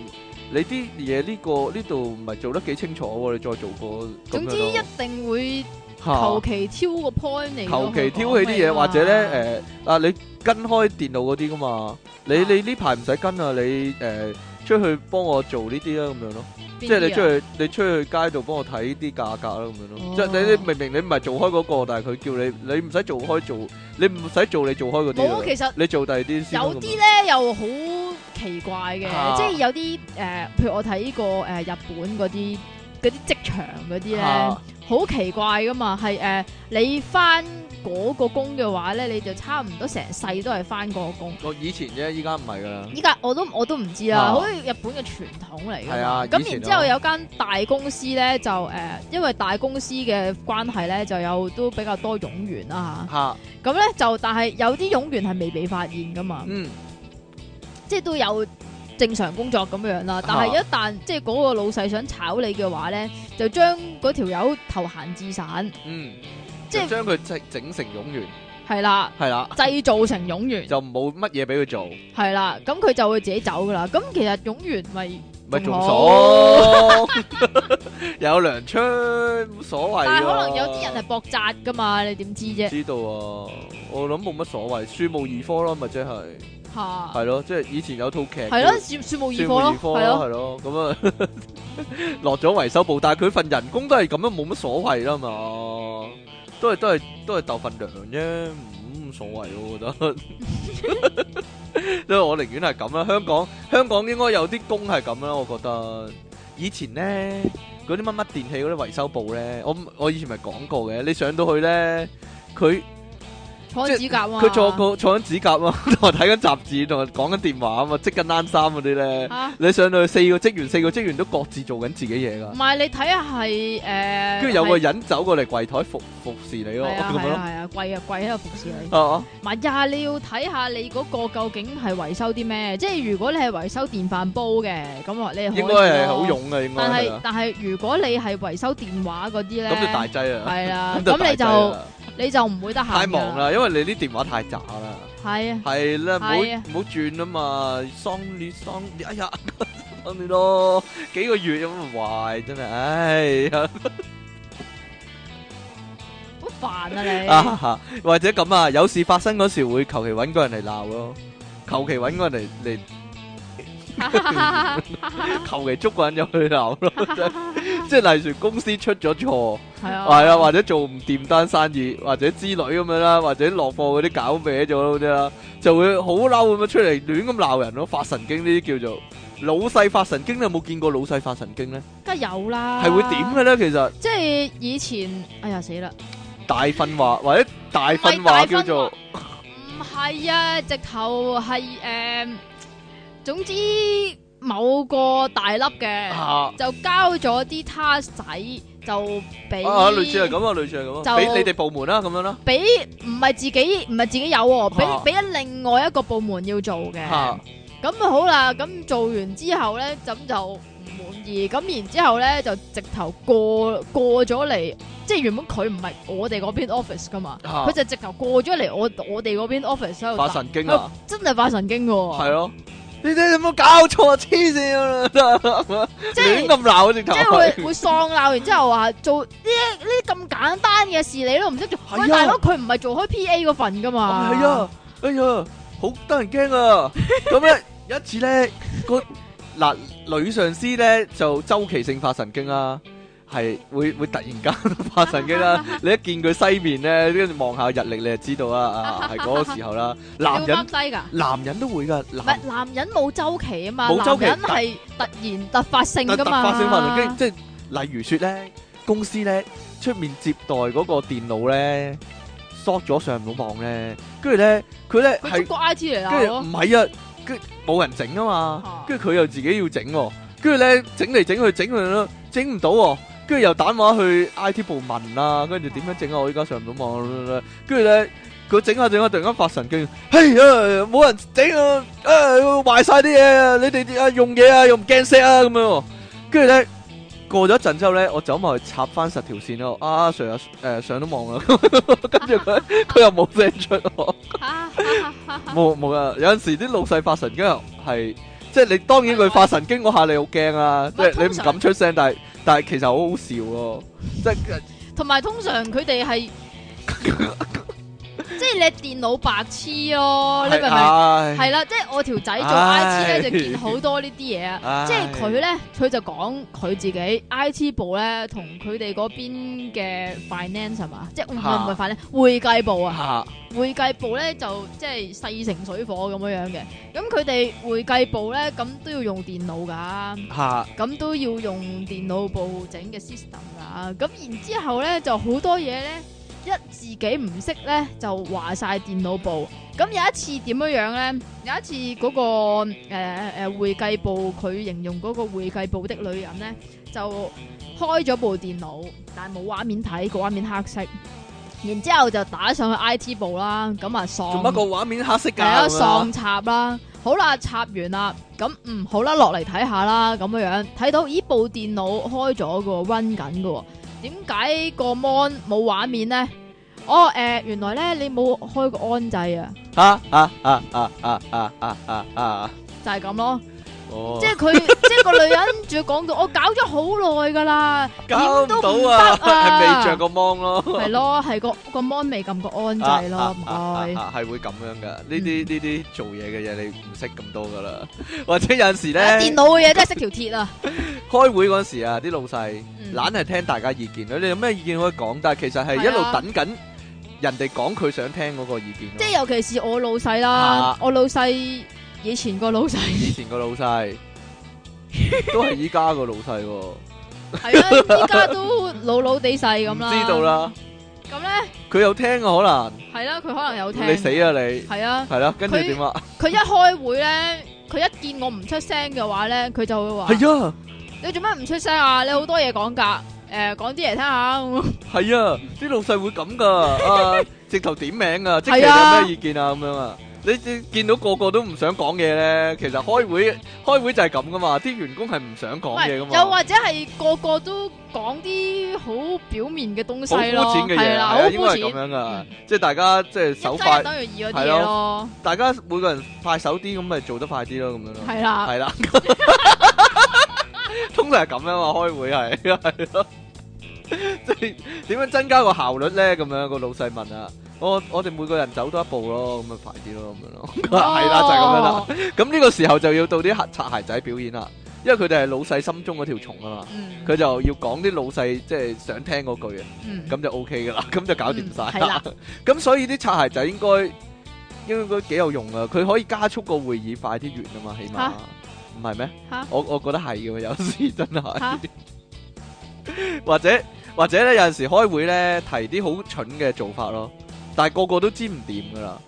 [SPEAKER 1] 你啲嘢呢個呢度唔係做得幾清楚喎，你再做過咁
[SPEAKER 2] 總
[SPEAKER 1] 樣
[SPEAKER 2] 之
[SPEAKER 1] 咯
[SPEAKER 2] 一定會
[SPEAKER 1] 嚇
[SPEAKER 2] 求其挑個 point 嚟。
[SPEAKER 1] 啊求其挑起啲嘢，或者咧誒啊，你跟開電腦嗰啲噶嘛？你
[SPEAKER 2] 啊
[SPEAKER 1] 你呢排唔使跟啊，你誒出去幫我做呢啲啦，咁樣咯。
[SPEAKER 2] 誒
[SPEAKER 1] 即係你出去，你出去街度幫我睇啲價格啦，咁樣
[SPEAKER 2] 哦
[SPEAKER 1] 咯。即係你你明明你唔係做開嗰個，但係佢叫你，你唔使做開做，你唔使做你做開嗰
[SPEAKER 2] 冇，
[SPEAKER 1] 啲啊，
[SPEAKER 2] 其實
[SPEAKER 1] 你做第二啲先啦。
[SPEAKER 2] 有啲
[SPEAKER 1] 咁樣
[SPEAKER 2] 咧又好奇怪嘅，
[SPEAKER 1] 啊
[SPEAKER 2] 即係有啲誒，譬如我睇過誒日本嗰啲嗰啲職場嗰啲咧
[SPEAKER 1] 啊，
[SPEAKER 2] 好奇怪噶嘛，係誒你翻嗰個工嘅話咧，你就差唔多成世都係翻嗰個工。
[SPEAKER 1] 我以前啫，依家唔係噶啦。
[SPEAKER 2] 依家我都我都唔知啦，
[SPEAKER 1] 啊
[SPEAKER 2] 好似日本嘅傳統嚟
[SPEAKER 1] 係
[SPEAKER 2] 㗎嘛。
[SPEAKER 1] 啊
[SPEAKER 2] 咁、
[SPEAKER 1] 以前
[SPEAKER 2] 然
[SPEAKER 1] 啊
[SPEAKER 2] 之後有間大公司咧，就誒、呃因為大公司嘅關係咧，就有都比較多冗員啦
[SPEAKER 1] 嚇，
[SPEAKER 2] 嚇。咁咧就但係有啲冗員係未被發現㗎嘛，
[SPEAKER 1] 嗯，
[SPEAKER 2] 即係都有正常工作咁樣啦。但係
[SPEAKER 1] 啊
[SPEAKER 2] 一旦即係嗰個老細想炒你嘅話咧，就將嗰條友投閒置散，
[SPEAKER 1] 嗯，即
[SPEAKER 2] 即係
[SPEAKER 1] 係將佢整整成冗員，
[SPEAKER 2] 係啦，
[SPEAKER 1] 係啦，
[SPEAKER 2] 製造成冗員，
[SPEAKER 1] 就冇乜嘢俾佢做。
[SPEAKER 2] 係啦，咁佢就會自己走㗎啦。咁其實冗員咪
[SPEAKER 1] 咪仲
[SPEAKER 2] 好
[SPEAKER 1] 爽， 有糧出冇所謂。啊
[SPEAKER 2] 但係可能有啲人係搏扎噶嘛，你點知啫？
[SPEAKER 1] 知道啊，我諗冇乜所謂，樹木二科咯，咪即係
[SPEAKER 2] 吓，
[SPEAKER 1] 係咯，即係以前有套劇
[SPEAKER 2] 啊係
[SPEAKER 1] 叫
[SPEAKER 2] 咯，算算冇
[SPEAKER 1] 樹
[SPEAKER 2] 二
[SPEAKER 1] 木
[SPEAKER 2] 科
[SPEAKER 1] 二
[SPEAKER 2] 咯，
[SPEAKER 1] 科咯，係
[SPEAKER 2] 係咯，
[SPEAKER 1] 咯，咁啊落咗維修部，但係佢份人工都係咁樣，冇乜所謂啦嘛，都係都係都係鬥份糧啫，冇乜所謂咯，我 覺得。因為我寧願係咁啦，香港香港應該有啲工係咁啦，我覺得。 以前咧嗰啲乜乜電器嗰啲維修部咧，我我以前咪講過嘅，你上到去咧，佢
[SPEAKER 2] 坐
[SPEAKER 1] 即係
[SPEAKER 2] 指甲嘛。
[SPEAKER 1] 佢坐個坐緊指甲啊， 同埋睇緊雜誌，同埋講緊電話啊嘛，織緊冷衫嗰啲咧。
[SPEAKER 2] 吓，
[SPEAKER 1] 你上到去四個職員，四個職員都各自做緊自己嘢
[SPEAKER 2] 唔
[SPEAKER 1] 噶，
[SPEAKER 2] 係你睇下係誒，
[SPEAKER 1] 跟住有個
[SPEAKER 2] 係
[SPEAKER 1] 人走過嚟櫃台服服侍你咯，
[SPEAKER 2] 係啊
[SPEAKER 1] 咁
[SPEAKER 2] 係
[SPEAKER 1] 樣
[SPEAKER 2] 啊係啊，貴啊貴喺度服侍你。
[SPEAKER 1] 咯，啊
[SPEAKER 2] 唔係呀，你要睇下你嗰個究竟係維修啲咩？即係如果你係維修電飯煲嘅，咁啊你可以
[SPEAKER 1] 應該係好
[SPEAKER 2] 咯。
[SPEAKER 1] 勇嘅，應該
[SPEAKER 2] 但
[SPEAKER 1] 係
[SPEAKER 2] 係
[SPEAKER 1] 啊，
[SPEAKER 2] 但係如果你係維修電話嗰啲咧，
[SPEAKER 1] 咁就大劑啊，
[SPEAKER 2] 係啦，
[SPEAKER 1] 就
[SPEAKER 2] 咁你
[SPEAKER 1] 大劑
[SPEAKER 2] 就
[SPEAKER 1] 啦
[SPEAKER 2] 你就唔會得閒㗎
[SPEAKER 1] 太忙，啦，因為你啲電話太渣啦，
[SPEAKER 2] 係啊。
[SPEAKER 1] 係啦，唔好
[SPEAKER 2] 係啊
[SPEAKER 1] 唔好轉啊嘛，Sony Sony，哎呀 ，Sony 咯，幾個月咁咪壞真係，唉呀。
[SPEAKER 2] 好煩啊你！
[SPEAKER 1] 啊， 或者咁啊，有事發生嗰時會求其揾個人嚟鬧咯，求其揾個人嚟 嚟，求其捉個人入去鬧咯，即係例如公司出咗錯，
[SPEAKER 2] 系啊，
[SPEAKER 1] 係啊，或者做唔掂單生意，或者之類咁樣啦，或者落貨嗰啲搞歪咗嗰啲啦，就會好嬲咁樣出嚟亂咁鬧人咯，發神經呢啲叫做老細發神經，你有冇見過老細發神經咧？
[SPEAKER 2] 梗係有啦，
[SPEAKER 1] 係會點嘅？咧？其實
[SPEAKER 2] 即係以前，哎呀死啦，
[SPEAKER 1] 大訓話或者大訓話叫做
[SPEAKER 2] 唔係啊，直頭係诶，誒總之某個大粒嘅、
[SPEAKER 1] 啊
[SPEAKER 2] 就交咗啲 task 仔，就俾
[SPEAKER 1] 啊，類似係咁啊，類似係咁啊，
[SPEAKER 2] 就
[SPEAKER 1] 俾你哋部門啦咁樣啦，
[SPEAKER 2] 俾唔係自己唔係自己有喎，俾
[SPEAKER 1] 啊
[SPEAKER 2] 俾咗另外一個部門要做嘅。
[SPEAKER 1] 嚇
[SPEAKER 2] 咁啊好啦，咁做完之後咧，咁就唔滿意，咁然之後咧就直頭過過咗嚟，即係原本佢唔係我哋嗰邊 office 噶嘛，
[SPEAKER 1] 嚇
[SPEAKER 2] 佢就直頭過咗嚟我我哋嗰邊 office 喺度
[SPEAKER 1] 發
[SPEAKER 2] 打，
[SPEAKER 1] 神經啊！
[SPEAKER 2] 真係發神經喎，
[SPEAKER 1] 係咯，你哋有冇搞錯啊？黐線啊！
[SPEAKER 2] 即係
[SPEAKER 1] 亂咁鬧啊直頭
[SPEAKER 2] 即係會會喪鬧，然之後話做呢呢啲咁簡單嘅事你都唔識做，
[SPEAKER 1] 係啊
[SPEAKER 2] 喂大佬佢唔係做開 PA 嗰份噶嘛，
[SPEAKER 1] 系啊，哎呀，好得人驚啊！咁咧有一次咧，個嗱女上司咧就周期性發神經啦，係會會突然 間發神經啦。你一見佢西面咧，跟住望下日曆，你就知道啦，啊係嗰個時候啦。男
[SPEAKER 2] 你會
[SPEAKER 1] 人
[SPEAKER 2] 擔低㗎。
[SPEAKER 1] 男人都會噶，
[SPEAKER 2] 唔係
[SPEAKER 1] 男
[SPEAKER 2] 男人冇周期啊嘛，
[SPEAKER 1] 冇周期
[SPEAKER 2] 男人係突然突發性
[SPEAKER 1] 突
[SPEAKER 2] 噶
[SPEAKER 1] 突
[SPEAKER 2] 嘛，
[SPEAKER 1] 發性發神經，即係例如说咧，公司咧出面接待嗰個電腦咧，索咗上唔到網咧，跟住咧佢咧
[SPEAKER 2] 佢
[SPEAKER 1] 係
[SPEAKER 2] 中。國 I T 嚟
[SPEAKER 1] 跟住
[SPEAKER 2] 啦
[SPEAKER 1] 唔，係啊，跟住冇人整啊嘛
[SPEAKER 2] 啊，
[SPEAKER 1] 跟住佢又自己要整喎，跟住咧整嚟整去整佢咯，整唔到喎，跟住又打電話去 I T 部問啦，跟住點樣整啊？我依家上唔到網咁樣啦，跟住咧佢整下整下突然間發神經，嘿啊冇人整啊，啊壞曬啲嘢啊，你哋啲啊用嘢啊又唔驚 set 啊咁樣喎，跟住咧。過咗一陣之後咧，我走埋去插翻實條線咯。啊，Sir 啊，誒、上到網啦， 跟住佢佢又冇聲出我。
[SPEAKER 2] 啊
[SPEAKER 1] 冇冇啊！有陣時啲老細發神經係，即係你當然佢發神經嗰下你好驚啊，即
[SPEAKER 2] 唔係
[SPEAKER 1] 係你唔
[SPEAKER 2] 通常
[SPEAKER 1] 敢出聲，但係但係其實好好笑咯，即係
[SPEAKER 2] 同埋通常佢哋係 即係你電腦白痴咯，哦你明唔明？
[SPEAKER 1] 係啊
[SPEAKER 2] 係啦，即係我條仔做
[SPEAKER 1] 唉
[SPEAKER 2] I T 咧就見好多呢啲嘢啊，
[SPEAKER 1] 唉
[SPEAKER 2] 即係佢咧佢就講佢自己 I T 部咧同佢哋嗰邊嘅 finance 係嘛，即係唔係唔係 finance 會計部啊。
[SPEAKER 1] 嚇
[SPEAKER 2] 會計部咧就即係勢成水火咁樣樣嘅，咁佢哋會計部咧咁都要用電腦㗎，
[SPEAKER 1] 嚇
[SPEAKER 2] 咁都要用電腦部整嘅 system 㗎，咁然之後咧就好多嘢咧一自己唔識咧就話晒電腦部，咁有一次點樣樣咧？有一次嗰、個誒誒、呃呃、會計部佢形容嗰個會計部的女人咧就開咗部電腦，但係冇畫面睇，個畫面黑色。然之後就打上去 I T 部啦，咁啊喪
[SPEAKER 1] 做乜個畫面黑色
[SPEAKER 2] 係啊，
[SPEAKER 1] 㗎？
[SPEAKER 2] 喪插啦，好啦，插完啦，咁嗯好啦，落嚟睇下啦，咁樣樣睇到，咦部電腦開咗嘅喎，run 緊嘅喎，點解個 mon 冇畫面呢？哦，誒、原來咧你冇開個 on 掣啊，
[SPEAKER 1] 嚇啊啊啊啊啊啊啊啊！
[SPEAKER 2] 就係、咁咯，
[SPEAKER 1] 哦
[SPEAKER 2] 即係佢，即係個女人仲要講到我搞咗好耐㗎啦，
[SPEAKER 1] 搞唔
[SPEAKER 2] 點都唔
[SPEAKER 1] 到啊，
[SPEAKER 2] 得
[SPEAKER 1] 係
[SPEAKER 2] 啊
[SPEAKER 1] 未着個芒咯，
[SPEAKER 2] 係咯，係個個 mon 未撳個 on 掣咯，唔該、嗯
[SPEAKER 1] 啊啊係會咁樣㗎。呢啲呢啲做嘢嘅嘢你唔識咁多㗎啦， 或者有陣時咧
[SPEAKER 2] 啊電腦嘅嘢真係識條鐵啊，
[SPEAKER 1] 開會嗰陣時啊，啲老細。
[SPEAKER 2] 嗯
[SPEAKER 1] 懶係聽大家意見咯，你有咩意見可以講，但係其實係一
[SPEAKER 2] 係啊
[SPEAKER 1] 路等緊人哋講佢想聽嗰個意見
[SPEAKER 2] 即係
[SPEAKER 1] 咯。
[SPEAKER 2] 尤其是我老細啦，
[SPEAKER 1] 啊
[SPEAKER 2] 我老細以前個老細
[SPEAKER 1] 以前個老細都係依家個老細喎，
[SPEAKER 2] 係啊，依家都老老地細
[SPEAKER 1] 唔
[SPEAKER 2] 咁啦。
[SPEAKER 1] 知道。啦。
[SPEAKER 2] 咁咧
[SPEAKER 1] 佢有聽啊，
[SPEAKER 2] 係啦，佢可能有
[SPEAKER 1] 可
[SPEAKER 2] 聽。
[SPEAKER 1] 能你死！啊你，
[SPEAKER 2] 係啊，
[SPEAKER 1] 係啦，跟住
[SPEAKER 2] 佢
[SPEAKER 1] 點啊？
[SPEAKER 2] 佢一開會咧，佢一見我唔出聲嘅話咧，佢就會話：
[SPEAKER 1] 係啊
[SPEAKER 2] 你做咩唔出聲啊？你好多嘢講㗎，誒講啲嚟聽下。咁
[SPEAKER 1] 係啊，啲老細會咁 噶，啊直頭點名啊，即係
[SPEAKER 2] 係啊
[SPEAKER 1] 有咩意見啊咁樣啊。你你見到個個都唔想講嘢咧，其實開會開會就係咁噶嘛，啲員工係唔想講嘢噶嘛。
[SPEAKER 2] 又或者係個個都講啲好表面嘅東
[SPEAKER 1] 好
[SPEAKER 2] 西咯，
[SPEAKER 1] 膚淺嘅嘢，
[SPEAKER 2] 係啦，好
[SPEAKER 1] 啊，應該
[SPEAKER 2] 膚
[SPEAKER 1] 係咁
[SPEAKER 2] 淺。
[SPEAKER 1] 樣噶
[SPEAKER 2] 嗯，
[SPEAKER 1] 即係大家即係
[SPEAKER 2] 一
[SPEAKER 1] 手
[SPEAKER 2] 劑就
[SPEAKER 1] 快，
[SPEAKER 2] 等於二嗰
[SPEAKER 1] 係
[SPEAKER 2] 啲
[SPEAKER 1] 咯
[SPEAKER 2] 嘢咯，
[SPEAKER 1] 大家每個人快手啲，咁咪做得快啲咯，咁樣咯，
[SPEAKER 2] 係啊啦。
[SPEAKER 1] 係 啦，通常係咁樣嘛，開會係係 咯，即係點樣增加個效率咧？咁樣個老細問啊，我我哋每個人走多一步咯，咁咪
[SPEAKER 2] 哦
[SPEAKER 1] 快啲咯，咁樣咯，係啦，就係咁樣啦。咁呢個時候就要到啲擦擦鞋仔表演啦，因為佢哋係老細心中嗰條蟲啊嘛，
[SPEAKER 2] 嗯，
[SPEAKER 1] 佢就要講啲老細即係想聽嗰句啊，
[SPEAKER 2] 嗯
[SPEAKER 1] 咁就 O K 噶啦，咁就搞掂
[SPEAKER 2] 嗯
[SPEAKER 1] 晒
[SPEAKER 2] 係啦
[SPEAKER 1] 啦。 咁所以啲擦鞋仔應該應該幾有用啊，佢可以加速個會議快啲完啊嘛，起碼
[SPEAKER 2] 嚇
[SPEAKER 1] 唔係咩
[SPEAKER 2] 嚇？
[SPEAKER 1] 我我覺得係嘅喎，有時真係
[SPEAKER 2] 嚇。
[SPEAKER 1] 或者或者咧有陣時開會咧提啲好蠢嘅做法咯，但係個個都知唔掂噶啦，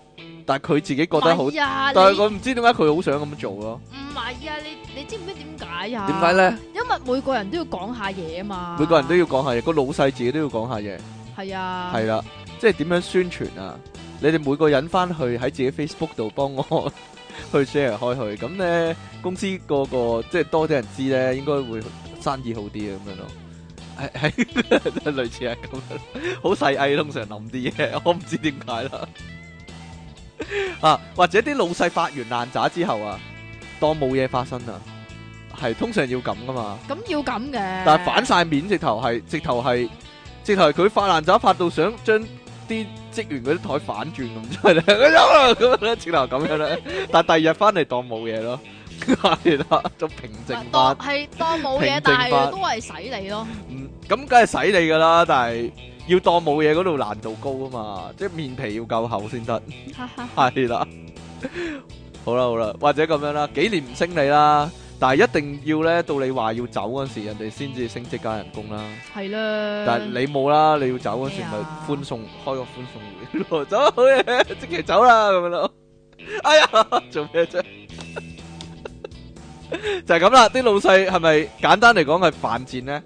[SPEAKER 1] 但係佢自己覺得好
[SPEAKER 2] 唔，係啊，
[SPEAKER 1] 但係
[SPEAKER 2] 你
[SPEAKER 1] 佢唔知點解佢好想咁做咯。
[SPEAKER 2] 唔係啊，你你知唔知點解啊？
[SPEAKER 1] 點解？咧？
[SPEAKER 2] 因為每個人都要講下嘢啊嘛。
[SPEAKER 1] 每個人都要講下嘢，個老細自己都要講下嘢，
[SPEAKER 2] 係啊，
[SPEAKER 1] 係啦，即係點樣宣傳啊？你哋每個人翻去喺自己 Facebook 度幫我 去 share 開去，咁咧公司個個即係多啲人知咧，應該會生意好啲啊咁樣咯。係係 類似係咁樣，好細藝通常諗啲嘢，我唔知點解啦。 啊，或者啲老細發完爛渣之後啊，當冇嘢發生啊，係通常要咁噶嘛。
[SPEAKER 2] 咁要咁嘅。
[SPEAKER 1] 但係反晒面，直頭係直頭係直頭係佢發爛渣發到想將啲職員嗰啲台反轉咁出嚟，咁樣咧，直頭咁樣咧。但係第二日翻嚟當冇嘢咯，係啦，就平靜
[SPEAKER 2] 唔係
[SPEAKER 1] 翻
[SPEAKER 2] 當。係當冇
[SPEAKER 1] 平靜
[SPEAKER 2] 嘢，但
[SPEAKER 1] 法
[SPEAKER 2] 係都係洗你咯。
[SPEAKER 1] 嗯，咁梗係洗你噶啦，但係要當冇嘢嗰度難度高啊嘛，即係面皮要夠厚先得，
[SPEAKER 2] 哈哈
[SPEAKER 1] 係啦。好啦好啦，或者咁樣啦，幾年唔升你啦，但係一定要咧到你話要走嗰陣時，人哋先至升職加人工啦。
[SPEAKER 2] 係啦。
[SPEAKER 1] 但係你冇啦，你要走嗰時咪
[SPEAKER 2] 咩啊
[SPEAKER 1] 歡送開個歡送會咯，走 好嘢，即期走啦咁樣咯。
[SPEAKER 2] 嗯
[SPEAKER 1] 哎呀，做咩啫？ 就係咁啦，啲老細係咪簡單嚟講係犯賤咧？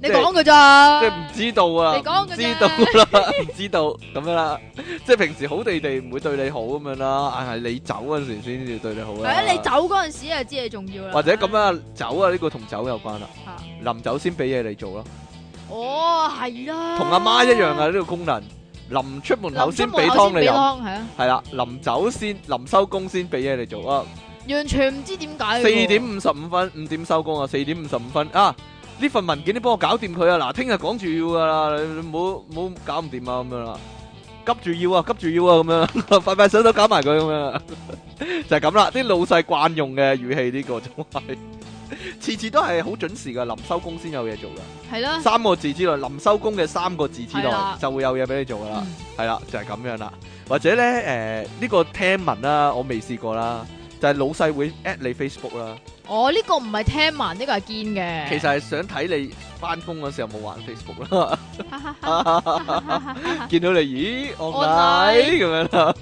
[SPEAKER 2] 你講嘅咋？
[SPEAKER 1] 即係唔知道啊，
[SPEAKER 2] 你講
[SPEAKER 1] 唔
[SPEAKER 2] 嘅啫
[SPEAKER 1] 知道啦， 唔知道咁樣啦。即係平時好地地唔會對你好咁樣啦，硬係你走嗰陣時先至對你好
[SPEAKER 2] 係
[SPEAKER 1] 啦。
[SPEAKER 2] 啊，你走嗰陣時啊，啊知你重要啦。
[SPEAKER 1] 或者咁啊，走啊呢個同走有關啦，
[SPEAKER 2] 嚇。
[SPEAKER 1] 臨走先俾嘢你做咯。
[SPEAKER 2] 哦，係啦。
[SPEAKER 1] 同阿媽一樣啊！呢個功能，臨出門口先俾
[SPEAKER 2] 臨出門口
[SPEAKER 1] 湯
[SPEAKER 2] 先
[SPEAKER 1] 你
[SPEAKER 2] 俾
[SPEAKER 1] 飲，
[SPEAKER 2] 湯係啊，
[SPEAKER 1] 係啦，臨走先，臨收工先俾嘢你做啊！
[SPEAKER 2] 完全唔知點解嘅喎。
[SPEAKER 1] 四點五十五分，五點收工啊，四點五十五分啊！呢份文件你幫我搞掂佢啊！嗱，聽日講住要噶啦，你你唔好唔好搞唔掂啊咁樣啦，急住要啊，急住要啊咁樣，快 快手手搞埋佢咁樣啦，就係咁啦。啲老細慣用嘅語氣呢個就係，次次都係好準時噶，臨收工先有嘢做噶。
[SPEAKER 2] 係啦。
[SPEAKER 1] 三個字之內，臨收工嘅三個字之內
[SPEAKER 2] 係啦
[SPEAKER 1] 就會有嘢俾你做噶啦
[SPEAKER 2] 嗯，
[SPEAKER 1] 係啦，就係咁樣啦。或者咧，誒、呢個聽聞啦，我未試過啦，就係、老細會 at 你 Facebook 啦，
[SPEAKER 2] 我呢個唔係聽聞，呢個係堅嘅。
[SPEAKER 1] 其實係想睇你翻工嗰時候有冇玩 Facebook 啦，見到你咦 online 咁樣啦，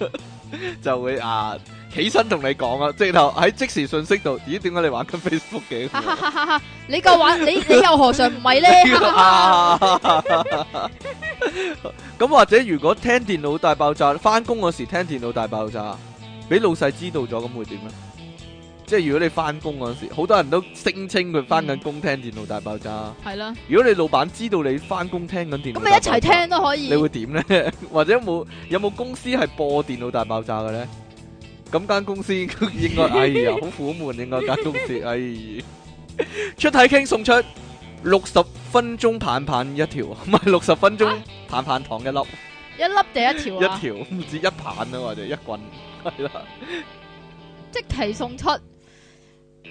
[SPEAKER 1] 就會啊起身同你講啊，直頭喺即時信息度，咦點解你玩緊 Facebook 嘅？咁樣
[SPEAKER 2] 你夠玩，你你又何嘗唔 係咧？啊
[SPEAKER 1] 咁或者如果聽電腦大爆炸，翻工嗰時聽電腦大爆炸，俾老細知道咗，咁會點呢？即係如果你翻工嗰時，好多人都聲稱佢翻緊
[SPEAKER 2] 嗯
[SPEAKER 1] 工聽電腦大爆炸。
[SPEAKER 2] 係啦，
[SPEAKER 1] 如果你老闆知道你翻工聽緊電腦，
[SPEAKER 2] 咁咪一齊，聽都可以
[SPEAKER 1] 你。會點呢？ 或者有冇有冇公司係播電腦大爆炸嘅呢？咁間公司 應該，哎 呀，好苦悶，應該間公司，哎，出體傾送出六十分鐘棒棒一條， 唔係六十分鐘
[SPEAKER 2] 啊
[SPEAKER 1] 棒棒糖一粒。
[SPEAKER 2] 一粒定一條
[SPEAKER 1] 一
[SPEAKER 2] 啊！
[SPEAKER 1] 條唔止一棒啊，或者一棍 係啦，
[SPEAKER 2] 即期送出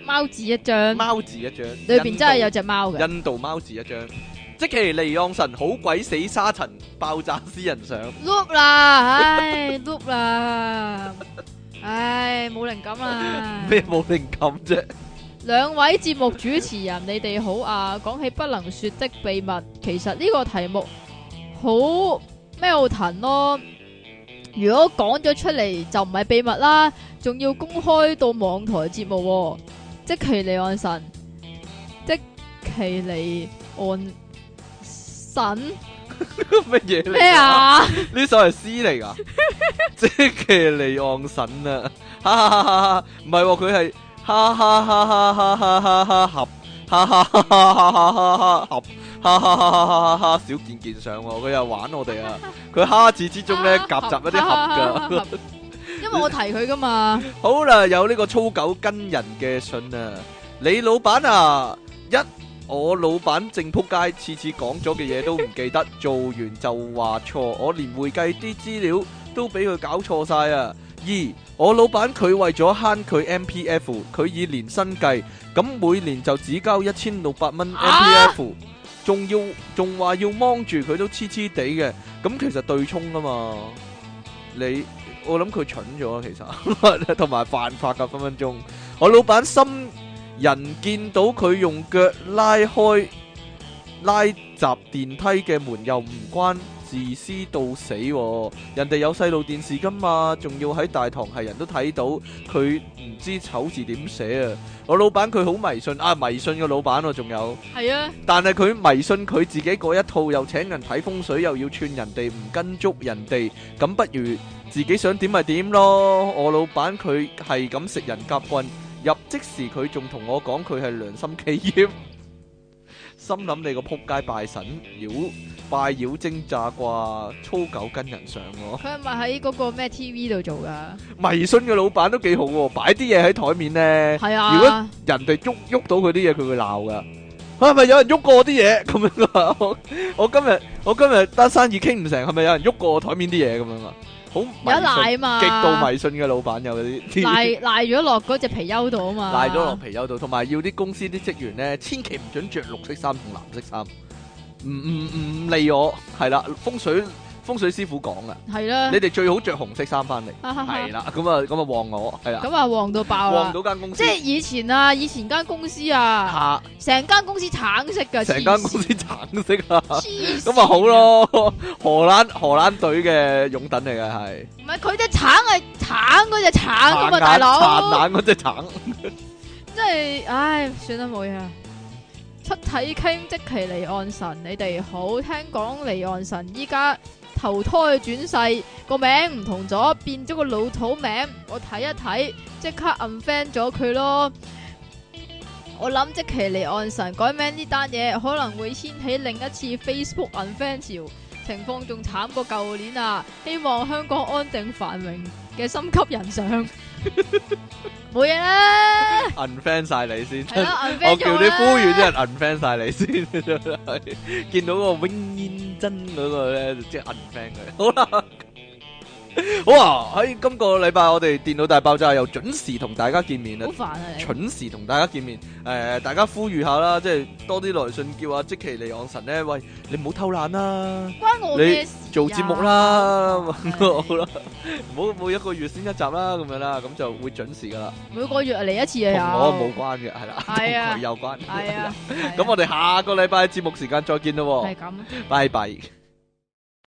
[SPEAKER 2] 貓紙一張，
[SPEAKER 1] 貓字一張，
[SPEAKER 2] 嗯裏邊真係有
[SPEAKER 1] 印
[SPEAKER 2] 隻貓
[SPEAKER 1] 度
[SPEAKER 2] 嘅。
[SPEAKER 1] 印度貓字一張，即其離岸神好鬼死沙塵爆炸私人相，
[SPEAKER 2] 碌啦，唉碌啦，唉冇靈感 啦。
[SPEAKER 1] 咩冇靈感啫？
[SPEAKER 2] 兩位節目主持人，你哋好啊！講起不能說的秘密，其實呢個題目好 Melton 咯。如果講咗出嚟就唔係秘密啦，仲要公開到網台節目、喎，即其離岸神，即其離岸神
[SPEAKER 1] 乜嘢嚟？
[SPEAKER 2] 咩？啊？
[SPEAKER 1] 呢首係詩嚟噶，即其離岸神啊！哈哈哈哈！唔係喎，佢係哈哈哈哈哈哈哈哈合，哈哈哈哈哈哈哈哈合。哈哈哈哈哈哈哈！小健健上喎，佢又玩我哋啊！佢哈字之中咧夾雜一啲合㗎。
[SPEAKER 2] 噶， 因為我提佢噶嘛，
[SPEAKER 1] 好啦，有呢個粗狗跟人嘅信啊，你老闆啊，一我老闆正扑街，次次講咗嘅嘢都唔記得，做完就話錯，我連會計啲資料都俾佢搞錯晒啊！二，我老闆佢為咗慳佢 M P F，佢以年薪計，咁每年就只交一千六百蚊 M P
[SPEAKER 2] 啊
[SPEAKER 1] F，仲要仲話要掹住佢都黐黐地嘅，咁其實對沖啊嘛，你我諗佢蠢咗啊其實，同埋犯法噶分分鐘。我老闆心人見到佢用腳拉開拉閘電梯嘅門，又唔關自私到死、喎。人哋有細路電視㗎嘛，仲要喺大堂係人都睇到，佢唔知醜字點寫啊！我老闆佢好迷信啊，迷信嘅老闆喎、仲有。
[SPEAKER 2] 系啊，
[SPEAKER 1] 但係佢迷信佢自己嗰一套，又請人睇風水，又要串人哋，唔跟足人哋，咁不如自己想點咪點咯。我老闆佢係咁食人夾棍，入職時佢仲同我講佢係良心企業，心諗你個撲街拜神妖拜妖精詐啩，粗狗跟人上喎、
[SPEAKER 2] 佢系咪喺嗰個咩 TV 度做 噶？
[SPEAKER 1] 迷信嘅老闆都幾好喎、擺啲嘢喺台面呢。
[SPEAKER 2] 係
[SPEAKER 1] 如
[SPEAKER 2] 啊
[SPEAKER 1] 果，人哋喐喐到佢啲嘢，佢會鬧噶。係咪有人喐過我啲嘢咁樣啊？ 我我今日我今日單生意傾唔成，係咪有人喐過我台面啲嘢咁樣啊？好
[SPEAKER 2] 有得
[SPEAKER 1] 迷信，
[SPEAKER 2] 賴嘛，
[SPEAKER 1] 極度迷信嘅老闆有嗰啲
[SPEAKER 2] 賴賴咗落嗰只貔貅度啊 嘛，
[SPEAKER 1] 賴咗落貔貅度，同埋要啲公司啲職員咧，千祈唔准着綠色衫同藍色衫。唔唔唔理我，係啦，風水風水師傅講啦，
[SPEAKER 2] 係啦
[SPEAKER 1] 你，哋最好着紅色衫翻嚟，
[SPEAKER 2] 哈哈哈
[SPEAKER 1] 係啦，咁啊咁啊旺我，係啦，
[SPEAKER 2] 咁啊旺到爆
[SPEAKER 1] 旺
[SPEAKER 2] 啦！
[SPEAKER 1] 到間公司
[SPEAKER 2] 即係以前啊，以前間公司啊，
[SPEAKER 1] 下，
[SPEAKER 2] 成間公司橙色噶，
[SPEAKER 1] 成間
[SPEAKER 2] 間
[SPEAKER 1] 公司橙色啊！
[SPEAKER 2] 黐線
[SPEAKER 1] 咁咪好，咯， 荷蘭荷蘭隊嘅擁趸嚟嘅 係，
[SPEAKER 2] 唔係佢隻橙係橙嗰隻橙噶嘛，
[SPEAKER 1] 眼殘
[SPEAKER 2] 大佬，
[SPEAKER 1] 眼嗰只 橙，
[SPEAKER 2] 即係唉，算啦冇嘢啦。出體傾即其離岸神，你哋好聽講離岸神依家投胎轉世個名唔同咗，變咗個老土名，我睇一睇即刻 unfriend 咗佢咯。我諗即其離岸神改名呢單嘢可能會掀起另一次 Facebook unfriend 潮，情況仲慘過舊年啊！希望香港安定繁榮嘅心急人上，冇嘢啦，
[SPEAKER 1] unfriend 晒你先。
[SPEAKER 2] 係啊啦
[SPEAKER 1] 我
[SPEAKER 2] ，unfriend
[SPEAKER 1] 叫
[SPEAKER 2] 咗
[SPEAKER 1] 你呼籲啲
[SPEAKER 2] 啦
[SPEAKER 1] 人 unfriend 晒你先，真係見到個永燕真嗰個咧，就即係 unfriend 佢。好啦，好啊！喺今個禮拜我哋電腦大爆炸又準時同大家見面啦
[SPEAKER 2] 好，煩啊你！
[SPEAKER 1] 準時同大家見面。誒、大家呼籲下啦，即係多啲來信叫阿即其尼昂神咧，喂，你唔好偷懶啦。
[SPEAKER 2] 关我咩事、啊
[SPEAKER 1] 做節目啦，
[SPEAKER 2] 係
[SPEAKER 1] 好啦，唔好每一個月先一集啦，咁樣啦，咁就會準時噶啦，
[SPEAKER 2] 每個月嚟一次
[SPEAKER 1] 同
[SPEAKER 2] 啊，
[SPEAKER 1] 我冇關嘅，係啦，同
[SPEAKER 2] 係啊
[SPEAKER 1] 佢有關。
[SPEAKER 2] 係啊，係啊，
[SPEAKER 1] 咁我哋下個禮拜節目時間再見
[SPEAKER 2] 係
[SPEAKER 1] 咯
[SPEAKER 2] 咁。
[SPEAKER 1] 喎，拜拜。